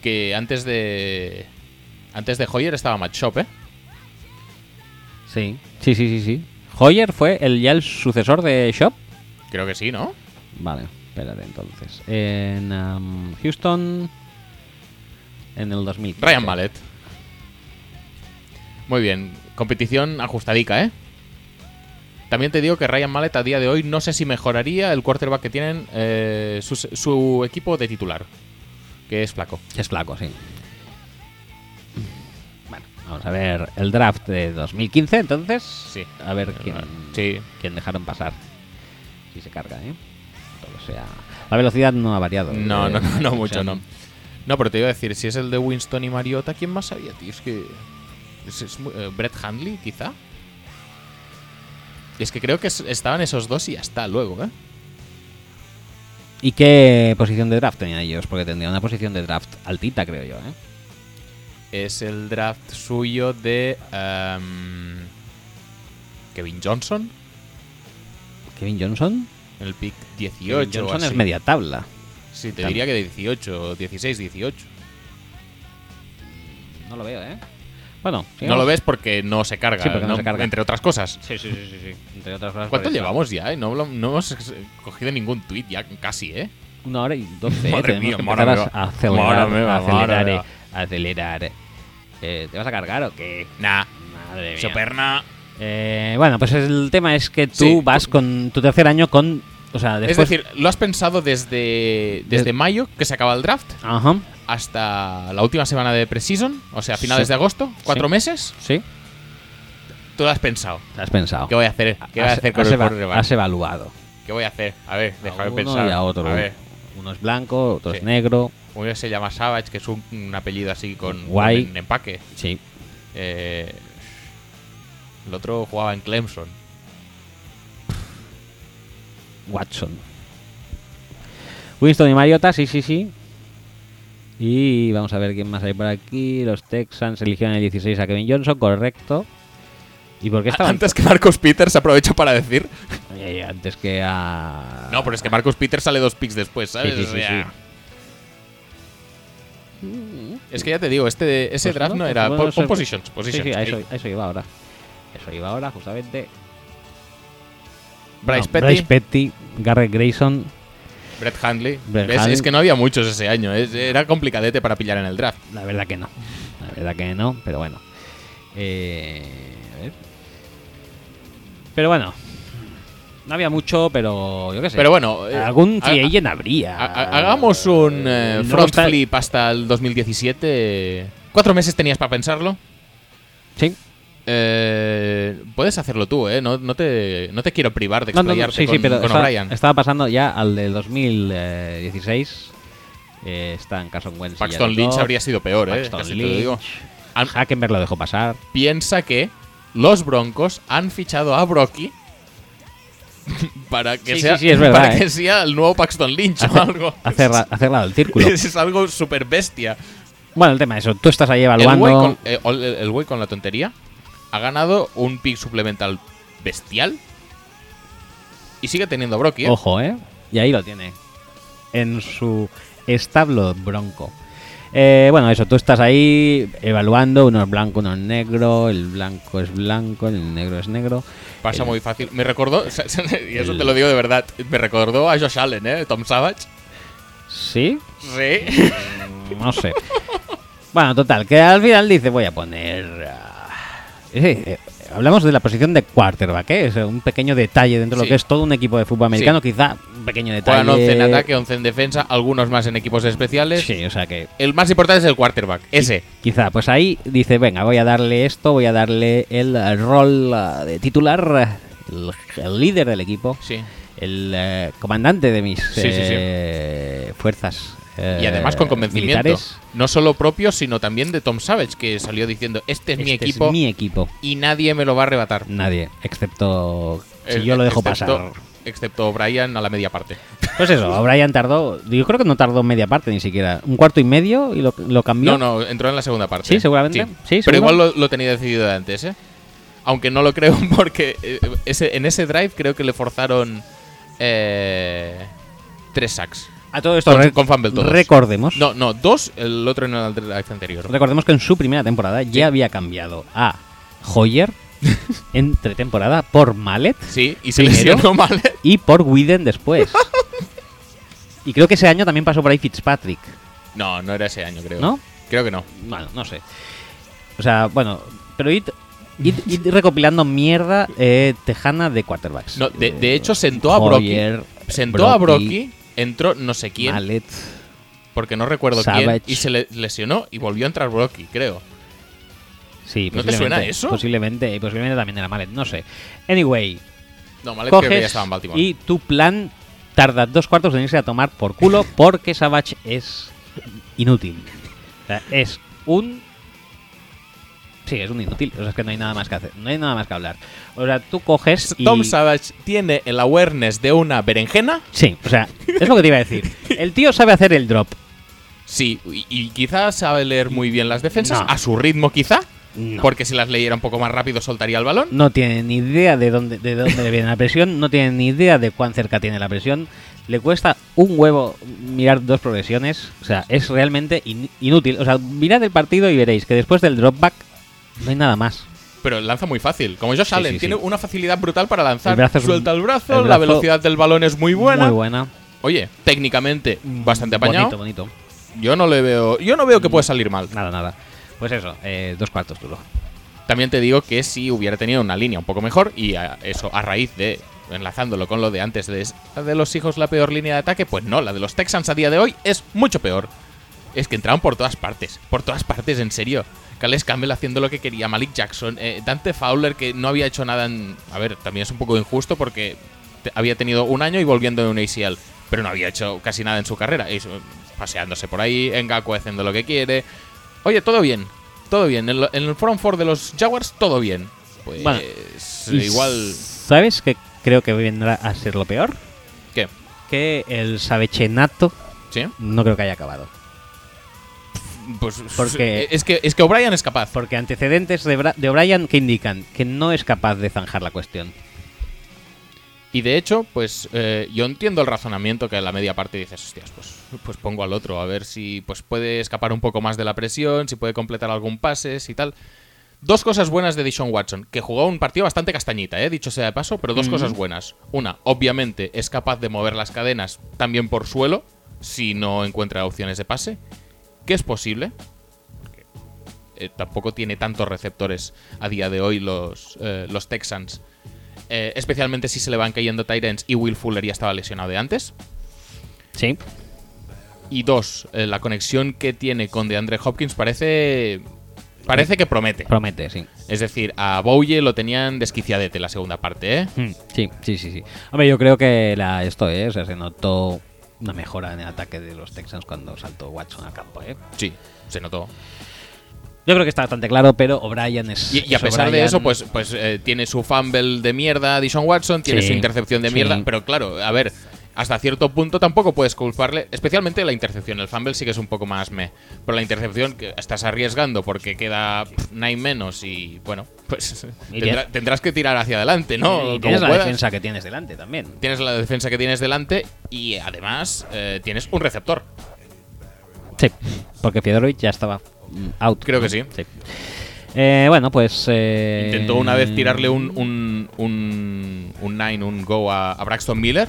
Speaker 2: Que antes de. Antes de Hoyer estaba Matt Shop, ¿eh?
Speaker 1: Sí. Sí, sí, sí, sí. ¿Hoyer fue el, ya el sucesor de Shop?
Speaker 2: Creo que sí, ¿no?
Speaker 1: Vale, espérate entonces. En am, Houston en el 2000.
Speaker 2: Ryan Mallet. Muy bien, competición ajustadica, ¿eh? También te digo que Ryan Mallet a día de hoy no sé si mejoraría el quarterback que tienen eh, su, su equipo de titular, que es flaco.
Speaker 1: Es flaco, sí. Bueno, vamos a ver el draft de 2015 entonces.
Speaker 2: Sí.
Speaker 1: A ver quién,
Speaker 2: Sí.
Speaker 1: quién dejaron pasar. Si se carga, ¿eh? Todo sea... La velocidad no ha variado.
Speaker 2: No,
Speaker 1: eh,
Speaker 2: no, no,
Speaker 1: o sea,
Speaker 2: no mucho, no. No, pero te iba a decir, si es el de Winston y Mariota, ¿quién más había, tío? Es que. Es, es muy- eh, Brett Handley, quizá. Es que creo que es- estaban esos dos y hasta luego, ¿eh?
Speaker 1: ¿Y qué posición de draft tenían ellos? Porque tendrían una posición de draft altita, creo yo, ¿eh?
Speaker 2: es el draft suyo de em, Kevin Johnson,
Speaker 1: Kevin Johnson.
Speaker 2: en el pick
Speaker 1: Kevin
Speaker 2: 18. o
Speaker 1: Johnson
Speaker 2: así.
Speaker 1: es media tabla.
Speaker 2: Sí, te diría que de 18, 16, 18.
Speaker 1: No lo veo, ¿eh? Bueno,
Speaker 2: No
Speaker 1: sigamos.
Speaker 2: lo ves porque no se carga,
Speaker 1: Sí, porque no se carga.
Speaker 2: entre otras cosas.
Speaker 1: Sí, sí, sí, sí, sí. Entre otras cosas.
Speaker 2: ¿Cuánto
Speaker 1: por eso.
Speaker 2: llevamos ya? eh? No, lo- no hemos cogido ningún tweet ya casi, ¿eh?
Speaker 1: Una hora y doce.
Speaker 2: Madre
Speaker 1: Tenemos
Speaker 2: mía,
Speaker 1: que
Speaker 2: madre
Speaker 1: empezar
Speaker 2: mía.
Speaker 1: a acelerar,
Speaker 2: Madre mía,
Speaker 1: a acelerar,
Speaker 2: madre
Speaker 1: eh,
Speaker 2: mía.
Speaker 1: a acelerar. Eh, ¿Te vas a cargar o qué?
Speaker 2: Nah,
Speaker 1: Madre mía.
Speaker 2: Soperna.
Speaker 1: Eh, bueno, pues el tema es que tú
Speaker 2: Sí.
Speaker 1: vas con tu tercer año con... O sea, después...
Speaker 2: Es decir, lo has pensado desde, desde
Speaker 1: Des-
Speaker 2: mayo, que se acaba el draft,
Speaker 1: Ajá,
Speaker 2: hasta la última semana de preseason, o sea, finales
Speaker 1: Sí.
Speaker 2: de agosto, cuatro
Speaker 1: Sí.
Speaker 2: meses,
Speaker 1: sí.
Speaker 2: tú lo has pensado.
Speaker 1: Te has pensado.
Speaker 2: ¿Qué voy a hacer? ¿Qué voy a
Speaker 1: Has-
Speaker 2: hacer con
Speaker 1: has
Speaker 2: el
Speaker 1: eva-
Speaker 2: quarterback?
Speaker 1: Has evaluado.
Speaker 2: ¿Qué voy a hacer? A ver, déjame
Speaker 1: a uno
Speaker 2: pensar.
Speaker 1: y a otro.
Speaker 2: ver,
Speaker 1: Uno es blanco, otro es
Speaker 2: Sí.
Speaker 1: negro.
Speaker 2: uno se llama Savage, que es un, un apellido así con,
Speaker 1: Guay.
Speaker 2: con en- empaque.
Speaker 1: Sí.
Speaker 2: Eh, el otro jugaba en Clemson.
Speaker 1: Watson. Winston y Mariota, sí, sí, sí. Y vamos a ver quién más hay por aquí. Los Texans eligieron el 16 a Kevin Johnson, correcto. ¿Y por qué estaban
Speaker 2: *laughs* Ah, Antes *laughs* que Marcus Peters, aprovecho para decir.
Speaker 1: Eh, antes que a...
Speaker 2: No, pero es que Marcus Peters sale dos picks después, ¿sabes?
Speaker 1: Sí, sí, sí,
Speaker 2: O sea,
Speaker 1: sí.
Speaker 2: Es que ya te digo, este, ese
Speaker 1: Pues
Speaker 2: draft
Speaker 1: no,
Speaker 2: no,
Speaker 1: pues
Speaker 2: era.
Speaker 1: bueno,
Speaker 2: pon-
Speaker 1: eso
Speaker 2: pon
Speaker 1: es-
Speaker 2: positions,
Speaker 1: Sí,
Speaker 2: positions.
Speaker 1: sí, a eso,
Speaker 2: Ey,
Speaker 1: a eso iba ahora. Eso iba ahora, justamente.
Speaker 2: Bryce
Speaker 1: No,
Speaker 2: Petty,
Speaker 1: Bryce Petty, Garrett Grayson.
Speaker 2: Brett Handley.
Speaker 1: Brett
Speaker 2: ¿Ves?
Speaker 1: Hundley.
Speaker 2: Es que no había muchos ese año. es- era complicadete para pillar en el draft.
Speaker 1: La verdad que no. La verdad que no, pero bueno. Eh, a ver. Pero bueno. No había mucho, pero yo qué sé.
Speaker 2: Pero bueno. eh,
Speaker 1: Algún
Speaker 2: ha-
Speaker 1: free agent habría.
Speaker 2: Ha- ha- Hagamos un eh,
Speaker 1: Ah, No
Speaker 2: front
Speaker 1: está-
Speaker 2: flip hasta el 2017. Cuatro meses tenías para pensarlo.
Speaker 1: Sí.
Speaker 2: Eh, puedes hacerlo tú, ¿eh? No, no te, no te quiero privar de
Speaker 1: No, no, no,
Speaker 2: explayarte
Speaker 1: sí,
Speaker 2: con,
Speaker 1: sí, pero
Speaker 2: con
Speaker 1: estaba,
Speaker 2: O'Brien.
Speaker 1: estaba pasando ya al de 2016. Eh, está en Carson Wentz. y
Speaker 2: Paxton
Speaker 1: Jared
Speaker 2: Lynch
Speaker 1: Goff.
Speaker 2: habría sido peor, ¿eh?
Speaker 1: Paxton
Speaker 2: Casi te lo
Speaker 1: Lynch.
Speaker 2: digo. Al-
Speaker 1: Hackenberg lo dejó pasar.
Speaker 2: Piensa que los Broncos han fichado a Brocky *laughs* para que
Speaker 1: Sí,
Speaker 2: sea
Speaker 1: sí, sí, es verdad,
Speaker 2: para
Speaker 1: ¿eh?
Speaker 2: que sea el nuevo Paxton Lynch o algo.
Speaker 1: Ha cerra- ha cerrado el
Speaker 2: *laughs*
Speaker 1: círculo.
Speaker 2: es algo súper bestia.
Speaker 1: bueno, el tema es eso. Tú estás ahí
Speaker 2: El
Speaker 1: evaluando.
Speaker 2: güey, con, eh, ol- el- el güey con la tontería ha ganado un pick suplemental bestial y sigue teniendo a Brocky. ¿eh?
Speaker 1: Ojo, ¿eh? Y ahí lo tiene. en su establo bronco. Eh, bueno, eso, tú estás ahí evaluando, uno es blanco, uno es negro, el blanco es blanco, el negro es negro.
Speaker 2: Pasa
Speaker 1: El-
Speaker 2: muy fácil. Me recordó, *laughs* y eso te lo digo de verdad, me recordó a Josh Allen, ¿eh? Tom Savage.
Speaker 1: ¿Sí?
Speaker 2: *laughs* Sí.
Speaker 1: No sé. bueno, total, que al final dice, voy a poner... ah, eh, eh, hablamos de la posición de quarterback, ¿eh? Es un pequeño detalle dentro de lo
Speaker 2: Sí.
Speaker 1: que es todo un equipo de fútbol americano, quizá un pequeño detalle.
Speaker 2: Juegan 11 en ataque, 11 en defensa, algunos más en equipos especiales.
Speaker 1: eh. Sí, o sea que
Speaker 2: El más importante es el quarterback, ese.
Speaker 1: Quizá, pues ahí dice, venga, voy a darle esto, voy a darle el eh, rol eh, de titular, eh, el, el líder del equipo,
Speaker 2: Sí.
Speaker 1: el eh, comandante de mis
Speaker 2: Sí, sí, sí.
Speaker 1: eh, fuerzas. eh,
Speaker 2: Y además con convencimiento. No solo propio, sino también de Tom Savage, que salió diciendo, este es mi equipo
Speaker 1: Es mi equipo.
Speaker 2: y nadie me lo va a arrebatar.
Speaker 1: Nadie, excepto si
Speaker 2: Eh,
Speaker 1: yo lo dejo
Speaker 2: excepto-
Speaker 1: pasar.
Speaker 2: Excepto Brian a la media parte.
Speaker 1: Pues
Speaker 2: *laughs*
Speaker 1: eso, Brian tardó, yo creo que no tardó media parte ni siquiera, un cuarto y medio y lo, lo cambió.
Speaker 2: No, no, entró en la segunda parte.
Speaker 1: Sí, seguramente. Sí,
Speaker 2: Pero
Speaker 1: seguro.
Speaker 2: igual lo, lo tenía decidido de antes, ¿eh? Aunque no lo creo *laughs* porque eh, ese, en ese drive creo que le forzaron eh, tres sacks.
Speaker 1: A todo esto,
Speaker 2: Con-
Speaker 1: re-
Speaker 2: con fumble todos.
Speaker 1: recordemos.
Speaker 2: No, no, dos, el otro en el drive anterior.
Speaker 1: Recordemos que en su primera temporada ya había cambiado a
Speaker 2: *laughs*
Speaker 1: Hoyer entre temporada por Mallet
Speaker 2: Sí, y se
Speaker 1: Primero.
Speaker 2: lesionó *laughs* mal.
Speaker 1: y por Widen
Speaker 2: *laughs*
Speaker 1: después. Y creo que ese año también pasó por ahí Fitzpatrick.
Speaker 2: No, no era ese año, creo.
Speaker 1: ¿No?
Speaker 2: Creo que no.
Speaker 1: Bueno, no sé. O sea, bueno, pero
Speaker 2: *laughs*
Speaker 1: id, id- id recopilando mierda eh, tejana de quarterbacks.
Speaker 2: No, de, de
Speaker 1: Eh,
Speaker 2: hecho, sentó a Brocky.
Speaker 1: Hoyer,
Speaker 2: Sentó a Brocky, entró no sé quién,
Speaker 1: Mallet.
Speaker 2: porque no recuerdo
Speaker 1: Savage.
Speaker 2: quién, y se le- lesionó y volvió a entrar Brocky, creo.
Speaker 1: Sí,
Speaker 2: ¿No te suena
Speaker 1: posiblemente-
Speaker 2: eso?
Speaker 1: Posiblemente, y posiblemente también era Mallet, no sé. Anyway,
Speaker 2: No, mal creo que ya
Speaker 1: coges
Speaker 2: estaba en Baltimore.
Speaker 1: y tu plan tarda dos cuartos en irse a tomar por
Speaker 2: *laughs*
Speaker 1: culo porque Savage es inútil. O sea, es un... Sí, es un inútil. O sea, es que no hay nada más que hacer. No hay nada más que hablar. O sea, tú coges y...
Speaker 2: Tom Savage tiene el awareness de una berenjena.
Speaker 1: Sí, o sea, es lo que te iba a
Speaker 2: *laughs*
Speaker 1: decir. El tío sabe hacer el drop.
Speaker 2: Sí, y, y quizás sabe leer muy bien las defensas,
Speaker 1: No.
Speaker 2: a su ritmo quizá,
Speaker 1: No.
Speaker 2: porque si las leyera un poco más rápido soltaría el balón.
Speaker 1: No tiene ni idea de dónde, de dónde le viene la presión, no tiene ni idea de cuán cerca tiene la presión. Le cuesta un huevo mirar dos progresiones. O sea, es realmente in- inútil. O sea, mirad el partido y veréis que después del dropback no hay nada más.
Speaker 2: Pero lanza muy fácil, como Josh
Speaker 1: Sí,
Speaker 2: Allen,
Speaker 1: sí,
Speaker 2: tiene
Speaker 1: sí.
Speaker 2: una facilidad brutal para lanzar.
Speaker 1: El brazo es
Speaker 2: Suelta el brazo,
Speaker 1: el
Speaker 2: la
Speaker 1: brazo-
Speaker 2: velocidad del balón es muy buena.
Speaker 1: Muy buena.
Speaker 2: Oye, técnicamente bastante apañado.
Speaker 1: Bonito, bonito.
Speaker 2: Yo no le veo, yo no veo que pueda salir mal.
Speaker 1: Nada, nada. Pues eso, eh, dos cuartos duro.
Speaker 2: También te digo que si hubiera tenido una línea un poco mejor, y a- eso a raíz de, enlazándolo con lo de antes, de es la de los hijos la peor línea de ataque, pues no, la de los Texans a día de hoy es mucho peor. Es que entraban por todas partes, por todas partes, en serio. Cales Campbell haciendo lo que quería, Malik Jackson, eh, Dante Fowler que no había hecho nada en... A ver, también es un poco injusto porque te- había tenido un año y volviendo de un ACL, pero no había hecho casi nada en su carrera. Y, eh, paseándose por ahí, Engaku haciendo lo que quiere, Oye, todo bien. Todo bien. En, lo- en el front four de los Jaguars, todo bien. Pues eh,
Speaker 1: Bueno, Y
Speaker 2: igual...
Speaker 1: ¿Sabes que creo que vendrá a ser lo peor?
Speaker 2: ¿Qué?
Speaker 1: Que el sabechenato
Speaker 2: ¿Sí?
Speaker 1: no creo que haya acabado.
Speaker 2: Pues
Speaker 1: Porque-
Speaker 2: es que, es que O'Brien es capaz.
Speaker 1: Porque antecedentes de, Bra- de O'Brien que indican que no es capaz de zanjar la cuestión.
Speaker 2: Y de hecho, pues eh, yo entiendo el razonamiento que en la media parte dices, hostias, pues, pues pongo al otro, a ver si pues puede escapar un poco más de la presión, si puede completar algún pase, y tal. Dos cosas buenas de Dishon Watson, que jugó un partido bastante castañita, eh, dicho sea de paso, pero dos cosas buenas. Una, obviamente es capaz de mover las cadenas también por suelo, si no encuentra opciones de pase, que es posible. Eh, tampoco tiene tantos receptores a día de hoy los, eh, los Texans. Eh, especialmente si se le van cayendo Tyrants y Will Fuller ya estaba lesionado de antes.
Speaker 1: Sí.
Speaker 2: Y dos, eh, la conexión que tiene con DeAndre Hopkins parece. Parece que promete.
Speaker 1: Promete, sí.
Speaker 2: Es decir, a Bowie lo tenían desquiciadete la segunda parte, ¿eh?
Speaker 1: Mm, Sí, sí, sí, sí. Hombre, yo creo que la, esto, ¿eh? O sea, se notó una mejora en el ataque de los Texans cuando saltó Watson al campo, ¿eh?
Speaker 2: Sí, se notó.
Speaker 1: Yo creo que está bastante claro, pero O'Brien es...
Speaker 2: Y, y a
Speaker 1: es
Speaker 2: pesar de
Speaker 1: O'Brien.
Speaker 2: eso, pues, pues eh, tiene su fumble de mierda, Dishon Watson, tiene
Speaker 1: Sí,
Speaker 2: su intercepción de
Speaker 1: sí.
Speaker 2: mierda. Pero claro, a ver, hasta cierto punto tampoco puedes culparle, especialmente la intercepción. El fumble sí que es un poco más me. Pero la intercepción que estás arriesgando porque queda pff, nine menos y bueno, pues
Speaker 1: Y
Speaker 2: tendrá-
Speaker 1: tienes-
Speaker 2: tendrás que tirar hacia adelante, ¿no?
Speaker 1: y tienes la
Speaker 2: Como puedas.
Speaker 1: defensa que tienes delante también.
Speaker 2: Tienes la defensa que tienes delante y además eh, tienes un receptor.
Speaker 1: Sí, porque Fiedorovic ya estaba mm, out.
Speaker 2: Creo que sí.
Speaker 1: Eh, bueno, pues. eh,
Speaker 2: Intentó una vez tirarle un, un, un, un nine, un go a, a Braxton Miller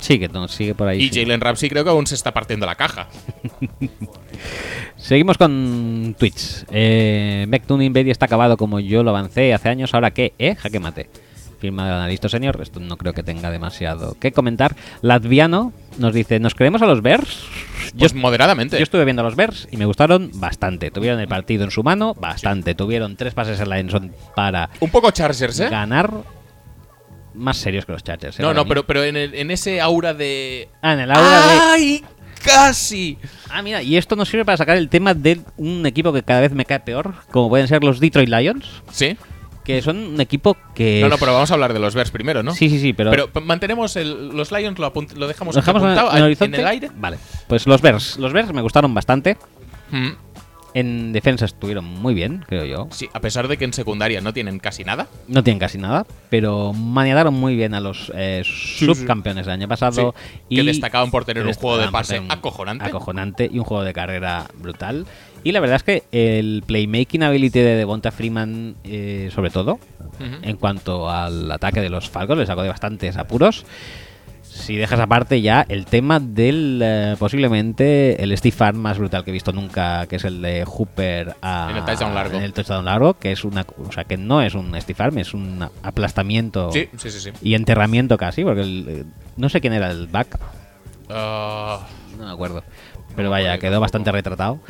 Speaker 1: Sí, que no, sigue por ahí.
Speaker 2: y
Speaker 1: sí.
Speaker 2: Jalen Ramsey creo que aún se está partiendo la caja.
Speaker 1: Seguimos con tweets. Eh, Backtoon Invade está acabado como yo lo avancé hace años. Ahora qué, ¿eh? Jaque mate. Firma de analista senior. Esto no creo que tenga demasiado que comentar. Latviano nos dice: ¿Nos creemos a los Bears? Yo,
Speaker 2: Pues moderadamente.
Speaker 1: yo estuve viendo a los Bears y me gustaron bastante. Tuvieron el partido en su mano, bastante. Tuvieron tres pases en la Enson para
Speaker 2: un poco Chargers, ¿eh?
Speaker 1: ganar. Más serios que los Chargers. eh,
Speaker 2: No,
Speaker 1: para
Speaker 2: no,
Speaker 1: mí.
Speaker 2: pero, pero en, el- en ese aura de.
Speaker 1: Ah, en el aura de-
Speaker 2: ¡Ay! ¡Casi!
Speaker 1: Ah, mira, y esto nos sirve para sacar el tema de un equipo que cada vez me cae peor, como pueden ser los Detroit Lions,
Speaker 2: Sí.
Speaker 1: que son un equipo que...
Speaker 2: No, no,
Speaker 1: es-
Speaker 2: pero vamos a hablar de los Bears primero, ¿no?
Speaker 1: Sí, sí, sí, pero...
Speaker 2: Pero p- mantenemos el- los Lions, lo, apunt- lo dejamos,
Speaker 1: ¿nos dejamos en, el-
Speaker 2: apuntado
Speaker 1: en el
Speaker 2: ahí
Speaker 1: horizonte?
Speaker 2: el aire.
Speaker 1: Vale. Pues los Bears. Los Bears me gustaron bastante.
Speaker 2: Mm,
Speaker 1: En defensa estuvieron muy bien, creo yo.
Speaker 2: Sí, a pesar de que en secundaria no tienen casi nada.
Speaker 1: No tienen casi nada, pero maniataron muy bien a los eh, subcampeones del año pasado. y
Speaker 2: que destacaban por tener
Speaker 1: que
Speaker 2: un juego de
Speaker 1: destacaban por
Speaker 2: pase
Speaker 1: tener este un
Speaker 2: acojonante.
Speaker 1: Acojonante y un juego de carrera brutal. Y la verdad es que el playmaking ability de Devonta Freeman, eh, sobre todo,
Speaker 2: Ujú.
Speaker 1: en cuanto al ataque de los Falcons, le sacó de bastantes apuros. Si dejas aparte ya el tema del eh, posiblemente el Steve Farm más brutal que he visto nunca, que es el de Hooper a,
Speaker 2: En el touchdown largo.
Speaker 1: en el touchdown largo, que es una, o sea, que no es un Steve Farm, es un aplastamiento
Speaker 2: Sí, sí, sí. sí.
Speaker 1: y enterramiento casi, porque el- eh, no sé quién era el back,
Speaker 2: Ah,
Speaker 1: no me acuerdo. Pero vaya, quedó bastante retratado.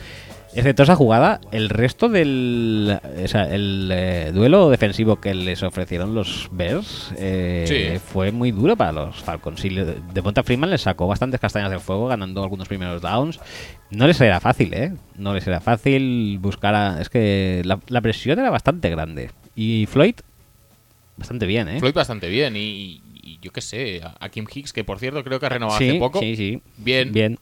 Speaker 1: Excepto esa jugada, el resto del o sea, el eh, duelo defensivo que les ofrecieron los Bears eh,
Speaker 2: Sí.
Speaker 1: fue muy duro para los Falcons. Y le- de Ponta Freeman les sacó bastantes castañas del fuego, ganando algunos primeros downs. No les era fácil, ¿eh? No les era fácil buscar a... Es que la, la presión era bastante grande. Y Floyd, bastante bien, ¿eh?
Speaker 2: Floyd bastante bien. Y, y yo qué sé, a- a Kim Hicks, que por cierto creo que ha renovado
Speaker 1: sí,
Speaker 2: hace poco.
Speaker 1: sí, sí.
Speaker 2: Bien.
Speaker 1: Bien.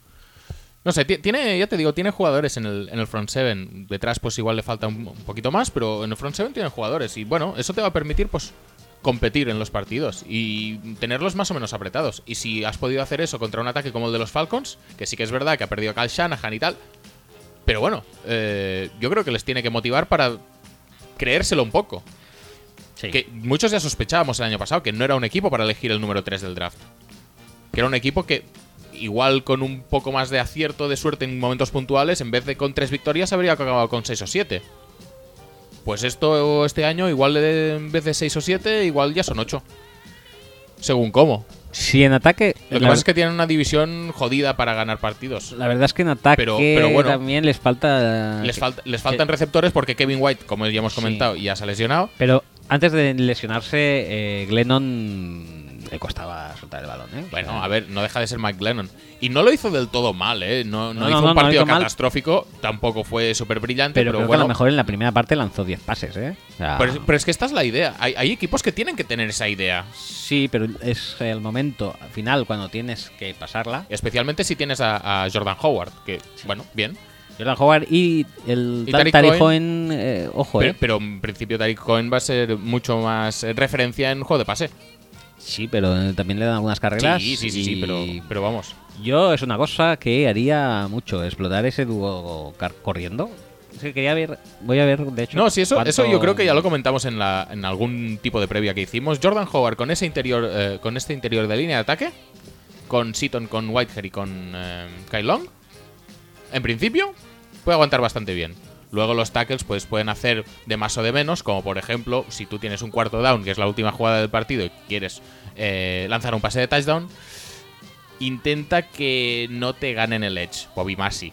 Speaker 2: No sé, ti- tiene, ya te digo, tiene jugadores en el, en el front seven. Detrás, pues igual le falta un, un poquito más, pero en el front seven tiene jugadores. Y bueno, eso te va a permitir, pues, competir en los partidos y tenerlos más o menos apretados. Y si has podido hacer eso contra un ataque como el de los Falcons, que sí que es verdad que ha perdido a Kyle Shanahan y tal. Pero bueno, eh, yo creo que les tiene que motivar para creérselo un poco.
Speaker 1: Sí.
Speaker 2: Que muchos ya sospechábamos el año pasado que no era un equipo para elegir el número 3 del draft. Que era un equipo que, igual con un poco más de acierto, de suerte en momentos puntuales, en vez de con 3 victorias, habría acabado con 6 o 7. Pues esto este año, igual de- en vez de 6 o 7, igual ya son 8. Según cómo.
Speaker 1: Si en ataque...
Speaker 2: Lo que
Speaker 1: la-
Speaker 2: pasa es que tienen una división jodida para ganar partidos.
Speaker 1: La verdad es que en ataque
Speaker 2: Pero- pero bueno.
Speaker 1: también les falta.
Speaker 2: Les,
Speaker 1: que- Eh.
Speaker 2: falta- les faltan receptores porque Kevin White, como ya hemos
Speaker 1: Sí.
Speaker 2: comentado, ya se ha lesionado.
Speaker 1: Pero antes de lesionarse, eh, Glennon le costaba soltar el balón. ¿eh?
Speaker 2: Bueno, a ver, no deja de ser Mike Glennon. Y no lo hizo del todo mal, ¿eh? No,
Speaker 1: No,
Speaker 2: no
Speaker 1: no,
Speaker 2: hizo
Speaker 1: no,
Speaker 2: un
Speaker 1: no
Speaker 2: partido
Speaker 1: hizo mal.
Speaker 2: catastrófico, tampoco fue súper brillante,
Speaker 1: pero,
Speaker 2: pero,
Speaker 1: creo que
Speaker 2: bueno.
Speaker 1: a lo mejor en la primera parte lanzó 10 pases. ¿eh? O sea,
Speaker 2: pero, es- pero es que esta es la idea. Hay, hay equipos que tienen que tener esa idea.
Speaker 1: Sí, pero es el momento al final cuando tienes que pasarla.
Speaker 2: Especialmente si tienes a, a Jordan Howard, que, bueno, bien.
Speaker 1: Jordan Howard y el
Speaker 2: Y
Speaker 1: tal
Speaker 2: Tariq
Speaker 1: Tariq
Speaker 2: Cohen.
Speaker 1: Cohen, eh, ojo,
Speaker 2: Pero,
Speaker 1: ¿eh?
Speaker 2: pero en principio Tariq Cohen va a ser mucho más eh, referencia en juego de pase.
Speaker 1: Sí, pero eh, también le dan algunas carreras.
Speaker 2: Sí, sí, sí, sí,
Speaker 1: y-
Speaker 2: pero, pero vamos.
Speaker 1: Yo es una cosa que haría mucho, explotar ese dúo car- corriendo. Es que quería ver, voy a ver, de hecho.
Speaker 2: No, sí, eso,
Speaker 1: cuánto-
Speaker 2: eso yo creo que ya lo comentamos en, la, en algún tipo de previa que hicimos. Jordan Howard con ese interior, eh, con este interior de línea de ataque, con Seaton, con Whitehair y con eh, Kyle Long, en principio puede aguantar bastante bien. Luego los tackles pues pueden hacer de más o de menos, como por ejemplo si tú tienes un cuarto down, que es la última jugada del partido, y quieres eh, lanzar un pase de touchdown, intenta que no te ganen el edge, Bobby Massey.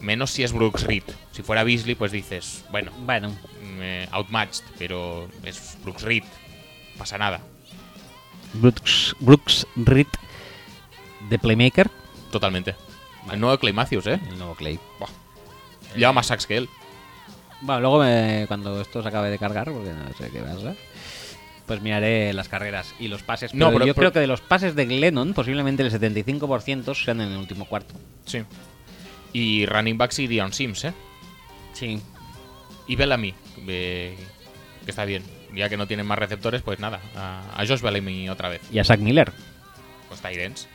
Speaker 2: Menos si es Brooks Reed. Si fuera Beasley, pues dices, bueno,
Speaker 1: Bueno,
Speaker 2: eh, outmatched, pero es Brooks Reed. Pasa nada,
Speaker 1: Brooks, Brooks Reed, The Playmaker,
Speaker 2: totalmente. El nuevo Clay Matthews, ¿eh?
Speaker 1: el nuevo Clay.
Speaker 2: Lleva más sacks que él.
Speaker 1: Bueno, luego me- cuando esto se acabe de cargar, porque no sé qué pasa, Pues miraré las carreras y los pases.
Speaker 2: No,
Speaker 1: pero
Speaker 2: pero-
Speaker 1: yo
Speaker 2: pero-
Speaker 1: creo que de los pases de Glennon, posiblemente el 75% sean en el último cuarto.
Speaker 2: Sí. Y running backs y Dion Sims, ¿eh?
Speaker 1: Sí.
Speaker 2: Y Bellamy, eh, que está bien. Ya que no tienen más receptores, pues nada. A, a Josh Bellamy otra vez.
Speaker 1: Y a Zach Miller.
Speaker 2: Pues Tyrens.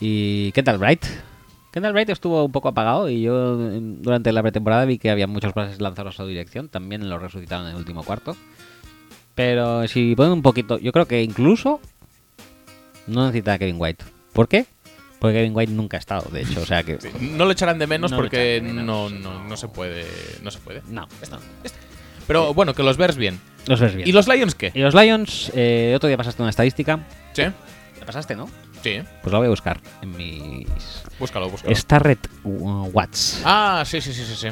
Speaker 1: ¿Y Kendall Bright? Kendall Bright estuvo un poco apagado y yo en- durante la pretemporada vi que había muchos pases lanzados a su dirección. También lo resucitaron en el último cuarto. Pero si ponen un poquito, yo creo que incluso no necesita a Kevin White. ¿Por qué? Porque Kevin White nunca ha estado, de hecho. O sea que.
Speaker 2: No lo echarán de menos
Speaker 1: No lo
Speaker 2: porque
Speaker 1: echarán de menos,
Speaker 2: no, no, no se puede. No se puede.
Speaker 1: No, no.
Speaker 2: Pero bueno, que los Bears bien.
Speaker 1: Los ves bien.
Speaker 2: ¿Y los Lions qué?
Speaker 1: Y los Lions, eh, otro día pasaste una estadística.
Speaker 2: Sí,
Speaker 1: ¿La pasaste, no?
Speaker 2: sí.
Speaker 1: Pues la voy a buscar en mis.
Speaker 2: Búscalo, búscalo.
Speaker 1: Starret uh, Watts.
Speaker 2: Ah, sí, sí, sí, sí. sí.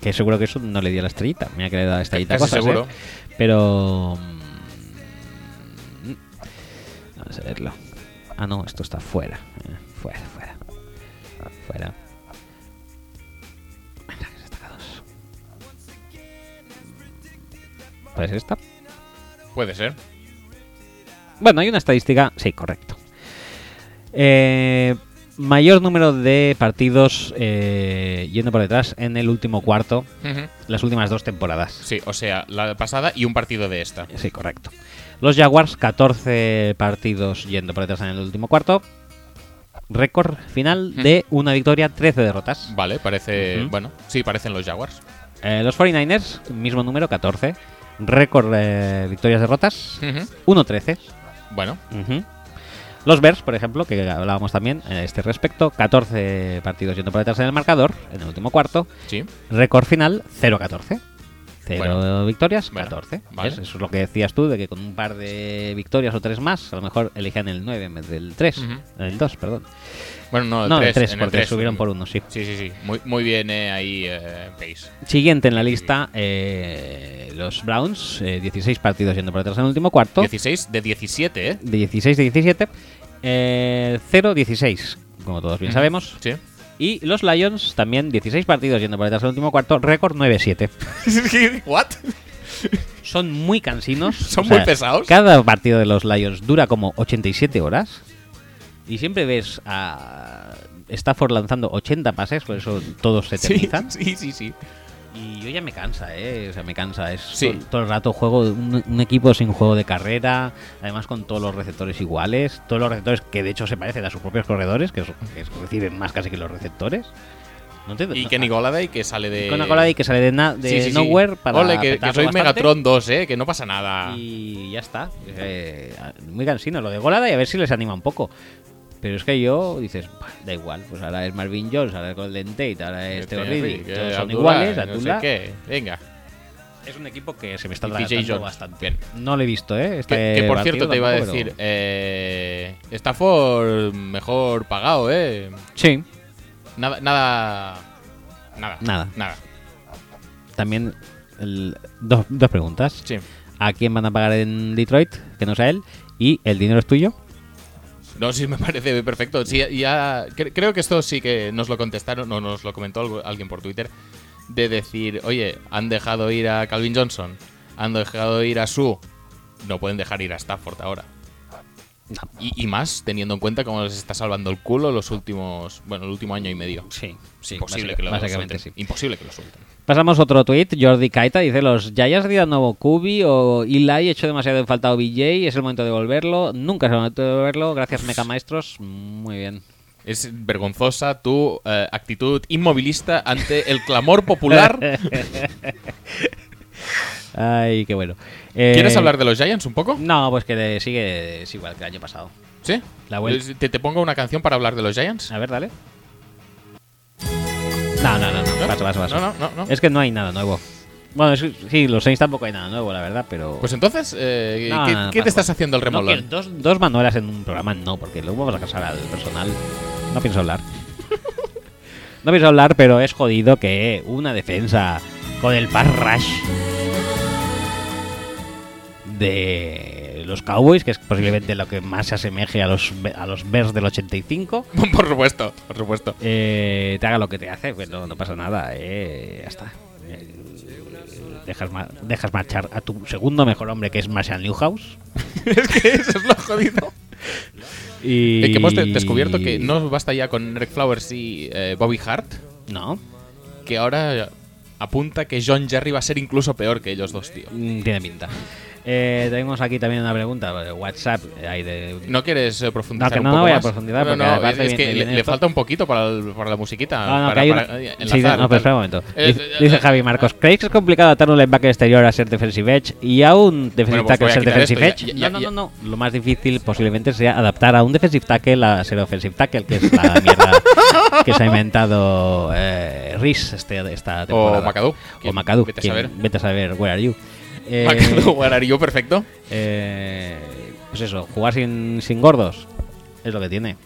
Speaker 1: Que seguro que eso no le dio la estrellita. Mira que le da la estrellita. a
Speaker 2: Casi
Speaker 1: cosas, ¿eh?
Speaker 2: seguro.
Speaker 1: Pero. mm, Vamos a verlo. Ah, no, esto está fuera. Eh, Fuera, fuera. Fuera. Venga, que se está a dos. ¿Puede ser esta?
Speaker 2: Puede ser.
Speaker 1: Bueno, hay una estadística. Sí, correcto. Eh, mayor número de partidos eh, yendo por detrás en el último cuarto.
Speaker 2: Ujú.
Speaker 1: Las últimas dos temporadas.
Speaker 2: Sí, o sea, la pasada y un partido de esta.
Speaker 1: Sí, correcto. Los Jaguars, 14 partidos yendo por detrás en el último cuarto. Récord final de una victoria, 13 derrotas.
Speaker 2: Vale, parece.
Speaker 1: Ujú.
Speaker 2: Bueno, sí, parecen los Jaguars.
Speaker 1: Eh, los 49ers, mismo número, 14. Récord eh, victorias, derrotas,
Speaker 2: Ujú.
Speaker 1: 1-13.
Speaker 2: Bueno,
Speaker 1: Ujú. Los Bears, por ejemplo, que hablábamos también a este respecto, 14 partidos yendo por detrás en el marcador, en el último cuarto.
Speaker 2: sí.
Speaker 1: Récord final, 0-14. 0
Speaker 2: Bueno.
Speaker 1: victorias,
Speaker 2: Bueno,
Speaker 1: 14.
Speaker 2: vale.
Speaker 1: ¿Ves? Eso es lo que decías tú, de que con un par de victorias o tres más, a lo mejor elegían el 9 en vez del 3.
Speaker 2: Ujú.
Speaker 1: El 2, perdón.
Speaker 2: Bueno, no, el
Speaker 1: no, el
Speaker 2: tres,
Speaker 1: 3,
Speaker 2: en el
Speaker 1: porque
Speaker 2: tres.
Speaker 1: subieron por uno, sí.
Speaker 2: Sí, sí, sí. Muy, muy bien eh, ahí, eh, Pace.
Speaker 1: Siguiente en la lista, eh, los Browns, eh, 16 partidos yendo por detrás en el último cuarto.
Speaker 2: 16 de 17, ¿eh?
Speaker 1: De 16 de 17. Eh, 0-16, como todos bien
Speaker 2: Ujú.
Speaker 1: sabemos.
Speaker 2: Sí.
Speaker 1: Y los Lions, también 16 partidos yendo por detrás en el último cuarto, récord 9-7. *laughs*
Speaker 2: *laughs* ¿What?
Speaker 1: son muy cansinos.
Speaker 2: *laughs* Son
Speaker 1: O sea,
Speaker 2: muy pesados.
Speaker 1: Cada partido de los Lions dura como 87 horas. Y siempre ves a Stafford lanzando 80 pases, por eso todos se
Speaker 2: Sí,
Speaker 1: eternizan.
Speaker 2: sí, sí, sí.
Speaker 1: Y yo ya me cansa, ¿eh? O sea, me cansa. Es
Speaker 2: Sí.
Speaker 1: todo, todo el rato juego, un, un equipo sin juego de carrera, además con todos los receptores iguales, todos los receptores que de hecho se parecen a sus propios corredores, que, es- que es- reciben más casi que los receptores. No te-
Speaker 2: Y
Speaker 1: *laughs* no-
Speaker 2: Kenny Goladay que sale de.
Speaker 1: Con Acolade que sale de, na- de
Speaker 2: Sí, sí, sí.
Speaker 1: nowhere para
Speaker 2: Ole, que- que,
Speaker 1: petarlo
Speaker 2: soy
Speaker 1: bastante.
Speaker 2: Megatron 2, ¿eh? Que no pasa nada.
Speaker 1: Y ya está. Eh, muy cansino lo de Golada y a ver si les anima un poco. Pero es que yo, dices, "Bah, da igual, pues ahora es Marvin Jones, ahora es Golden Tate, ahora es
Speaker 2: Este
Speaker 1: Theo
Speaker 2: Henry,
Speaker 1: Riddick,
Speaker 2: que
Speaker 1: todos son
Speaker 2: Abdullah,
Speaker 1: iguales,
Speaker 2: no sé
Speaker 1: Abdullah.
Speaker 2: qué. Venga.
Speaker 1: Es un equipo que se me está
Speaker 2: Y TJ
Speaker 1: adelantando
Speaker 2: Jones.
Speaker 1: bastante.
Speaker 2: Bien.
Speaker 1: No lo he visto, ¿eh?
Speaker 2: Que,
Speaker 1: Este
Speaker 2: que, por
Speaker 1: partido
Speaker 2: cierto te iba a
Speaker 1: tampoco,
Speaker 2: decir,
Speaker 1: pero-
Speaker 2: eh, Stafford mejor pagado, ¿eh?
Speaker 1: Sí,
Speaker 2: Nada, nada, nada,
Speaker 1: Nada.
Speaker 2: nada.
Speaker 1: también el- dos, dos preguntas.
Speaker 2: Sí.
Speaker 1: ¿A quién van a pagar en Detroit? Que no sea él. ¿Y el dinero es tuyo?
Speaker 2: No, sí, me *laughs* parece perfecto. Sí, ya, cre- creo que esto sí que nos lo contestaron, o nos lo comentó algu- alguien por Twitter, de decir, oye, han dejado ir a Calvin Johnson, han dejado ir a Su, no pueden dejar ir a Stafford ahora.
Speaker 1: No.
Speaker 2: Y, y más, teniendo en cuenta cómo les está salvando el culo los últimos, bueno, el último año y medio.
Speaker 1: Sí, sí.
Speaker 2: Imposible que lo
Speaker 1: básicamente
Speaker 2: suelten.
Speaker 1: sí.
Speaker 2: Imposible que lo suelten.
Speaker 1: Pasamos a otro tweet. Jordi Kaita dice: Los Giants de nuevo Kubi o Eli hecho demasiado en falta a OBJ. Es el momento de volverlo. Nunca es el momento de devolverlo. Gracias, Meca Maestros. Muy bien.
Speaker 2: Es vergonzosa tu eh, actitud inmovilista ante el
Speaker 1: *laughs*
Speaker 2: clamor
Speaker 1: Eh.
Speaker 2: popular.
Speaker 1: Ay, qué bueno. Eh,
Speaker 2: ¿Quieres hablar de los Giants un poco?
Speaker 1: No, pues que le sigue es igual que el año pasado.
Speaker 2: ¿Sí?
Speaker 1: La vuelta.
Speaker 2: Pues, ¿Te, te pongo una canción para hablar de los Giants?
Speaker 1: A ver, dale. No, no, no, no.
Speaker 2: ¿No?
Speaker 1: Ah, Paso, paso, Eh. paso.
Speaker 2: No, no, no, no.
Speaker 1: Es que no hay nada nuevo. Bueno, es que- sí, los Saints tampoco hay nada nuevo, la verdad, pero.
Speaker 2: Pues entonces, eh,
Speaker 1: No,
Speaker 2: ¿qué,
Speaker 1: no, no,
Speaker 2: qué
Speaker 1: Paco.
Speaker 2: te estás haciendo el
Speaker 1: No, que
Speaker 2: remolón?
Speaker 1: dos, dos manuelas en un programa no, porque luego vamos a casar al personal. No pienso hablar. no pienso hablar, pero es jodido que una defensa con el pass rush de los Cowboys, que es posiblemente lo que más se asemeje a los, a los Bears del 85,
Speaker 2: *laughs* por supuesto, por supuesto. *laughs*
Speaker 1: eh, te haga lo que te hace, pues no, no pasa nada, eh, ya está. Eh, dejas, ma- dejas marchar a tu segundo mejor hombre, que es Marshall Newhouse.
Speaker 2: es que eso es lo jodido.
Speaker 1: Y
Speaker 2: Y que hemos de- descubierto que no basta ya con Rick Flowers y eh, Bobby Hart,
Speaker 1: No,
Speaker 2: que ahora apunta que John Jerry va a ser incluso peor que ellos dos, tío.
Speaker 1: mm, tiene pinta. Eh, tenemos aquí también una pregunta de WhatsApp. eh, ahí de-
Speaker 2: ¿No quieres eh, profundizar
Speaker 1: No, que
Speaker 2: un
Speaker 1: no, no
Speaker 2: poco
Speaker 1: voy a
Speaker 2: más?
Speaker 1: profundizar
Speaker 2: No,
Speaker 1: porque
Speaker 2: no,
Speaker 1: aparte
Speaker 2: es que
Speaker 1: viene-
Speaker 2: le,
Speaker 1: viene
Speaker 2: le
Speaker 1: esto.
Speaker 2: falta un poquito para, el- para la musiquita.
Speaker 1: Ah, no,
Speaker 2: para-
Speaker 1: que hay
Speaker 2: para,
Speaker 1: una-
Speaker 2: eh,
Speaker 1: Sí,
Speaker 2: enlazar,
Speaker 1: no, pero
Speaker 2: tal.
Speaker 1: espera un momento.
Speaker 2: Eh,
Speaker 1: Dice,
Speaker 2: eh,
Speaker 1: dice
Speaker 2: eh,
Speaker 1: Javi
Speaker 2: *laughs*
Speaker 1: Marcos, ¿creéis que es complicado atar un linebacker exterior a ser defensive edge y a un defensive
Speaker 2: Bueno, pues
Speaker 1: tackle a
Speaker 2: voy a
Speaker 1: ser
Speaker 2: quitar
Speaker 1: defensive
Speaker 2: esto, ya-
Speaker 1: edge?
Speaker 2: ya-
Speaker 1: no, no,
Speaker 2: ya-
Speaker 1: no, no. Lo más difícil posiblemente sea adaptar a un defensive tackle a ser offensive tackle, que es
Speaker 2: *laughs*
Speaker 1: la mierda que se ha inventado eh, Rhys este, esta temporada.
Speaker 2: McAdoo,
Speaker 1: O
Speaker 2: quien-
Speaker 1: McAdoo.
Speaker 2: vete a
Speaker 1: quien-
Speaker 2: saber.
Speaker 1: Vete a saber, where are you? Eh,
Speaker 2: Macado, Guararillo, perfecto.
Speaker 1: eh, pues eso, jugar sin, sin gordos es lo que tiene.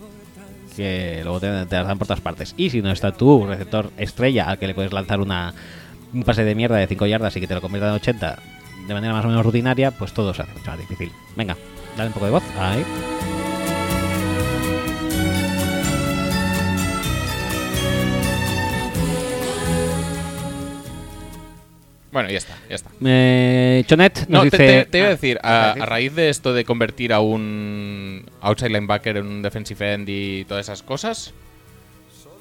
Speaker 1: Que luego te, te las dan por todas partes. Y si no está tu receptor estrella al que le puedes lanzar una, un pase de mierda de 5 yardas y que te lo convierta en 80 de manera más o menos rutinaria, pues todo se hace mucho más difícil. Venga, dale un poco de voz. Ahí.
Speaker 2: Bueno, ya está, ya está.
Speaker 1: Eh, Chonet
Speaker 2: No,
Speaker 1: nos
Speaker 2: te,
Speaker 1: dice. Ah.
Speaker 2: te- te iba a decir, a,
Speaker 1: decir.
Speaker 2: a raíz de esto de convertir a un outside linebacker en un defensive end y todas esas cosas,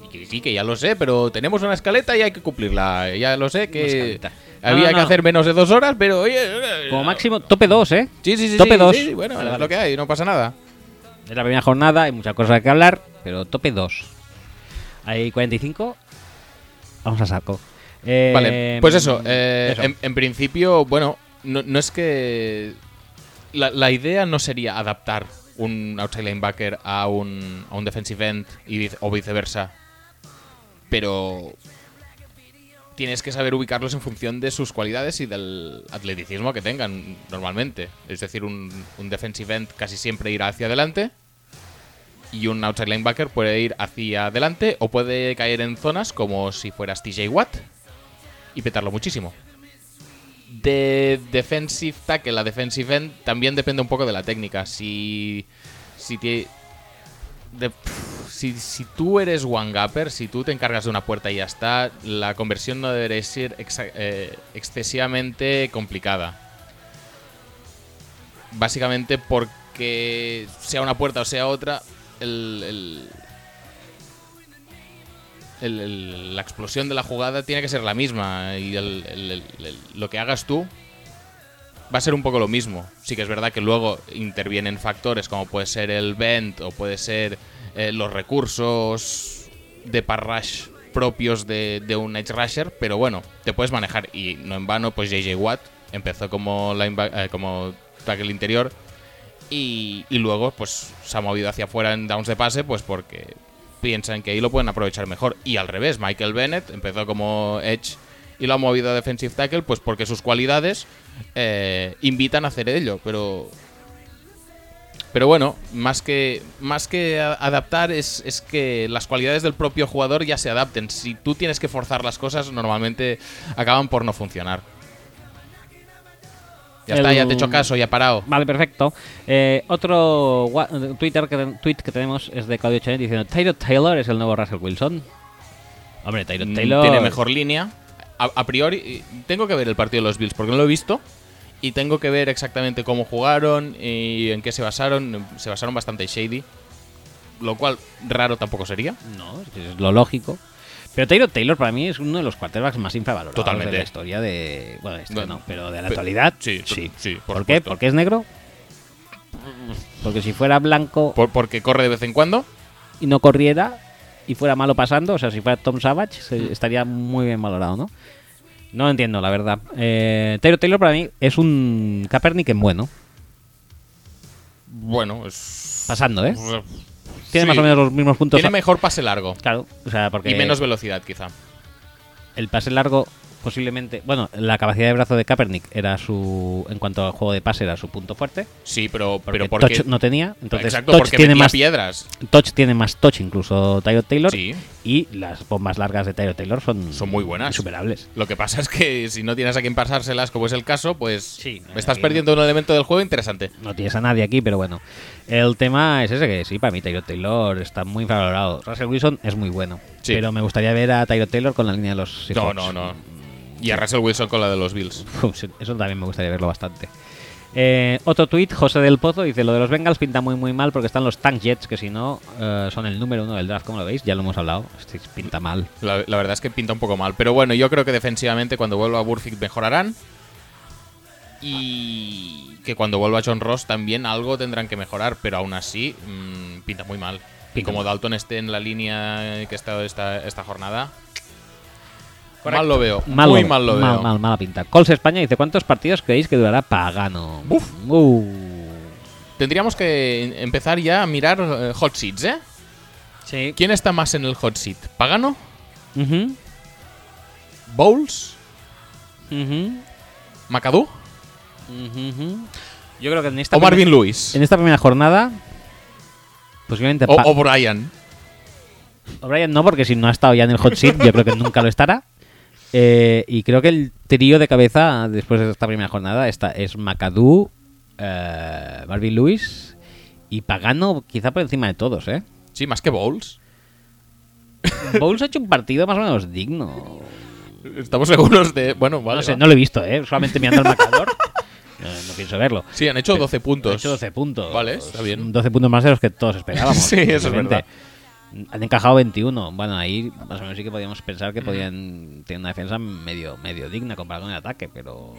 Speaker 2: y que, sí, que ya lo sé, pero tenemos una escaleta y hay que cumplirla. Ya lo sé
Speaker 1: Una
Speaker 2: que
Speaker 1: escaleta. No,
Speaker 2: había
Speaker 1: no,
Speaker 2: que
Speaker 1: no.
Speaker 2: hacer menos de dos horas, pero oye...
Speaker 1: Como máximo, tope 2, ¿eh?
Speaker 2: Sí, sí, sí.
Speaker 1: Tope
Speaker 2: sí,
Speaker 1: dos.
Speaker 2: sí, sí, bueno,
Speaker 1: Vale,
Speaker 2: es
Speaker 1: vale.
Speaker 2: lo que hay, no pasa nada.
Speaker 1: Es la primera jornada, hay muchas cosas que hablar, pero tope 2. Hay 45. Vamos a saco. Eh,
Speaker 2: Vale, pues eso. eh,
Speaker 1: eso.
Speaker 2: En, en principio, bueno, no, no es que. La, la idea no sería adaptar un outside linebacker a un, a un defensive end y vice- o viceversa. Pero. Tienes que saber ubicarlos en función de sus cualidades y del atleticismo que tengan normalmente. Es decir, un, un defensive end casi siempre irá hacia adelante y un outside linebacker puede ir hacia adelante o puede caer en zonas como si fueras TJ Watt y petarlo muchísimo. De defensive tackle a defensive end también depende un poco de la técnica. Si si te- de- si, si tú eres one gapper, si tú te encargas de una puerta y ya está, la conversión no debería ser exa- eh, excesivamente complicada básicamente porque sea una puerta o sea otra, el, el- el- el- la explosión de la jugada tiene que ser la misma y el- el- el- el- lo que hagas tú va a ser un poco lo mismo. Sí que es verdad que luego intervienen factores como puede ser el vent o puede ser eh, los recursos de parrash propios de, de un edge rusher, pero bueno, te puedes manejar y no en vano pues JJ Watt empezó como, lineba- eh, como tackle interior y, y luego pues se ha movido hacia afuera en downs de pase pues porque piensan que ahí lo pueden aprovechar mejor y al revés Michael Bennett empezó como edge y lo ha movido a defensive tackle pues porque sus cualidades eh, invitan a hacer ello pero pero bueno más que más que a- adaptar es, es que las cualidades del propio jugador ya se adapten si tú tienes que forzar las cosas normalmente acaban por no funcionar ya está,
Speaker 1: El-
Speaker 2: ya te he hecho caso, ya he parado.
Speaker 1: Vale, perfecto. Eh, otro wa- Twitter que ten- tweet que tenemos es de Claudio Chenet diciendo: Tyrod Taylor es el nuevo Russell Wilson. Hombre, Tyrod
Speaker 2: Mm,
Speaker 1: Taylor.
Speaker 2: Tiene mejor línea. A, a priori, eh, tengo que ver el partido de los Bills porque no lo he visto. Y tengo que ver exactamente cómo jugaron y en qué se basaron. Se basaron bastante en Shady. Lo cual raro tampoco sería.
Speaker 1: No, es que es lo lógico. Pero Tyrod Taylor para mí es uno de los quarterbacks más infravalorados
Speaker 2: Totalmente.
Speaker 1: de la historia de. Bueno, este
Speaker 2: Bueno,
Speaker 1: no, pero de la
Speaker 2: pe-
Speaker 1: actualidad.
Speaker 2: sí, to- sí,
Speaker 1: ¿Por
Speaker 2: por
Speaker 1: qué?
Speaker 2: supuesto.
Speaker 1: ¿Porque es negro? Porque si fuera blanco
Speaker 2: Por- porque corre de vez en cuando.
Speaker 1: y no corriera y fuera malo pasando, o sea, si fuera Tom Savage,
Speaker 2: Mm.
Speaker 1: se- estaría muy bien valorado, ¿no? No lo entiendo, la verdad. Eh, Taylor Taylor para mí es un Kaepernick en bueno,
Speaker 2: Bueno, es.
Speaker 1: pasando, ¿eh?
Speaker 2: Tiene
Speaker 1: Tiene más o menos los mismos puntos.
Speaker 2: Tiene mejor pase largo.
Speaker 1: Claro, o sea, porque
Speaker 2: Y menos velocidad, quizá.
Speaker 1: el pase largo posiblemente, bueno, la capacidad de brazo de Kaepernick era su, en cuanto al juego de pase, era su punto fuerte.
Speaker 2: Sí, pero.
Speaker 1: Porque
Speaker 2: pero porque,
Speaker 1: Touch no tenía, entonces
Speaker 2: Exacto,
Speaker 1: Touch
Speaker 2: porque
Speaker 1: tiene
Speaker 2: metía
Speaker 1: más
Speaker 2: piedras.
Speaker 1: Touch tiene más touch incluso Tyler Taylor
Speaker 2: Sí.
Speaker 1: y las bombas largas de Tyler Taylor son
Speaker 2: Son muy buenas.
Speaker 1: superables.
Speaker 2: Lo que pasa es que si no tienes a quien pasárselas, como es el caso, pues.
Speaker 1: Sí,
Speaker 2: estás
Speaker 1: aquí-
Speaker 2: perdiendo un elemento del juego interesante.
Speaker 1: No tienes a nadie aquí, pero bueno. El tema es ese que sí, para mí Tyro Taylor está muy valorado. Russell Wilson es muy bueno.
Speaker 2: Sí.
Speaker 1: Pero me gustaría ver a Tyro Taylor con la línea de los *laughs*
Speaker 2: No,
Speaker 1: Seahawks.
Speaker 2: no, no.
Speaker 1: Mm,
Speaker 2: Y a Russell Wilson con la de los Bills.
Speaker 1: Uf, Eso también me gustaría verlo bastante. Eh, otro tuit, José del Pozo, dice, lo de los Bengals pinta muy muy mal porque están los Tank Jets, que si no eh, son el número uno del draft, como lo veis, ya lo hemos hablado, Este pinta mal.
Speaker 2: La, la verdad es que pinta un poco mal. Pero bueno, yo creo que defensivamente cuando vuelva Burfict mejorarán. Y que cuando vuelva John Ross también algo tendrán que mejorar. Pero aún así, mm, pinta muy mal. y
Speaker 1: Pinta
Speaker 2: como
Speaker 1: mal.
Speaker 2: Dalton esté en la línea que ha estado esta, esta jornada. Mal lo veo.
Speaker 1: Mal
Speaker 2: muy
Speaker 1: lo-
Speaker 2: mal lo veo.
Speaker 1: Mal, mala pinta. Cols España dice, ¿cuántos partidos creéis que durará Pagano?
Speaker 2: Uf.
Speaker 1: Uh.
Speaker 2: Tendríamos que en- empezar ya a mirar eh, hot seats, ¿eh?
Speaker 1: Sí.
Speaker 2: ¿Quién está más en el hot seat? ¿Pagano?
Speaker 1: Ujú,
Speaker 2: ¿Bowles?
Speaker 1: ujú,
Speaker 2: ¿Macadú?
Speaker 1: ujú, ujú. Yo creo que en esta,
Speaker 2: ¿O Marvin
Speaker 1: primer-
Speaker 2: Lewis?
Speaker 1: en esta primera jornada, posiblemente
Speaker 2: ¿O,
Speaker 1: Pa-
Speaker 2: o Brian?
Speaker 1: O'Brien no, porque si no ha estado ya en el hot seat, yo creo que nunca lo estará. Eh, y creo que el trío de cabeza después de esta primera jornada esta es McAdoo, eh, Marvin Lewis y Pagano, quizá por encima de todos, ¿eh?
Speaker 2: Sí, más que Bowles.
Speaker 1: Bowles ha hecho un partido más o menos digno.
Speaker 2: Estamos seguros de. Bueno, vale.
Speaker 1: no sé,
Speaker 2: va.
Speaker 1: no lo he visto, ¿eh? Solamente mirando el
Speaker 2: *laughs*
Speaker 1: marcador. No, no pienso verlo.
Speaker 2: Sí, han hecho 12 puntos.
Speaker 1: Ha hecho 12 puntos.
Speaker 2: Vale, está bien.
Speaker 1: 12 puntos más de los que todos esperábamos.
Speaker 2: *laughs* Sí, eso es
Speaker 1: obviamente. Han encajado 21. Bueno, ahí más o menos sí que podíamos pensar que podían tener una defensa medio, medio digna comparado con el ataque, pero.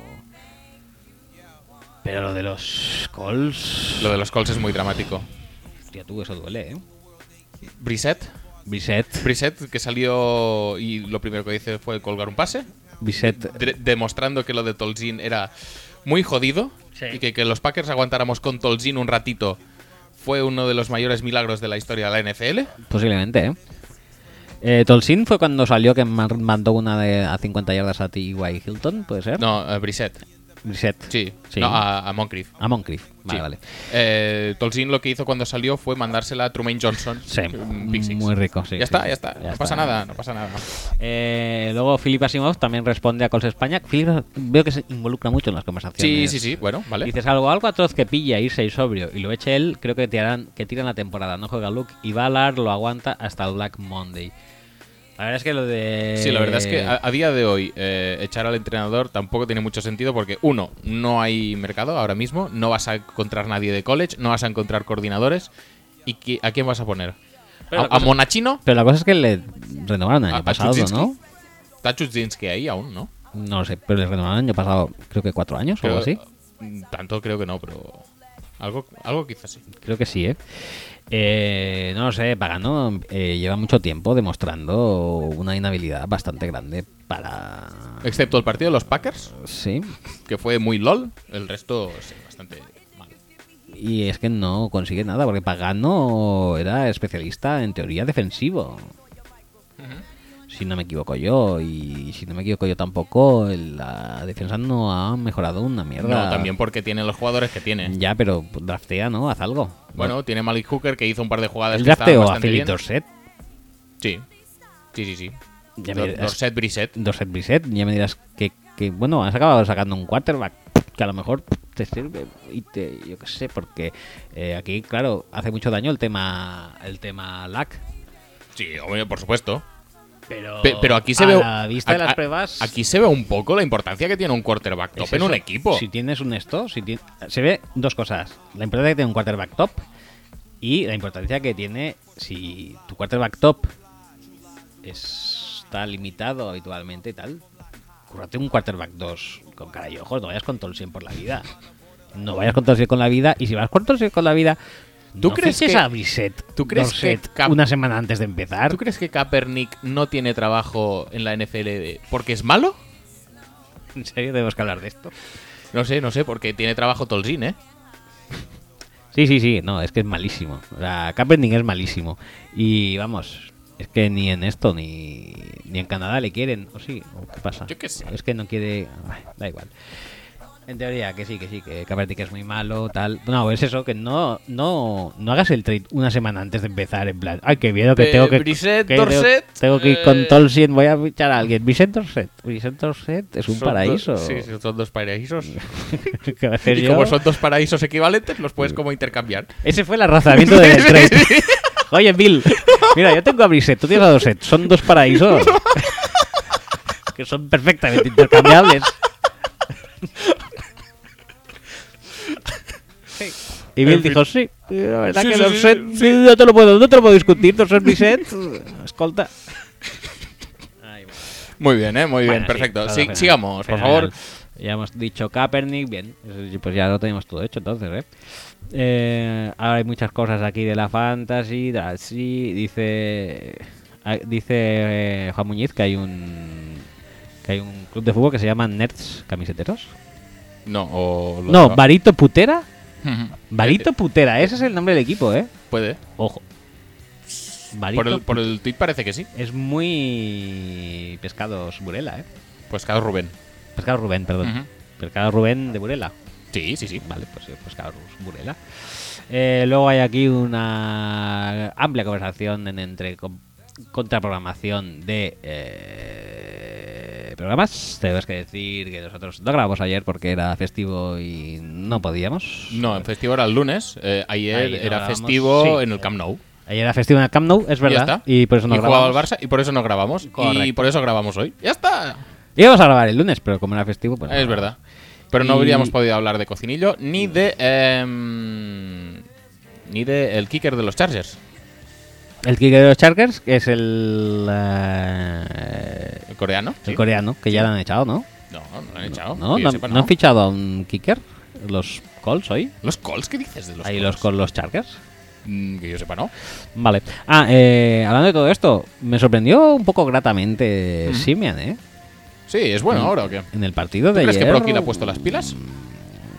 Speaker 1: Pero lo de los Colts.
Speaker 2: Lo de los Colts es muy dramático.
Speaker 1: Hostia, tú, eso duele, ¿eh?
Speaker 2: Brissett.
Speaker 1: Bisset.
Speaker 2: Brissett, que salió y lo primero que hizo fue colgar un pase,
Speaker 1: Bisset.
Speaker 2: de- demostrando que lo de Tolzin era muy jodido
Speaker 1: Sí.
Speaker 2: y que, que los Packers aguantáramos con Tolzin un ratito fue uno de los mayores milagros de la historia de la NFL.
Speaker 1: Posiblemente, ¿eh? Eh, Tolsin fue cuando salió que mar- mandó una de a 50 yardas a T.Y. Hilton, ¿puede ser?
Speaker 2: No, a Brissett.
Speaker 1: Brissett.
Speaker 2: Sí,
Speaker 1: Sí.
Speaker 2: No, a, a Moncrief.
Speaker 1: A Moncrief. Vale,
Speaker 2: Sí.
Speaker 1: vale.
Speaker 2: Eh, Tolzin lo que hizo cuando salió fue mandársela a Trumaine Johnson.
Speaker 1: Sí,
Speaker 2: Un pick six.
Speaker 1: muy rico. sí,
Speaker 2: ya,
Speaker 1: sí,
Speaker 2: está,
Speaker 1: sí.
Speaker 2: ya está, No
Speaker 1: está.
Speaker 2: pasa nada, no pasa nada.
Speaker 1: Eh, luego Filip Asimov también responde a Cols España. Filip veo que se involucra mucho en las
Speaker 2: Sí,
Speaker 1: conversaciones.
Speaker 2: sí, sí, bueno, vale.
Speaker 1: Dices algo, algo atroz que pilla irse y sobrio y lo eche él, creo que tiran, que tiran la temporada, no juega Luke y Valar lo aguanta hasta el Black Monday. La verdad es que lo de...
Speaker 2: Sí, la verdad es que ah, a, a día de hoy eh, echar al entrenador tampoco tiene mucho sentido porque, uno, no hay mercado ahora mismo, no vas a encontrar nadie de college, no vas a encontrar coordinadores. ¿Y qui- a quién vas a poner?
Speaker 1: Pero
Speaker 2: ¿A,
Speaker 1: la
Speaker 2: a
Speaker 1: cosa-
Speaker 2: Monachino?
Speaker 1: Pero la cosa es que le renovaron el
Speaker 2: ¿A-
Speaker 1: año
Speaker 2: a
Speaker 1: pasado,
Speaker 2: Chuczynski?
Speaker 1: ¿no?
Speaker 2: Está Chudzinski ahí aún, ¿no?
Speaker 1: No lo sé, pero le renovaron el año pasado, creo que cuatro años o algo así.
Speaker 2: Creo- mm, Tanto creo que no, pero algo, algo quizás sí.
Speaker 1: Creo que sí, ¿eh? Eh, no lo sé, Pagano eh, lleva mucho tiempo demostrando una inhabilidad bastante grande para...
Speaker 2: Excepto el partido de los Packers,
Speaker 1: Sí.
Speaker 2: que fue muy LOL, el resto sí, bastante mal.
Speaker 1: Y es que no consigue nada, porque Pagano era especialista en teoría defensivo. Si no me equivoco yo, y si no me equivoco yo tampoco, la defensa no ha mejorado una mierda.
Speaker 2: No, también porque tiene los jugadores que tiene.
Speaker 1: Ya, pero draftea, ¿no? Haz algo.
Speaker 2: Bueno, tiene Malik Hooker que hizo un par de jugadas
Speaker 1: el
Speaker 2: que estaban
Speaker 1: drafteo a
Speaker 2: bastante
Speaker 1: Philip
Speaker 2: bien.
Speaker 1: Dorset.
Speaker 2: Sí. Sí, sí, sí.
Speaker 1: Ya
Speaker 2: Dor-
Speaker 1: verás.
Speaker 2: Dorset Brissett.
Speaker 1: Dorset Brissett, ya me dirás que, que, bueno, has acabado sacando un quarterback que a lo mejor te sirve y te, yo qué sé, porque eh, aquí, claro, hace mucho daño el tema, el tema LAC.
Speaker 2: Sí, hombre, por supuesto.
Speaker 1: Pero,
Speaker 2: Pe- pero aquí se
Speaker 1: Oh, a
Speaker 2: ve.
Speaker 1: la vista de
Speaker 2: a-
Speaker 1: las
Speaker 2: a-
Speaker 1: pruebas.
Speaker 2: Aquí se ve un poco la importancia que tiene un quarterback top
Speaker 1: es
Speaker 2: en un
Speaker 1: eso.
Speaker 2: equipo.
Speaker 1: Si tienes un esto, si ti- se ve dos cosas. La importancia que tiene un quarterback top y la importancia que tiene si tu quarterback top está limitado habitualmente y tal. Currate un quarterback 2 con cara y ojos, no vayas con Tolsien por la vida. No vayas con Tolsien con la vida y si vas con Tolsien con la vida,
Speaker 2: ¿Tú
Speaker 1: no
Speaker 2: crees
Speaker 1: fiches
Speaker 2: que-
Speaker 1: a Brissett,
Speaker 2: tú crees que
Speaker 1: Dorset,
Speaker 2: Cap-
Speaker 1: una semana antes de empezar?
Speaker 2: ¿Tú crees que Kaepernick no tiene trabajo en la NFL porque es malo?
Speaker 1: ¿En serio tenemos que hablar de esto?
Speaker 2: No sé, no sé, porque tiene trabajo Tolzin, ¿eh?
Speaker 1: Sí, sí, sí, no, es que es malísimo. O sea, Kaepernick es malísimo. Y vamos, es que ni en esto ni, ni en Canadá le quieren. ¿O sí? ¿O ¿Qué pasa?
Speaker 2: Yo qué sé.
Speaker 1: Es que no quiere. Ay, Da igual. En teoría, que sí, que sí, que Kaepernick es muy malo, tal. No, es eso, que no no, no hagas el trade una semana antes de empezar, en plan. Ay, qué miedo que
Speaker 2: Eh,
Speaker 1: tengo que.
Speaker 2: Brissett,
Speaker 1: que tengo-
Speaker 2: Dorset,
Speaker 1: Tengo, que ir
Speaker 2: eh,
Speaker 1: con Tolsien, voy a fichar a alguien. Vicent Dorset. Vicent Dorset es un
Speaker 2: Son
Speaker 1: paraíso.
Speaker 2: dos- sí, sí, son dos paraísos.
Speaker 1: *laughs* ¿Qué voy a hacer
Speaker 2: y
Speaker 1: yo?
Speaker 2: como son dos paraísos equivalentes, los puedes como intercambiar.
Speaker 1: Ese fue el arrasamiento
Speaker 2: *laughs*
Speaker 1: del
Speaker 2: Sí,
Speaker 1: trade.
Speaker 2: *laughs*
Speaker 1: Oye, Bill, mira, yo tengo a Brissett, tú tienes a Dorset. Son dos paraísos. que son perfectamente intercambiables. Y Bill dijo, sí, la verdad
Speaker 2: Sí,
Speaker 1: que
Speaker 2: sí,
Speaker 1: los
Speaker 2: sí,
Speaker 1: set, sí, no te lo puedo, no te lo puedo discutir, dos set mi set,
Speaker 2: *laughs*
Speaker 1: escolta.
Speaker 2: Muy bien, ¿eh? Muy bien,
Speaker 1: Bueno, sí,
Speaker 2: perfecto.
Speaker 1: todo
Speaker 2: Sí,
Speaker 1: fenomenal,
Speaker 2: sigamos, por
Speaker 1: fenomenal.
Speaker 2: favor.
Speaker 1: Ya hemos dicho Kaepernick, bien, eso sí, pues ya lo tenemos todo hecho entonces, ¿eh? Eh, ahora hay muchas cosas aquí de la fantasy, de así, dice ah, dice eh, Juan Muñiz que hay un que hay un club de fútbol que se llama Nerds Camiseteros.
Speaker 2: No, o lo Eh,
Speaker 1: No,
Speaker 2: de-
Speaker 1: Barito Putera,
Speaker 2: Ujú.
Speaker 1: Barito Putera, ese es el nombre del equipo, ¿eh?
Speaker 2: *laughs* Puede.
Speaker 1: Ojo. Barito
Speaker 2: Por el, por el tweet parece que sí.
Speaker 1: es muy pescados Burela, ¿eh?
Speaker 2: Pues cada Rubén.
Speaker 1: Pescado Rubén, perdón.
Speaker 2: Ujú.
Speaker 1: Pescado Rubén de Burela.
Speaker 2: Sí, sí, sí.
Speaker 1: Vale, pues sí, Pescado Burela. Eh, luego hay aquí una amplia conversación en- entre con- contraprogramación de eh, programas. Tenemos que decir que nosotros no grabamos ayer porque era festivo y no podíamos.
Speaker 2: No, en festivo era el lunes. eh, ayer
Speaker 1: Ahí no
Speaker 2: era
Speaker 1: grabamos,
Speaker 2: festivo
Speaker 1: sí.
Speaker 2: en el Camp Nou.
Speaker 1: Ayer era festivo en el Camp Nou, es
Speaker 2: Ya
Speaker 1: verdad.
Speaker 2: está.
Speaker 1: Y por eso no
Speaker 2: jugaba
Speaker 1: grabamos.
Speaker 2: el Barça y por eso no grabamos. Y
Speaker 1: Correcto.
Speaker 2: por eso grabamos hoy. ¡Ya está!
Speaker 1: Íbamos a grabar el lunes, pero como era festivo, pues. no
Speaker 2: Es
Speaker 1: grabamos.
Speaker 2: verdad. Pero no
Speaker 1: Y- Mm.
Speaker 2: habríamos podido hablar de Cocinillo ni de. em, ni de el kicker de los Chargers.
Speaker 1: El kicker de los Chargers, que es el. eh,
Speaker 2: El coreano.
Speaker 1: el
Speaker 2: sí.
Speaker 1: coreano, que ya lo han echado, ¿no?
Speaker 2: No, no lo han echado.
Speaker 1: No,
Speaker 2: Oh, que yo
Speaker 1: no,
Speaker 2: sepa,
Speaker 1: no han fichado a un kicker. Los Colts hoy.
Speaker 2: ¿Los Colts? ¿Qué dices de los
Speaker 1: Ahí
Speaker 2: Colts?
Speaker 1: los con los Chargers.
Speaker 2: Mm, que yo sepa, no.
Speaker 1: Vale. Ah, eh, hablando de todo esto, me sorprendió un poco gratamente Simian, ¿eh?
Speaker 2: Sí, es bueno ahora o qué.
Speaker 1: En el partido
Speaker 2: ¿Tú
Speaker 1: de
Speaker 2: crees que
Speaker 1: Mm. ayer. Mm.
Speaker 2: Brocky le ha puesto las pilas?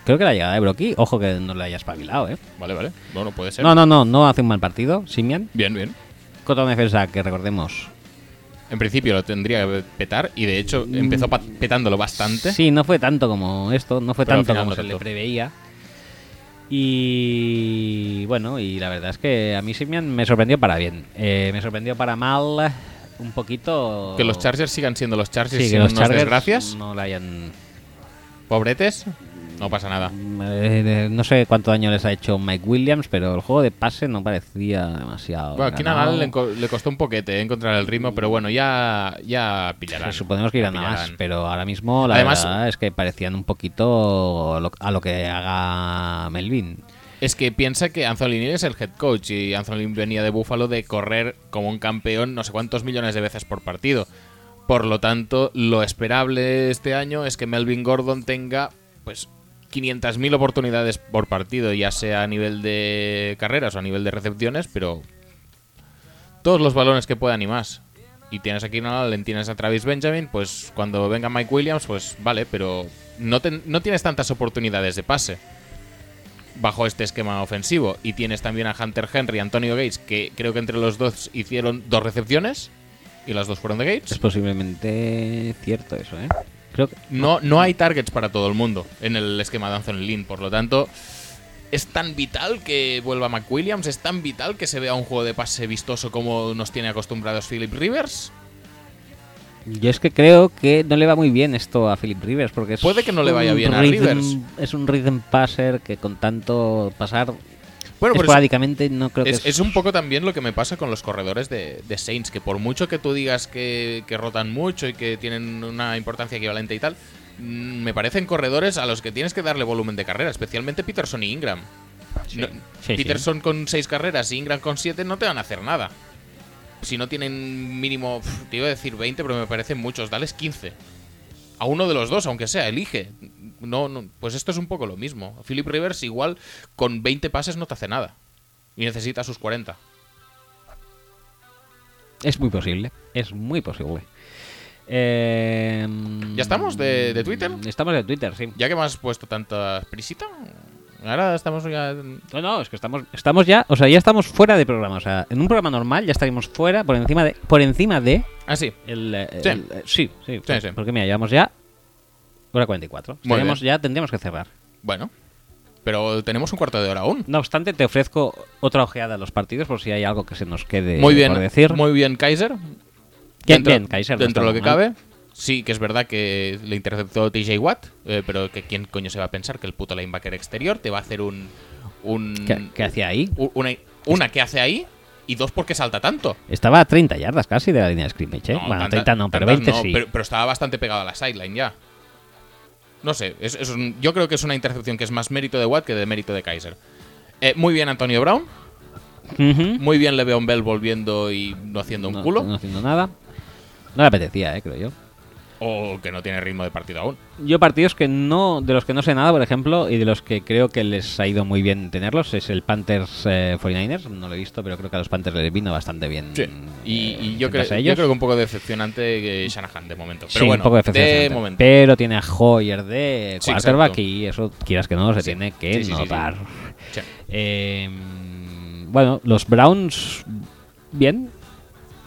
Speaker 1: Creo que la llegada de Brocky, ojo que no le haya espabilado, ¿eh?
Speaker 2: Vale, vale. Bueno, puede ser.
Speaker 1: No, no, no, no hace un mal partido, Simian.
Speaker 2: Bien, bien.
Speaker 1: Contra una defensa que recordemos.
Speaker 2: En principio lo tendría que petar y de hecho empezó pa- petándolo bastante.
Speaker 1: Mm. Sí, no fue tanto como esto, no fue
Speaker 2: Pero al
Speaker 1: tanto
Speaker 2: final
Speaker 1: como
Speaker 2: no
Speaker 1: se le
Speaker 2: tanto.
Speaker 1: preveía. Y bueno, y la verdad es que a mí Simian me sorprendió para bien. Eh, me sorprendió para mal un poquito.
Speaker 2: Que los Chargers sigan siendo los Chargers
Speaker 1: Sí, que
Speaker 2: sin
Speaker 1: los
Speaker 2: unas
Speaker 1: Chargers Mm.
Speaker 2: desgracias.
Speaker 1: no la hayan.
Speaker 2: Pobretes, no pasa nada.
Speaker 1: eh, no sé cuánto daño les ha hecho Mike Williams, pero el juego de pase no parecía demasiado.
Speaker 2: Bueno, aquí
Speaker 1: ganado.
Speaker 2: Nadal le, co- le costó un poquete eh, encontrar el ritmo, pero bueno, ya, ya pillarán.
Speaker 1: Suponemos que irán
Speaker 2: Ya
Speaker 1: a más,
Speaker 2: pillarán.
Speaker 1: pero ahora mismo la
Speaker 2: Además-
Speaker 1: verdad es que parecían un poquito lo- a lo que haga Melvin.
Speaker 2: Es que piensa que Anthony Neal es el head coach y Anthony Neal venía de Buffalo de correr como un campeón no sé cuántos millones de veces por partido. Por lo tanto, lo esperable este año es que Melvin Gordon tenga pues 500.000 oportunidades por partido, ya sea a nivel de carreras o a nivel de recepciones, pero todos los balones que puedan y más. Y tienes a Keenan Allen, tienes a Travis Benjamin, pues cuando venga Mike Williams, pues vale, pero no, ten- no tienes tantas oportunidades de pase bajo este esquema ofensivo. Y tienes también a Hunter Henry, Antonio Gates, que creo que entre los dos hicieron dos recepciones y las dos fueron de
Speaker 1: Es
Speaker 2: Gates.
Speaker 1: posiblemente cierto eso, ¿eh? Creo que
Speaker 2: No, no hay targets para todo el mundo en el esquema de Anthony Lynn, por lo tanto. Es tan vital que vuelva McWilliams, es tan vital que se vea un juego de pase vistoso como nos tiene acostumbrados Philip Rivers.
Speaker 1: yo es que creo que no le va muy bien esto a Philip Rivers porque es
Speaker 2: Puede que no le vaya
Speaker 1: un
Speaker 2: bien a
Speaker 1: rhythm-
Speaker 2: Rivers.
Speaker 1: Es un rhythm passer que con tanto pasar
Speaker 2: Bueno, pero es-
Speaker 1: esporádicamente no creo
Speaker 2: Es,
Speaker 1: que
Speaker 2: es un poco también lo que me pasa con los corredores de, de Saints, que por mucho que tú digas que, que rotan mucho y que tienen una importancia equivalente y tal, mm, me parecen corredores a los que tienes que darle volumen de carrera, especialmente Peterson y Ingram. No-
Speaker 1: Ah, sí.
Speaker 2: Peterson con seis carreras y Ingram con siete no te van a hacer nada. Si no tienen mínimo, pf, te iba a decir 20, pero me parecen muchos, dales 15. A uno de los dos, aunque sea, elige. No, no, pues esto es un poco lo mismo. Philip Rivers igual con 20 pases no te hace nada. Y necesita sus 40.
Speaker 1: es muy posible, es muy posible. Eh,
Speaker 2: ¿Ya estamos de- de Twitter?
Speaker 1: Estamos de Twitter, sí.
Speaker 2: Ya que me has puesto tanta prisita, ahora estamos ya...
Speaker 1: No, no, es que estamos, estamos ya, o sea, ya estamos fuera de programa, o sea, en un programa normal ya estaríamos fuera por encima de por encima de
Speaker 2: Ah, sí.
Speaker 1: El, eh,
Speaker 2: Sí.
Speaker 1: el, eh, sí, sí, por-
Speaker 2: sí.
Speaker 1: Porque mira, llevamos ya hora 44.
Speaker 2: Muy
Speaker 1: Tenemos,
Speaker 2: bien.
Speaker 1: ya tendríamos que cerrar.
Speaker 2: Bueno. Pero tenemos un cuarto de hora aún.
Speaker 1: No obstante, te ofrezco otra ojeada a los partidos por si hay algo que se nos quede
Speaker 2: Muy bien,
Speaker 1: eh, por decir.
Speaker 2: muy bien Kaiser.
Speaker 1: Bien, bien, Kaiser, no
Speaker 2: Dentro de lo que
Speaker 1: estamos mal.
Speaker 2: cabe. Sí, que es verdad que le interceptó TJ Watt, eh, pero que quién coño se va a pensar que el puto linebacker exterior te va a hacer un... un
Speaker 1: ¿Qué, qué hacía ahí?
Speaker 2: u- una, una que hace ahí y dos porque salta tanto.
Speaker 1: Estaba a 30 yardas casi de la línea de scrimmage, ¿eh?
Speaker 2: No,
Speaker 1: bueno,
Speaker 2: tanta-
Speaker 1: 30 no, pero
Speaker 2: tantas
Speaker 1: 20
Speaker 2: no,
Speaker 1: sí.
Speaker 2: Pero, pero estaba bastante pegado a la sideline ya. No sé, es- es un- yo creo que es una intercepción que es más mérito de Watt que de mérito de Kaiser. Eh, muy bien Antonio Brown,
Speaker 1: Ujú.
Speaker 2: muy bien Le'Veon Bell volviendo y no haciendo un
Speaker 1: No-
Speaker 2: culo,
Speaker 1: No, haciendo nada. No le apetecía, eh, creo yo.
Speaker 2: o que no tiene ritmo de partido aún.
Speaker 1: Yo partidos que no, de los que no sé nada, por ejemplo, y de los que creo que les ha ido muy bien tenerlos, es el Panthers eh, 49ers, no lo he visto, pero creo que a los Panthers les vino bastante bien.
Speaker 2: Sí. Y,
Speaker 1: eh,
Speaker 2: y yo, creo,
Speaker 1: enfrentarse a
Speaker 2: yo
Speaker 1: ellos.
Speaker 2: creo que un poco decepcionante eh, Shanahan de momento. Pero
Speaker 1: sí,
Speaker 2: bueno,
Speaker 1: un poco
Speaker 2: de
Speaker 1: decepcionante.
Speaker 2: momento.
Speaker 1: Pero tiene a Hoyer de
Speaker 2: Sí,
Speaker 1: quarterback
Speaker 2: exacto.
Speaker 1: y eso, quieras que no, se
Speaker 2: Sí.
Speaker 1: tiene que
Speaker 2: Sí, sí, sí, sí.
Speaker 1: notar.
Speaker 2: Sí.
Speaker 1: Eh, bueno, los Browns, bien.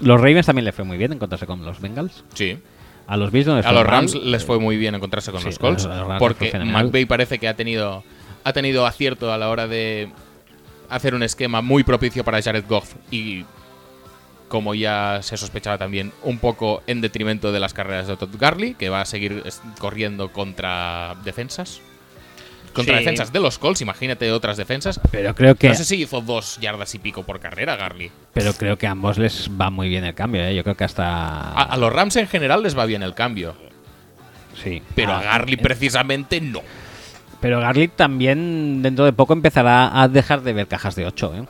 Speaker 1: Los Ravens también le fue muy bien encontrarse con los Bengals.
Speaker 2: Sí.
Speaker 1: A los Bills no les
Speaker 2: A
Speaker 1: fue
Speaker 2: los
Speaker 1: mal.
Speaker 2: Rams les fue muy bien encontrarse con
Speaker 1: Sí,
Speaker 2: los Colts,
Speaker 1: a los Rams les
Speaker 2: porque
Speaker 1: fue fenomenal.
Speaker 2: McVay parece que ha tenido, ha tenido acierto a la hora de hacer un esquema muy propicio para Jared Goff y, como ya se sospechaba también, un poco en detrimento de las carreras de Todd Gurley, que va a seguir es- corriendo contra defensas. Contra
Speaker 1: Sí.
Speaker 2: defensas de los Colts, imagínate otras defensas.
Speaker 1: Pero creo que
Speaker 2: No sé si hizo dos yardas y pico por carrera, Garly.
Speaker 1: Pero creo que a ambos les va muy bien el cambio, ¿eh? Yo creo que hasta...
Speaker 2: A, a los Rams en general les va bien el cambio,
Speaker 1: sí.
Speaker 2: pero a Garly
Speaker 1: eh,
Speaker 2: precisamente no.
Speaker 1: Pero Garlic también dentro de poco empezará a dejar de ver cajas de 8, ¿eh?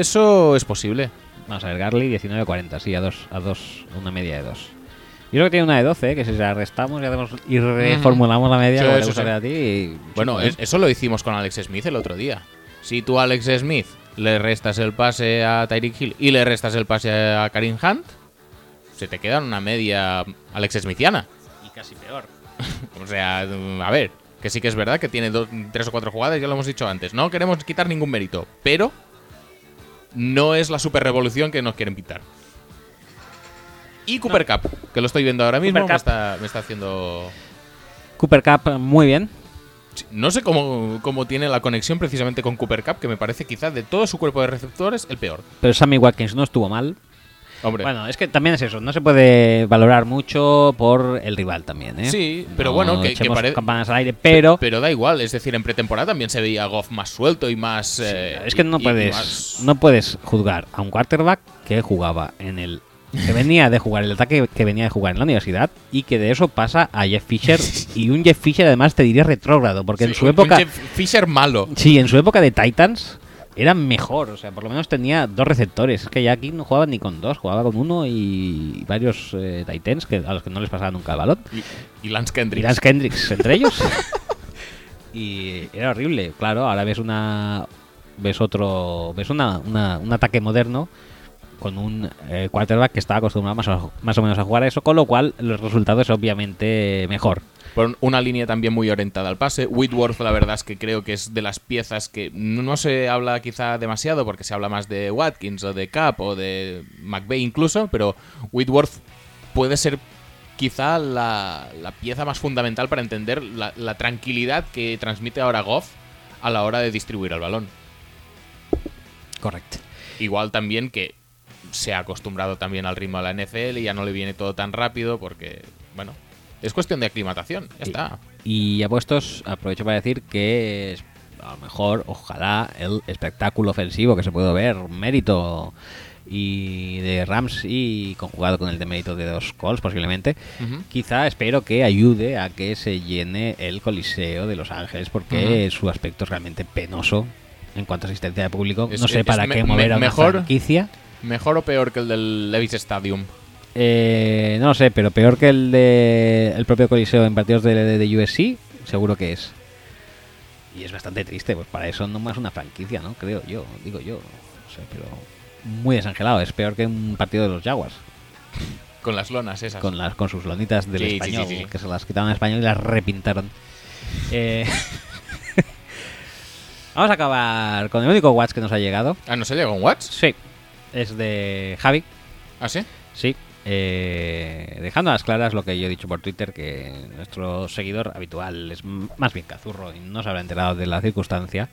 Speaker 2: Eso es posible.
Speaker 1: Vamos a ver, Garlic 19-40, sí, a 2, a dos, una media de 2. Yo creo que tiene una de 12, ¿eh? que si la restamos y, hacemos, y reformulamos la media,
Speaker 2: Sí,
Speaker 1: como te
Speaker 2: sí,
Speaker 1: gusta
Speaker 2: sí.
Speaker 1: ver a ti... y-
Speaker 2: Bueno,
Speaker 1: sí,
Speaker 2: es- eso lo hicimos con Alex Smith el otro día. Si tú, Alex Smith, le restas el pase a Tyreek Hill y le restas el pase a Karim Hunt, se te queda una media Alex Smithiana.
Speaker 1: Y casi peor.
Speaker 2: O sea, a ver, que sí que es verdad que tiene dos, tres o cuatro jugadas, ya lo hemos dicho antes. No queremos quitar ningún mérito, pero no es la super revolución que nos quieren pintar. Y Cooper Cup, que lo estoy viendo ahora mismo,
Speaker 1: Cooper
Speaker 2: me
Speaker 1: Kupp.
Speaker 2: está, me está haciendo
Speaker 1: Cooper Cup, muy bien.
Speaker 2: No sé cómo, cómo tiene la conexión precisamente con Cooper Cup, que me parece quizás de todo su cuerpo de receptores el peor.
Speaker 1: Pero Sammy Watkins no estuvo mal.
Speaker 2: Hombre.
Speaker 1: Bueno, es que también es eso. No se puede valorar mucho por el rival también, ¿eh?
Speaker 2: Sí, pero
Speaker 1: No
Speaker 2: bueno, que- que
Speaker 1: echemos
Speaker 2: pare-
Speaker 1: campanas al aire, pero...
Speaker 2: pero da igual, es decir, en pretemporada también se veía a Goff más suelto y más. eh,
Speaker 1: Es que no
Speaker 2: y- y
Speaker 1: puedes,
Speaker 2: más-
Speaker 1: no puedes juzgar a un quarterback que jugaba en el que venía de jugar el ataque que venía de jugar en la universidad y que de eso pasa a Jeff Fisher y un Jeff Fisher además te diría retrógrado porque en
Speaker 2: Sí,
Speaker 1: su
Speaker 2: un- un
Speaker 1: época
Speaker 2: Jeff Fisher malo.
Speaker 1: sí en su época de Titans era mejor o sea por lo menos tenía dos receptores es que ya aquí no jugaba ni con dos jugaba con uno y varios eh, Titans que a los que no les pasaba nunca el balón
Speaker 2: Y, y Lance
Speaker 1: y
Speaker 2: Kendrick.
Speaker 1: Lance Kendricks entre ellos. *laughs* y era horrible, claro, ahora ves una ves otro ves una, una- un ataque moderno con un eh, quarterback que está acostumbrado más o, más o menos a jugar a eso, con lo cual los resultados obviamente mejor.
Speaker 2: Por una línea también muy orientada al pase. Whitworth, la verdad es que creo que es de las piezas que no se habla quizá demasiado porque se habla más de Watkins o de Cap o de McVeigh incluso, pero Whitworth puede ser quizá la, la pieza más fundamental para entender la, la tranquilidad que transmite ahora Goff a la hora de distribuir el balón.
Speaker 1: Correcto.
Speaker 2: Igual también que se ha acostumbrado también al ritmo de la NFL y ya no le viene todo tan rápido porque, bueno, es cuestión de aclimatación, ya está.
Speaker 1: Y a puestos aprovecho para decir que es- a lo mejor, ojalá, el espectáculo ofensivo que se puede ver, mérito y de Rams y conjugado con el de mérito de dos calls posiblemente,
Speaker 2: Ujú.
Speaker 1: quizá espero que ayude a que se llene el Coliseo de Los Ángeles porque su aspecto es realmente penoso en cuanto a asistencia de público.
Speaker 2: Es-
Speaker 1: no sé
Speaker 2: es-
Speaker 1: para
Speaker 2: me-
Speaker 1: qué
Speaker 2: me-
Speaker 1: mover a una
Speaker 2: mejor-
Speaker 1: franquicia.
Speaker 2: ¿Mejor o peor que el del Levis Stadium?
Speaker 1: Eh, no lo sé, pero peor que el de el propio Coliseo en partidos de, de, de USC, seguro que es. Y es bastante triste, pues para eso no más una franquicia, ¿no? Creo yo, digo yo. No sé, pero muy desangelado. Es peor que un partido de los Jaguars,
Speaker 2: Con las lonas esas.
Speaker 1: con las con sus lonitas del
Speaker 2: Sí, sí,
Speaker 1: español,
Speaker 2: sí, sí.
Speaker 1: que se las quitaron al español y las repintaron. Eh, *laughs* Vamos a acabar con el único watch que nos ha llegado.
Speaker 2: Ah, ¿no se llega un Watts?
Speaker 1: Sí. Es de Javi,
Speaker 2: ¿Ah, sí?
Speaker 1: Sí, eh, dejando a las claras lo que yo he dicho por Twitter, que nuestro seguidor habitual es m- más bien cazurro y no se habrá enterado de la circunstancia.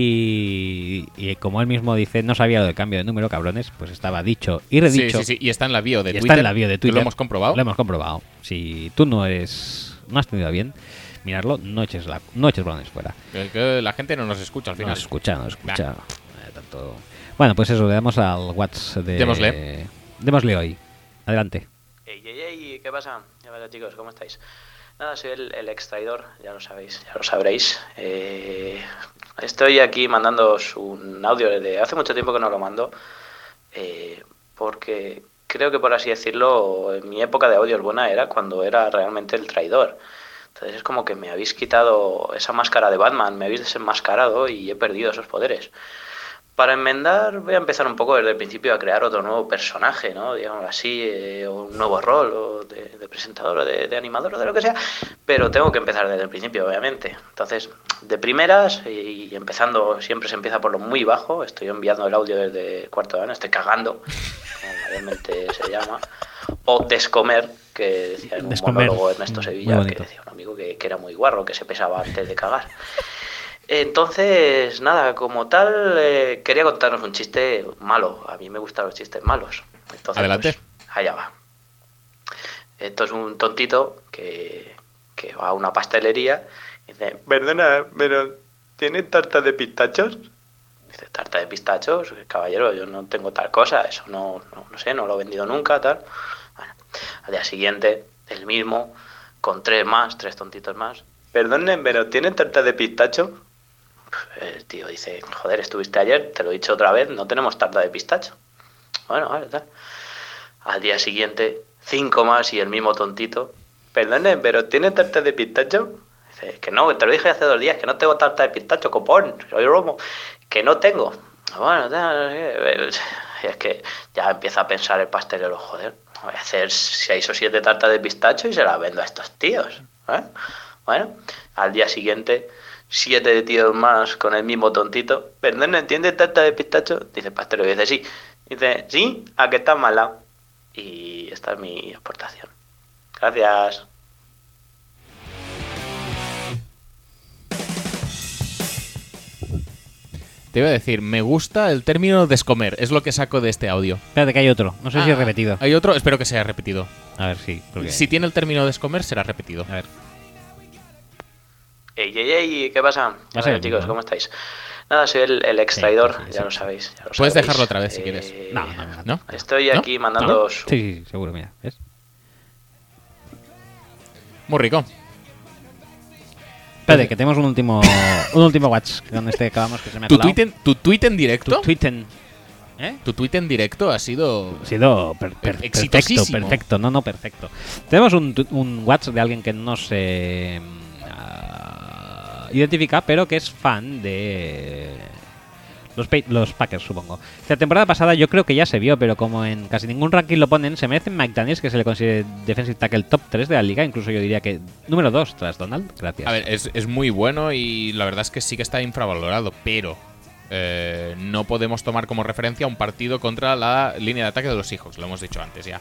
Speaker 1: Y, y como él mismo dice, no sabía lo del cambio de número, cabrones, pues estaba dicho y
Speaker 2: Sí,
Speaker 1: redicho.
Speaker 2: sí, sí. Y está en la bio de
Speaker 1: y
Speaker 2: Twitter.
Speaker 1: está en la bio de Twitter.
Speaker 2: Lo hemos comprobado.
Speaker 1: Lo hemos comprobado. Si tú no eres, no has tenido a bien mirarlo, no eches, la, no eches balones fuera.
Speaker 2: Que- que la gente no nos escucha al
Speaker 1: No
Speaker 2: final.
Speaker 1: nos escucha, no nos escucha. Eh, tanto. Bueno, pues eso, le damos al Whats de.
Speaker 2: Démosle.
Speaker 1: Démosle hoy. Adelante.
Speaker 7: Ey, ey, ey, ¿qué pasa? ¿Qué pasa, chicos? ¿Cómo estáis? Nada, soy el, el ex traidor, ya lo sabéis, ya lo sabréis. Eh, estoy aquí mandándoos un audio desde hace mucho tiempo que no lo mando, eh, porque creo que, por así decirlo, en mi época de audios buena era cuando era realmente el traidor. Entonces es como que me habéis quitado esa máscara de Batman, me habéis desenmascarado y he perdido esos poderes. Para enmendar, voy a empezar un poco desde el principio a crear otro nuevo personaje, ¿no? Digamos así, eh, o un nuevo rol, o de, de presentador, o de, de animador, o de lo que sea. Pero tengo que empezar desde el principio, obviamente. Entonces, de primeras, y, y empezando, siempre se empieza por lo muy bajo. Estoy enviando el audio desde cuarto de ano, estoy cagando, como realmente se llama. O descomer, que decía en un
Speaker 1: Descomer.
Speaker 7: monólogo Ernesto
Speaker 1: Mm,
Speaker 7: Sevilla,
Speaker 1: muy
Speaker 7: que
Speaker 1: bonito.
Speaker 7: decía un amigo que, que era muy guarro, que se pesaba antes de cagar. Entonces, nada, como tal, eh, quería contaros un chiste malo. A mí me gustan los chistes malos. Entonces,
Speaker 2: Adelante.
Speaker 7: pues, allá va. Esto es un tontito que, que va a una pastelería y dice, perdona, pero ¿tienen tarta de pistachos? Dice, tarta de pistachos, caballero, yo no tengo tal cosa, eso no, no, no sé, no lo he vendido nunca, tal. Bueno, al día siguiente, el mismo, con tres más, tres tontitos más. Perdonen, pero ¿tienen tarta de pistacho? El tío dice, joder, estuviste ayer, te lo he dicho otra vez, no tenemos tarta de pistacho. Bueno, vale, tal. Al día siguiente, cinco más y el mismo tontito. Perdonen, pero ¿tiene tarta de pistacho? Dice, que no, que te lo dije hace dos días, que no tengo tarta de pistacho, copón, soy romo, que no tengo. Bueno, tal, no sé qué. El- es que ya empieza a pensar el pastelero, joder, voy a hacer seis o siete tartas de pistacho y se las vendo a estos tíos. ¿eh? Bueno, al día siguiente, siete tíos más con el mismo tontito. Perdón, ¿no entiendes tarta de pistacho? Dice el pastelero, y dice, sí. Dice, sí, a que está mala. Y esta es mi aportación. Gracias.
Speaker 2: Te iba a decir, me gusta el término descomer, es lo que saco de este audio.
Speaker 1: Espérate que hay otro. No sé si
Speaker 2: Ah,
Speaker 1: es repetido.
Speaker 2: Hay otro, espero que sea repetido.
Speaker 1: A ver, sí. Porque...
Speaker 2: Si tiene el término descomer, será repetido.
Speaker 1: A ver.
Speaker 7: Ey, ey, ey, ¿qué pasa?
Speaker 1: Va a
Speaker 7: Hola,
Speaker 1: ser el
Speaker 7: chicos,
Speaker 1: mismo,
Speaker 7: ¿cómo estáis? Nada, soy el, el ex
Speaker 1: Sí,
Speaker 7: traidor,
Speaker 1: sí, sí,
Speaker 7: ya
Speaker 1: sí.
Speaker 7: lo sabéis. ya lo
Speaker 2: Puedes
Speaker 7: sabéis. Eh,
Speaker 2: dejarlo otra vez si quieres.
Speaker 1: No, no, no.
Speaker 2: ¿No?
Speaker 7: Estoy
Speaker 2: ¿No?
Speaker 7: aquí mandando
Speaker 1: Sí,
Speaker 7: su-
Speaker 1: sí, sí, seguro, mira. ¿Ves?
Speaker 2: Muy rico.
Speaker 1: Espérate,
Speaker 2: Pues
Speaker 1: que tenemos un último, un último watch con este que acabamos que se me ha
Speaker 2: ¿Tu
Speaker 1: colado.
Speaker 2: tweet, en, tu tweet en
Speaker 1: Tu
Speaker 2: directo?
Speaker 1: Twitter. ¿Eh?
Speaker 2: Tu tweet en directo ha sido...
Speaker 1: Ha sido per- per-
Speaker 2: Eh,
Speaker 1: perfecto,
Speaker 2: exitosísimo.
Speaker 1: perfecto, no, no, perfecto. Tenemos un, tu- un WhatsApp de alguien que no se mm, ah, identifica, pero que es fan de los, Pa- los Packers, supongo. La temporada pasada yo creo que ya se vio, pero como en casi ningún ranking lo ponen, se merece Mike Daniels, que se le considera defensive tackle top 3 de la liga, incluso yo diría que número 2 tras Donald. Gracias.
Speaker 2: A ver, es, es muy bueno y la verdad es que sí que está infravalorado, pero eh, no podemos tomar como referencia un partido contra la línea de ataque de los Seahawks, lo hemos dicho antes ya.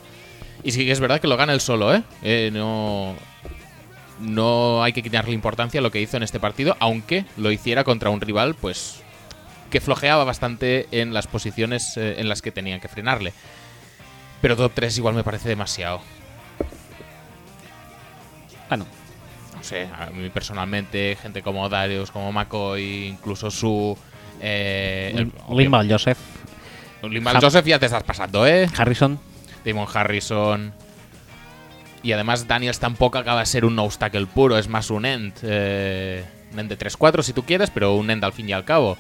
Speaker 2: Y sí que es verdad que lo gana él solo, ¿eh? Eh, no, no hay que quitarle importancia a lo que hizo en este partido, aunque lo hiciera contra un rival, pues que flojeaba bastante en las posiciones eh, en las que tenían que frenarle. Pero top 3 igual me parece demasiado.
Speaker 1: Bueno,
Speaker 2: ah, no sé, a mí personalmente, gente como Darius, como McCoy, incluso su. Eh, el-
Speaker 1: Linval Joseph,
Speaker 2: Linval
Speaker 1: Ham-
Speaker 2: Joseph ya te estás pasando, ¿eh?
Speaker 1: Harrison.
Speaker 2: Damon Harrison. Y además, Daniels tampoco acaba de ser un obstacle puro, es más un end. eh, un end de 3-4 si tú quieres, pero un end al fin y al cabo.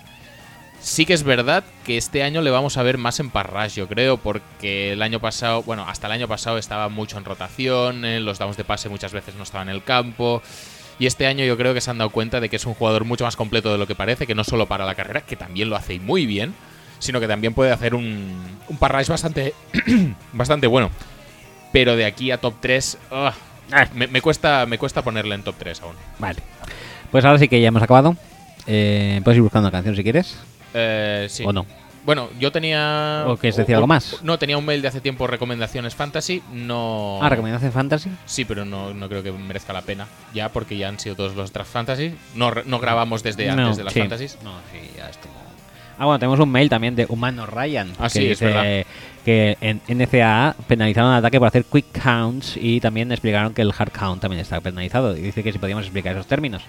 Speaker 2: Sí que es verdad que este año le vamos a ver más en parras, yo creo, porque el año pasado, bueno, hasta el año pasado estaba mucho en rotación, eh, los downs de pase muchas veces no estaban en el campo. Y este año yo creo que se han dado cuenta de que es un jugador mucho más completo de lo que parece, que no solo para la carrera, que también lo hace y muy bien, sino que también puede hacer un, un parrash bastante, bastante bueno. Pero de aquí a top 3, ugh, me, me cuesta, me cuesta ponerle en top 3 aún.
Speaker 1: Ah, Vale. Pues ahora sí que ya hemos acabado. Eh, puedes ir buscando una canción si quieres.
Speaker 2: Eh, sí.
Speaker 1: ¿O no?
Speaker 2: Bueno, yo tenía.
Speaker 1: ¿O quieres decir algo más?
Speaker 2: No, tenía un mail de hace tiempo, recomendaciones fantasy. No.
Speaker 1: Ah, recomendación fantasy.
Speaker 2: Sí, pero no, no creo que merezca la pena. Ya, porque ya han sido todos los draft fantasy. No, re- no grabamos desde antes
Speaker 1: No,
Speaker 2: de las
Speaker 1: sí.
Speaker 2: fantasies.
Speaker 1: No, sí, ya es como- Ah, bueno, tenemos un mail también de Humano Ryan.
Speaker 2: Ah,
Speaker 1: que
Speaker 2: sí, es verdad.
Speaker 1: Que en NCAA penalizaron el ataque por hacer quick counts y también explicaron que el hard count también está penalizado. Y dice que si podíamos explicar esos términos.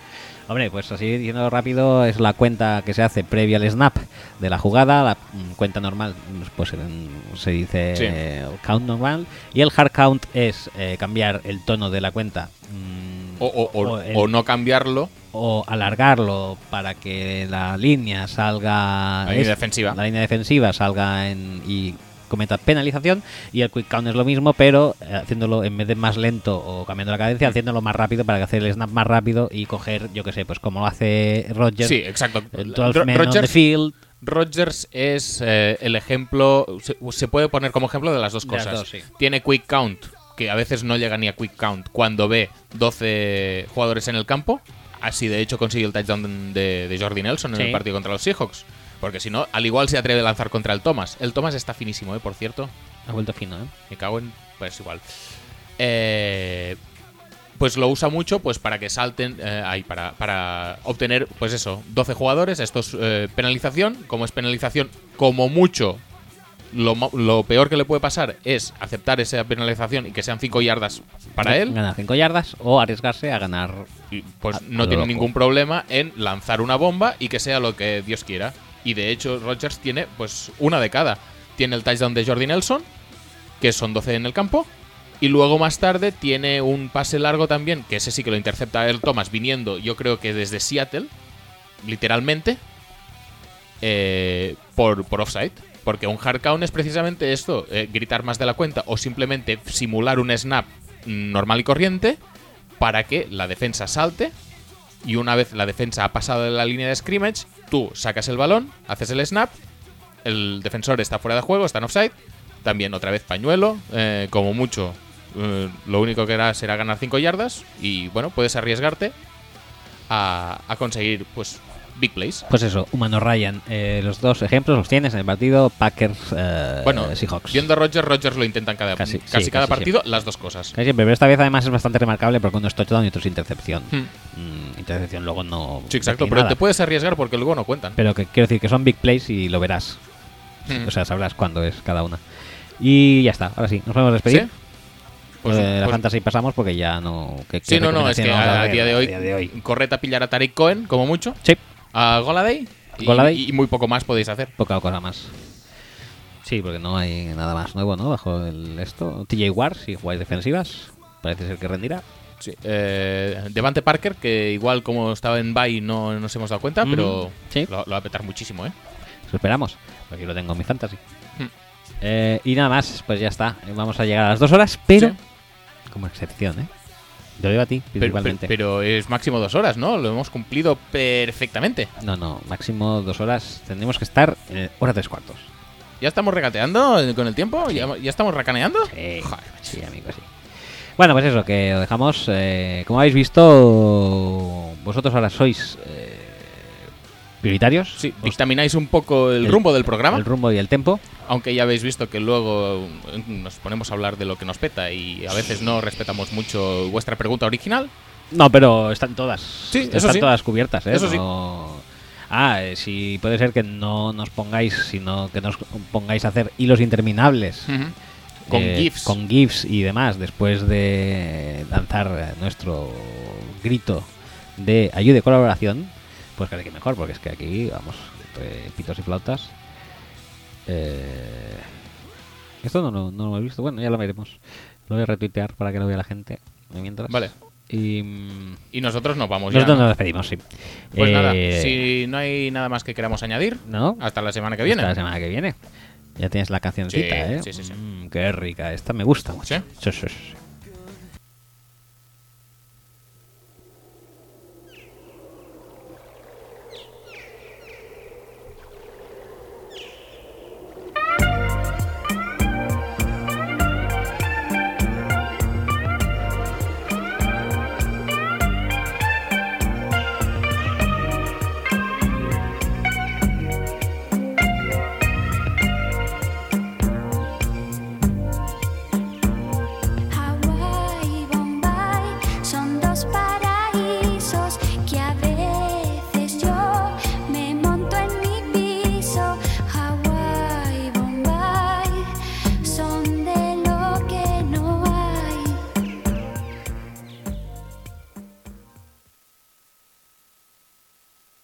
Speaker 1: Hombre, pues así diciendo rápido, es la cuenta que se hace previa al snap de la jugada, la mm, cuenta normal, pues en- se dice
Speaker 2: Sí.
Speaker 1: eh, count normal. Y el hard count es eh, cambiar el tono de la cuenta. mm,
Speaker 2: O, o- o-
Speaker 1: el-
Speaker 2: o no cambiarlo.
Speaker 1: o alargarlo para que la línea salga
Speaker 2: La línea defensiva.
Speaker 1: la línea defensiva salga en, y cometa penalización y el quick count es lo mismo pero eh, haciéndolo en vez de más lento o cambiando la cadencia
Speaker 2: Mm.
Speaker 1: haciéndolo más rápido para que hacer el snap más rápido y coger yo que sé pues como lo hace Roger
Speaker 2: Sí, exacto.
Speaker 1: el
Speaker 2: Ro-
Speaker 1: 12 men on the
Speaker 2: Rodgers-
Speaker 1: field
Speaker 2: Rodgers es eh, el ejemplo, se, se puede poner como ejemplo de las dos
Speaker 1: De las
Speaker 2: cosas.
Speaker 1: dos, sí.
Speaker 2: Tiene quick count, que a veces no llega ni a quick count cuando ve 12 jugadores en el campo. Así de hecho consiguió el touchdown de, de Jordi Nelson en
Speaker 1: Sí.
Speaker 2: el partido contra los Seahawks. Porque si no, al igual se atreve a lanzar contra el Thomas. El Thomas está finísimo, ¿eh? por cierto.
Speaker 1: ha vuelto fino ¿eh?
Speaker 2: Me cago en. Pues igual. Eh, pues lo usa mucho pues para que salten. eh, ahí, para, para obtener, pues eso, 12 jugadores. Esto es eh, penalización. Como es penalización, como mucho. Lo, mo- lo peor que le puede pasar es aceptar esa penalización y que sean 5 yardas para él.
Speaker 1: ganar 5 yardas o arriesgarse a ganar
Speaker 2: Y, pues
Speaker 1: A- a
Speaker 2: no
Speaker 1: Ah, lo
Speaker 2: tiene
Speaker 1: loco.
Speaker 2: ningún problema en lanzar una bomba y que sea lo que Dios quiera. Y de hecho, Rogers tiene pues una de cada. Tiene el touchdown de Jordi Nelson, que son 12 en el campo. Y luego más tarde tiene un pase largo también, que ese sí que lo intercepta el Thomas, viniendo yo creo que desde Seattle, literalmente, eh, por, por offside. Porque un hard count es precisamente esto, eh, gritar más de la cuenta o simplemente simular un snap mm, normal y corriente para que la defensa salte y una vez la defensa ha pasado de la línea de scrimmage, tú sacas el balón, haces el snap, el defensor está fuera de juego, está en offside, también otra vez pañuelo, eh, como mucho, eh, lo único que hará será ganar 5 yardas y bueno, puedes arriesgarte a, a conseguir pues big plays.
Speaker 1: pues eso humano Ryan eh, los dos ejemplos los tienes en el partido Packers eh,
Speaker 2: Bueno,
Speaker 1: Seahawks
Speaker 2: viendo a Rogers, Rogers lo intentan cada
Speaker 1: Casi,
Speaker 2: casi,
Speaker 1: sí,
Speaker 2: cada
Speaker 1: casi
Speaker 2: partido, las dos cosas.
Speaker 1: Casi siempre, pero esta vez además es bastante remarcable porque uno es touchdown y otro es intercepción.
Speaker 2: Hmm.
Speaker 1: Mm, intercepción luego no.
Speaker 2: Sí, exacto,
Speaker 1: define
Speaker 2: pero
Speaker 1: nada.
Speaker 2: te puedes arriesgar porque luego no cuentan.
Speaker 1: Pero que quiero decir que son big plays y lo verás.
Speaker 2: Hmm.
Speaker 1: O sea, sabrás cuándo es cada una. Y ya está, ahora sí, nos podemos
Speaker 2: ¿Sí?
Speaker 1: despedir.
Speaker 2: Pues-
Speaker 1: Eh, la
Speaker 2: pues-
Speaker 1: fantasy pasamos porque ya no. que-
Speaker 2: Sí,
Speaker 1: que
Speaker 2: no, no, es que
Speaker 1: recomendación vamos
Speaker 2: a,
Speaker 1: dar
Speaker 2: día de hoy,
Speaker 1: a día de hoy.
Speaker 2: correcta pillar a Tariq Cohen, como mucho,
Speaker 1: Sí,
Speaker 2: a Goladay y,
Speaker 1: Golladay.
Speaker 2: y muy poco más podéis hacer.
Speaker 1: poca cosa más. Sí, porque no hay nada más nuevo, ¿no? Bajo el esto. TJ Ward, si jugáis defensivas, parece ser que rendirá.
Speaker 2: Sí. Eh, Devante Parker, que igual como estaba en bye no nos hemos dado cuenta,
Speaker 1: Mm,
Speaker 2: pero
Speaker 1: sí.
Speaker 2: lo, lo va a petar muchísimo, ¿eh?
Speaker 1: Eso esperamos. Porque yo lo tengo en mi fantasy.
Speaker 2: Hmm.
Speaker 1: Eh, y nada más, pues ya está. Eh, Vamos a llegar a las dos horas, pero
Speaker 2: Sí.
Speaker 1: como excepción, ¿eh? Te Lo digo a ti,
Speaker 2: Pero, pero-
Speaker 1: principalmente.
Speaker 2: pero es máximo dos horas, ¿no? Lo hemos cumplido perfectamente.
Speaker 1: no, no, máximo dos horas. Tendremos que estar eh, hora tres cuartos.
Speaker 2: ¿Ya estamos regateando con el tiempo? ¿Ya, ya estamos racaneando?
Speaker 1: Sí,
Speaker 2: Joder,
Speaker 1: sí, amigo, sí. Bueno, pues eso, que lo dejamos. Eh, como habéis visto, vosotros ahora sois eh, prioritarios.
Speaker 2: Sí,
Speaker 1: Os-
Speaker 2: dictamináis un poco el, rumbo del programa,
Speaker 1: El rumbo y el tempo.
Speaker 2: aunque ya habéis visto que luego eh, nos ponemos a hablar de lo que nos peta y a veces no respetamos mucho vuestra pregunta original.
Speaker 1: No, pero están todas.
Speaker 2: Sí, eso
Speaker 1: están
Speaker 2: sí.
Speaker 1: todas cubiertas, ¿eh?
Speaker 2: Eso sí.
Speaker 1: No- Ah, eh, si puede ser que no nos pongáis, sino que nos pongáis a hacer hilos interminables.
Speaker 2: Hmm. Con
Speaker 1: eh,
Speaker 2: GIFs.
Speaker 1: Con GIFs y demás, después de lanzar eh, nuestro grito de ayuda y colaboración, pues casi que mejor, porque es que aquí vamos, entre pitos y flautas. Eh, Esto no, lo- no lo he visto, bueno, ya lo veremos. Lo voy a retuitear para que lo vea la gente mientras.
Speaker 2: Vale.
Speaker 1: Y mm,
Speaker 2: Y nosotros nos vamos ya.
Speaker 1: nosotros
Speaker 2: ¿no?
Speaker 1: nos despedimos, sí.
Speaker 2: Pues nada,
Speaker 1: Eh,
Speaker 2: si no hay nada más que queramos añadir,
Speaker 1: ¿No?
Speaker 2: hasta la semana que viene.
Speaker 1: Hasta la semana que viene. Ya tienes la cancioncita,
Speaker 2: Sí,
Speaker 1: ¿eh?
Speaker 2: sí, sí, sí.
Speaker 1: Mm, qué rica, esta me gusta mucho.
Speaker 2: ¿Sí?
Speaker 1: Sí, sí, sí.